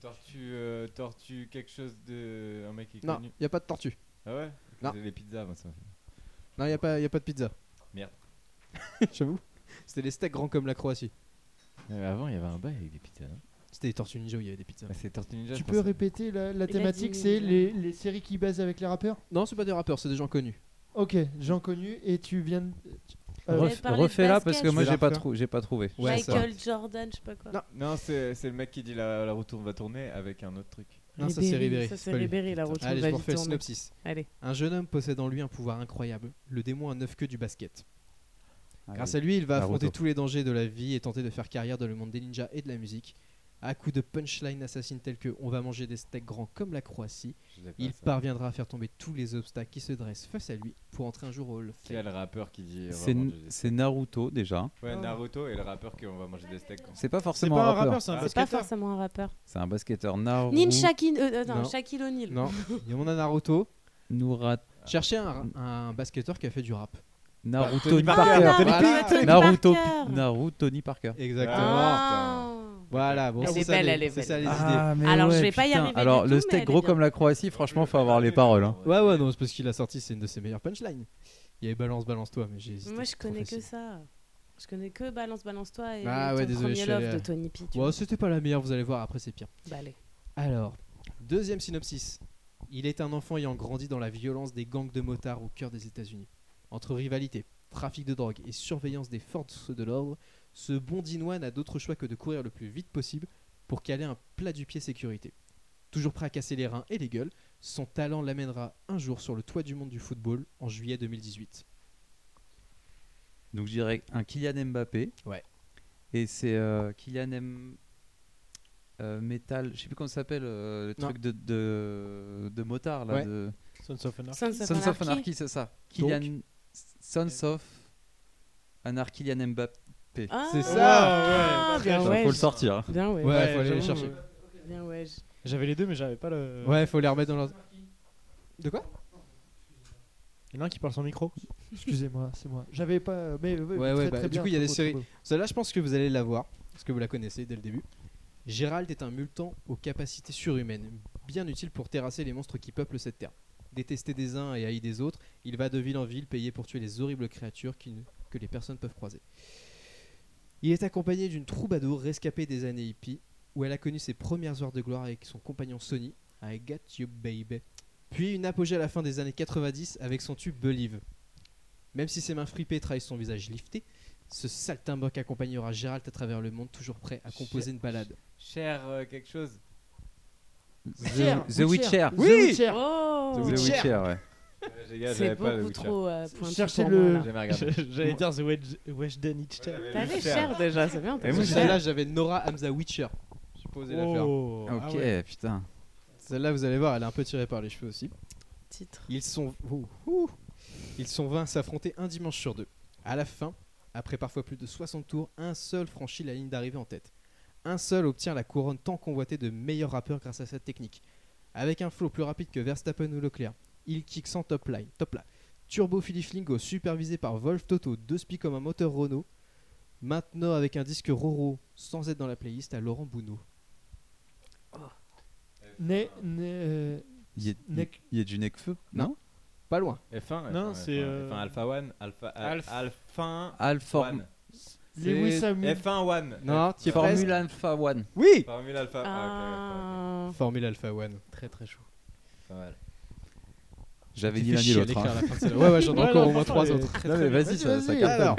E: Tortue, euh, tortue, quelque chose de. Un mec qui est
D: Non,
E: connu.
D: y a pas de tortue.
E: Ah ouais
D: Non.
E: Les pizzas, moi ça. me fait-
D: Non, il n'y a, pas- y a pas de pizza.
E: Merde.
D: J'avoue. C'était des steaks grands comme la Croatie.
E: Mais avant, il y avait un bail avec des pizzas. hein.
D: C'était les Tortues Ninja où il y avait des pizzas.
E: Bah, c'est Tortue Ninja.
C: Tu peux répéter la, la thématique, c'est les, les séries qui baisent avec les rappeurs
D: Non, c'est pas des rappeurs, c'est des gens connus.
C: Ok, gens connus, et tu viens de... tu- euh,
B: Ref- Refais-la parce que moi j'ai pas, trou- j'ai pas trouvé.
L: Michael Jordan, je sais pas quoi.
D: Non,
E: Non, c'est c'est le mec qui dit la, la roue tourne- va tourner avec un autre truc.
D: Non, ça c'est Ribéry.
A: ça, c'est
D: pas lui.
A: Ribéry, la route
D: Allez,
A: va
D: je vous
A: vite
D: refais le
A: tourner.
D: synopsis.
A: Allez.
D: Un jeune homme possède en lui un pouvoir incroyable, le démon à neuf queues du basket.
J: Ah
D: Grâce
J: oui.
D: à lui, il va
J: Naruto.
D: affronter tous les dangers de la vie et tenter de faire carrière dans le monde des ninjas et de la musique. À coups de punchlines assassines telles que on va manger des steaks grands comme la Croatie,
E: Je l'ai pas,
D: il
E: Ah, ça.
D: parviendra à faire tomber tous les obstacles qui se dressent face à lui pour entrer un jour au Hall of
E: Qui a
D: Fame.
E: le rappeur qui dit.
B: C'est
E: vraiment,
B: N-
E: je-
B: C'est Naruto déjà.
E: Ouais, Naruto et le rappeur qu'on va manger des steaks. quoi.
B: C'est pas forcément un rappeur.
A: c'est pas forcément un rappeur.
B: C'est un basketteur. Naruto.
A: Ninja Kin- euh, euh, non,
D: Non.
A: Shaquille O'Neal.
D: Non, il y en a Naruto.
B: Nourat.
D: Cherchez un, un basketteur qui a fait du rap.
B: Naruto
D: Tony
B: Tony Parker.
D: Parker.
B: Voilà.
D: Voilà. Tony
B: Naruto,
D: Parker.
B: Naruto Tony Parker.
A: Ah.
D: Exactement. Ah. Voilà, bon,
A: Elle
D: c'est
A: est
D: ça
A: belle,
D: les-
A: elle est
D: c'est ça
A: belle.
D: les
A: Ah,
D: idées.
A: mais Alors, je ouais, vais pas y putain. arriver
B: Alors
A: du
B: le
A: tout, mais elle
B: steak
A: est
B: gros
A: bien.
B: comme la Croatie, franchement, faut avoir les paroles. hein.
D: Ouais, ouais, non, c'est parce qu'il a sorti, c'est une de ses meilleures punchlines. Il y avait Balance, Balance-toi, mais j'ai hésité.
A: Moi, je
D: c'est trop
A: connais
D: facile.
A: que ça. Je connais que Balance, Balance-toi et
D: Ah
A: ton
D: ouais, désolé,
A: premier
D: je suis
A: love
D: allé-
A: de Tony P. tu
D: Ouais,
A: vois.
D: c'était pas la meilleure, vous allez voir, après c'est pire.
A: Bah, allez.
D: Alors, deuxième synopsis. Il est un enfant ayant grandi dans la violence des gangs de motards au cœur des États-Unis. Entre rivalité, trafic de drogue et surveillance des forces de l'ordre, ce bondinois n'a d'autre choix que de courir le plus vite possible pour caler un plat du pied sécurité. Toujours prêt à casser les reins et les gueules, son talent l'amènera un jour sur le toit du monde du football en juillet 2018.
B: Donc je dirais un Kylian Mbappé.
D: Ouais.
B: Et c'est euh, Kylian M. euh, Metal, je sais plus comment ça s'appelle, euh, le
D: Non.
B: truc de, de, de motard là.
D: Ouais.
B: De...
I: Sons of Anarchy.
A: Sons of
B: Sons of
A: Anarchy.
B: Anarchy, c'est ça. Kylian... Sons of Anarchy Kylian Mbappé.
A: Ah,
B: c'est
A: ça. ouais, bien
B: Faut
A: ouais.
B: le sortir. hein.
A: Bien ouais.
D: Ouais, faut aller les
I: j'avoue,
D: chercher.
A: Bien, ouais.
I: J'avais les deux, mais j'avais pas le.
D: Ouais, faut les remettre dans leur. De quoi
I: Il y en a un qui parle sans micro.
C: Excusez-moi, c'est moi. J'avais pas... Mais, ouais,
D: Ouais, ouais,
C: très,
D: bah,
C: très
D: du
C: bien,
D: coup, il y a des
C: trop beau,
D: séries.
C: trop beau.
D: Celle-là, je pense que vous allez la voir, parce que vous la connaissez dès le début. Gérald est un mutant aux capacités surhumaines, bien utile pour terrasser les monstres qui peuplent cette terre. Détesté des uns et haï des autres, il va de ville en ville payé pour tuer les horribles créatures qui ne- que les personnes peuvent croiser. Il est accompagné d'une troubadour rescapée des années hippies, où elle a connu ses premières heures de gloire avec son compagnon Sony, I Got You Baby, puis une apogée à la fin des années 90 avec son tube Believe. Même si ses mains fripées trahissent son visage lifté, ce saltimbanque accompagnera Gérald à travers le monde, toujours prêt à composer une balade.
E: Cher euh, quelque chose.
C: Witcher,
B: The, The Witcher.
C: The
D: Oui
C: Witcher.
A: Oh.
B: The
D: Witcher.
B: Witcher, ouais.
E: Ouais, les gars,
A: C'est
E: j'avais pas le
A: beaucoup
E: Witcher.
A: trop euh, pointu
C: Cherchez
A: pour moi.
C: le-
A: là.
E: J'avais regardé.
I: J'allais dire The Wedge- Weshden Hitchcock.
A: T'avais cher déjà, c'est bien. t'as
B: Et
A: fait
B: moi,
A: cher.
D: Celle-là, j'avais Nora Hamza Witcher. Je posais la faire.
I: Oh,
B: Ok,
I: ah ouais.
B: putain.
D: Celle-là, vous allez voir, elle est un peu tirée par les cheveux aussi.
A: Titre.
D: Ils sont, ouh, ouh. ils sont 20 à s'affronter un dimanche sur deux. À la fin, après parfois plus de 60 tours, un seul franchit la ligne d'arrivée en tête. Un seul obtient la couronne tant convoitée de meilleur rappeur grâce à sa technique. Avec un flow plus rapide que Verstappen ou Leclerc, il kick sans top line. Top là. Turbo Philippe Lingo, supervisé par Wolf Toto, deux spies comme un moteur Renault. Maintenant avec un disque Roro, sans être dans la playlist, à Laurent Bounot.
C: Né, né, euh,
B: Il y a,
C: Nec-
B: il y a du Necfeu
D: Non. Pas loin.
E: F1.
I: Non,
E: F1,
I: c'est,
E: F1,
I: euh,
E: F1 Alpha One, Alpha
I: Alph-
E: Alpha 1.
B: Alpha.
E: One.
C: Lewis Hamilton.
E: F1 One.
D: Non, tu es
B: Formule Alpha One.
D: Oui
E: Formule Alpha. Ah, ok,
A: Ah.
D: Formule Alpha One. Très très chaud.
E: ok, pas mal.
D: J'ai
B: J'avais dit
D: fait
B: l'un ni
D: chier
B: l'autre.
D: à
B: hein.
D: l'écart à la fin de celle-là. Ouais, ouais, j'en ai
I: Ouais,
D: encore
I: non,
D: au moins trois
I: franchement,
D: autres.
B: Non, mais vas-y, ça, ça
C: Vas-y,
B: capte.
D: Alors,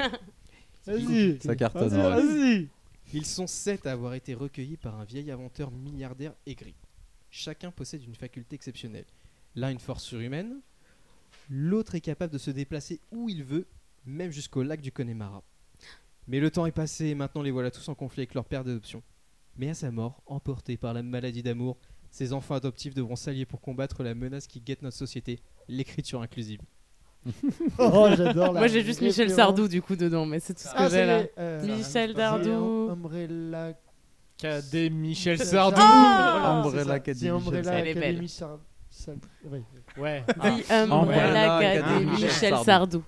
C: Vas-y.
B: Ça cartonne,
C: Vas-y,
B: ouais.
C: vas-y.
D: ils sont sept à avoir été recueillis par un vieil inventeur milliardaire aigri. Chacun possède une faculté exceptionnelle. L'un une force surhumaine, l'autre est capable de se déplacer où il veut, même jusqu'au lac du Connemara. Mais le temps est passé et maintenant les voilà tous en conflit avec leur père d'adoption. Mais à sa mort, emportés par la maladie d'amour, ces enfants adoptifs devront s'allier pour combattre la menace qui guette notre société, l'écriture inclusive.
C: Oh, j'adore la
A: Moi, j'ai juste Michel
C: référence.
A: Sardou, du coup, dedans, mais Ah. c'est tout ce que
C: Ah,
A: j'ai
C: c'est
A: là.
C: les- euh,
A: Michel
C: Géant,
A: Dardou.
C: hein, Umbrella.
I: Cadet Michel
C: Sa-
I: Sardou.
C: Ah
I: Voilà,
C: Umbrella
I: c'est ça.
C: Academy. C'est Umbrella Academy Sardou. Ouais.
I: Ouais.
A: The Umbrella Academy, Michel Sardou.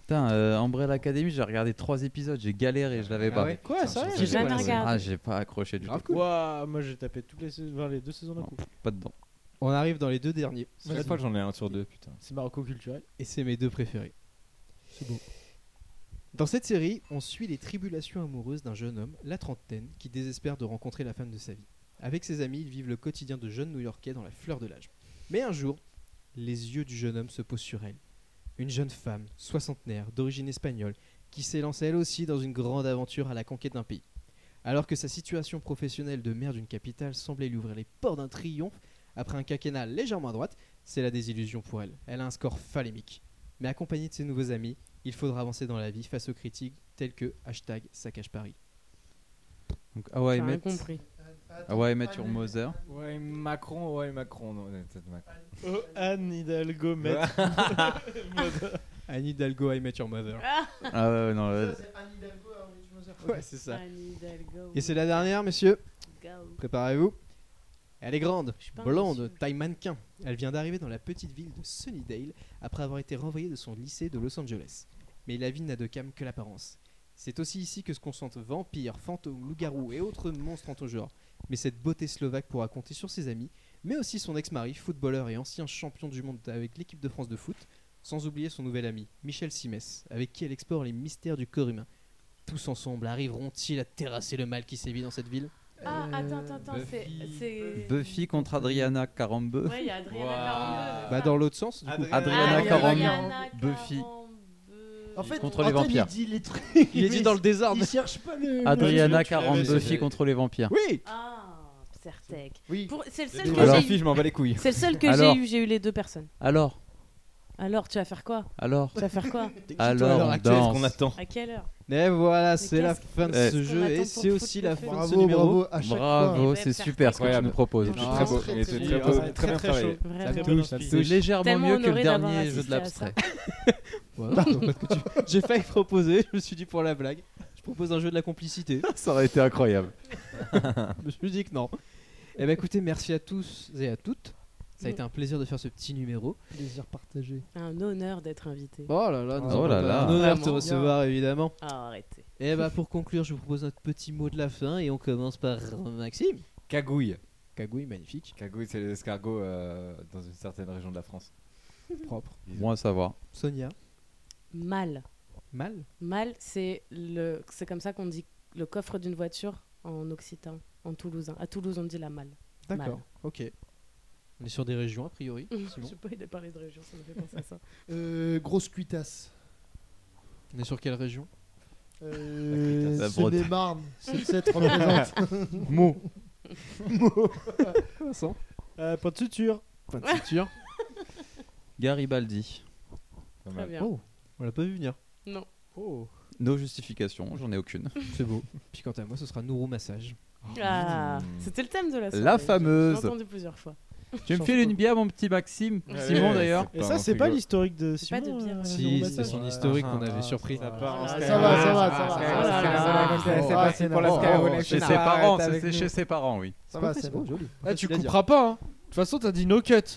B: Putain, euh, Umbrella Academy, j'ai regardé trois épisodes, j'ai galéré, je l'avais
I: Ah
B: pas.
I: ouais Quoi,
B: Putain,
I: sérieux
B: je-
I: J'ai
B: je-
I: jamais
B: je-
I: regardé.
B: Ah, j'ai pas accroché du tout.
I: Grave cool. Ouah, moi j'ai tapé toutes les, sais- enfin, les deux saisons d'un coup.
B: Pas dedans.
D: On arrive dans les deux derniers.
I: Vas-y.
E: Chaque fois que j'en ai un sur deux, putain.
I: C'est maroco-culturel.
D: Et c'est mes deux préférés. C'est beau. Dans cette série, on suit les tribulations amoureuses d'un jeune homme, la trentaine, qui désespère de rencontrer la femme de sa vie. Avec ses amis, ils vivent le quotidien de jeunes New-Yorkais dans la fleur de l'âge. Mais un jour, les yeux du jeune homme se posent sur elle. Une jeune femme, soixantenaire, d'origine espagnole, qui s'élance elle aussi dans une grande aventure à la conquête d'un pays. Alors que sa situation professionnelle de maire d'une capitale semblait lui ouvrir les portes d'un triomphe, après un quinquennat légèrement à droite, c'est la désillusion pour elle. Elle a un score phalémique. Mais accompagnée de ses nouveaux amis, il faudra avancer dans la vie face aux critiques telles que hashtag saccage Paris.
B: Donc, ah ouais,
A: J'ai rien
B: Met.
A: compris.
B: Ah ouais, Met sur Moser.
E: Ouais, Macron, ouais, Macron, non, ouais, peut-être Macron.
I: Oh, Anne Hidalgo, Met.
D: Annie Hidalgo, I met your mother.
B: Ah ouais, ouais, non, ouais.
D: Ouais, c'est ça.
L: Anne Hidalgo.
D: Et c'est la dernière, messieurs.
L: Go.
D: Préparez-vous. Elle est grande,
L: pas un
D: blonde, taille mannequin. Elle vient d'arriver dans la petite ville de Sunnydale après avoir été renvoyée de son lycée de Los Angeles. Mais la ville n'a de calme que l'apparence. C'est aussi ici que se concentrent vampires, fantômes, loups-garous et autres monstres en tout genre. Mais cette beauté slovaque pourra compter sur ses amis, mais aussi son ex-mari, footballeur et ancien champion du monde avec l'équipe de France de foot, sans oublier son nouvel ami, Michel Simès, avec qui elle explore les mystères du corps humain. Tous ensemble arriveront-ils à terrasser le mal qui sévit dans cette ville
L: Ah, attends, attends, attends, c'est. c'est-
B: Buffy contre Adriana Carambeu.
L: Ouais, il y a Adriana Carambeu.
D: Bah dans l'autre sens, du coup.
B: Ah, Adriana Carambeu.
L: Adriana
B: Buffy.
C: En fait,
B: Contre les
C: Antoine,
B: vampires.
C: Il dit les trucs.
D: Il est dit dans le désordre.
C: Il cherche pas le.
B: Adriana
I: Tu l'avais,
B: Carambeu,
I: c'est-
B: Buffy contre les vampires.
D: Oui
L: Ah, Certec.
C: Oui.
L: Pour- C'est le seul
B: des
L: que
B: Alors-
L: j'ai
E: Buffy, je m'en bats les couilles.
L: eu. C'est le seul que j'ai
B: Alors-
L: eu. J'ai eu les deux personnes.
B: Alors,
L: Alors, tu vas faire quoi
B: alors,
L: Tu vas faire quoi
B: alors, on danse.
E: qu'on attend
L: À quelle heure
D: Mais voilà, c'est la
L: qu'est-ce
D: fin de
B: qu'on
D: ce
L: attend
D: jeu et
L: pour
D: c'est
L: foutre
D: aussi
L: le
D: la
L: feu
D: fin de ce
C: Bravo,
D: numéro.
C: bravo à chaque fois. hein.
B: Bravo,
L: Ouais,
B: c'est
L: faire
B: super ce que tu
E: incroyable.
B: nous proposes.
E: Il était
L: Ah,
E: très beau,
C: très,
E: il
C: très
E: était très
C: beau.
E: beau,
C: Ouais,
E: très bien travaillé.
D: Ça me
L: Vraiment.
D: touche, ça me
B: C'est
D: touche.
B: légèrement
L: Tellement
B: mieux que le
L: honoré d'avoir
B: dernier jeu
L: assisté
B: de
L: à
B: l'abstrait.
D: Voilà, donc, pas de couture. J'ai failli proposer, je me suis dit pour la blague, je propose un jeu de la complicité.
J: Ça aurait été incroyable.
B: Ah.
D: Je me suis dit que non. Eh ben écoutez, merci à tous et à toutes.
L: Mm.
D: Ça a été un plaisir de faire ce petit numéro.
C: Plaisir partagé.
A: Un honneur d'être invité.
D: Oh là là, nous
C: Oh
D: avons
B: là là.
D: un honneur de te
A: Vraiment.
D: recevoir évidemment.
A: Ah, arrêtez.
D: Et bah pour conclure, je vous propose notre petit mot de la fin et on commence par Maxime.
E: Cagouille.
D: Cagouille magnifique,
E: Cagouille, c'est les escargots euh, dans une certaine région de la France.
D: propre.
B: Bon à savoir.
D: Sonia,
A: Mal.
D: mal.
A: Mal, c'est le, c'est comme ça qu'on dit le coffre d'une voiture en occitan, en toulousain. À Toulouse, on dit la malle.
D: D'accord.
A: Mal.
D: Ok. On est sur des régions a priori.
A: Je
D: Simon.
A: sais pas, il a parlé de région, ça me fait penser à ça.
C: Euh, grosse cuitasse.
D: On est sur quelle région
C: Euh,
B: La
C: ce n'est
B: Bretagne.
C: marne, c'est cette représente.
B: Mot.
D: Vincent.
I: Euh, Pas de suture.
D: Pas de ceinture.
B: Garibaldi.
E: Pas
A: Très
E: mal.
A: bien.
D: Oh, on l'a pas vu venir.
A: Non.
D: Oh,
B: Nos justifications, j'en ai aucune.
D: c'est beau. Puis quant à moi, ce sera Nourou Massage.
A: Ah, c'était le thème de la soirée.
B: La
A: J'ai-
B: fameuse.
A: J'ai entendu plusieurs fois.
B: Tu me files une bière, mon petit Maxime
E: Ouais,
B: Simon
E: ouais,
B: d'ailleurs
I: Et
E: Pas
I: ça,
E: un
I: c'est pas
E: frigo.
I: l'historique de
A: C'est pas
I: Simon.
A: de bière.
I: euh,
A: Si,
I: Jérôme
D: Si, c'était
I: Massage.
D: son historique
E: ah,
D: qu'on avait
E: ah,
D: surpris.
E: Ça
A: Ah,
E: part en
A: ça
E: Skyrock.
A: va,
C: ça va, ça va,
E: Ah, Skyrock,
A: ça va.
E: Skyrock,
A: Ah,
E: Skyrock,
A: c'est
C: bon.
E: Skyrock, c'est
C: Oh, oh,
E: Skyrock,
B: Chez
E: c'est
B: ses parents,
E: arrête avec
B: c'est
E: nous.
B: chez ses parents, oui.
C: Ça va, c'est bon.
D: joli.
I: Ah, tu couperas pas, hein. De toute façon, t'as dit no cut.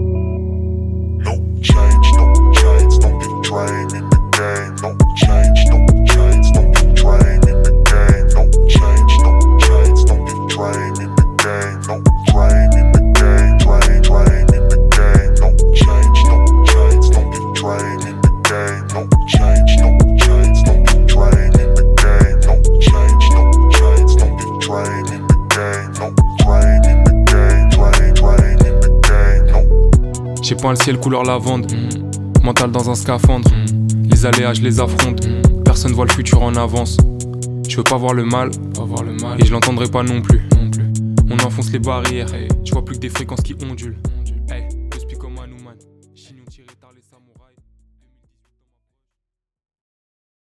G: No change, no change, don't be trying in the game. No change, no change, don't be trying in the game. No change, no change, don't be trying in the game. No trying in the game, trying, trying in the game. No change, no change, don't be trying in the game. No change, no change, don't be trying in the game. No change, no change, don't be trying in the game. No trying in the game, trying, trying in the game. No
M: J'ai peint le ciel couleur lavande. Mental dans un scaphandre. Les aléas, je les affronte. Personne voit le futur en avance. Je veux pas voir le mal. Et je l'entendrai pas non plus. On enfonce les barrières. Je vois plus que des fréquences qui ondulent.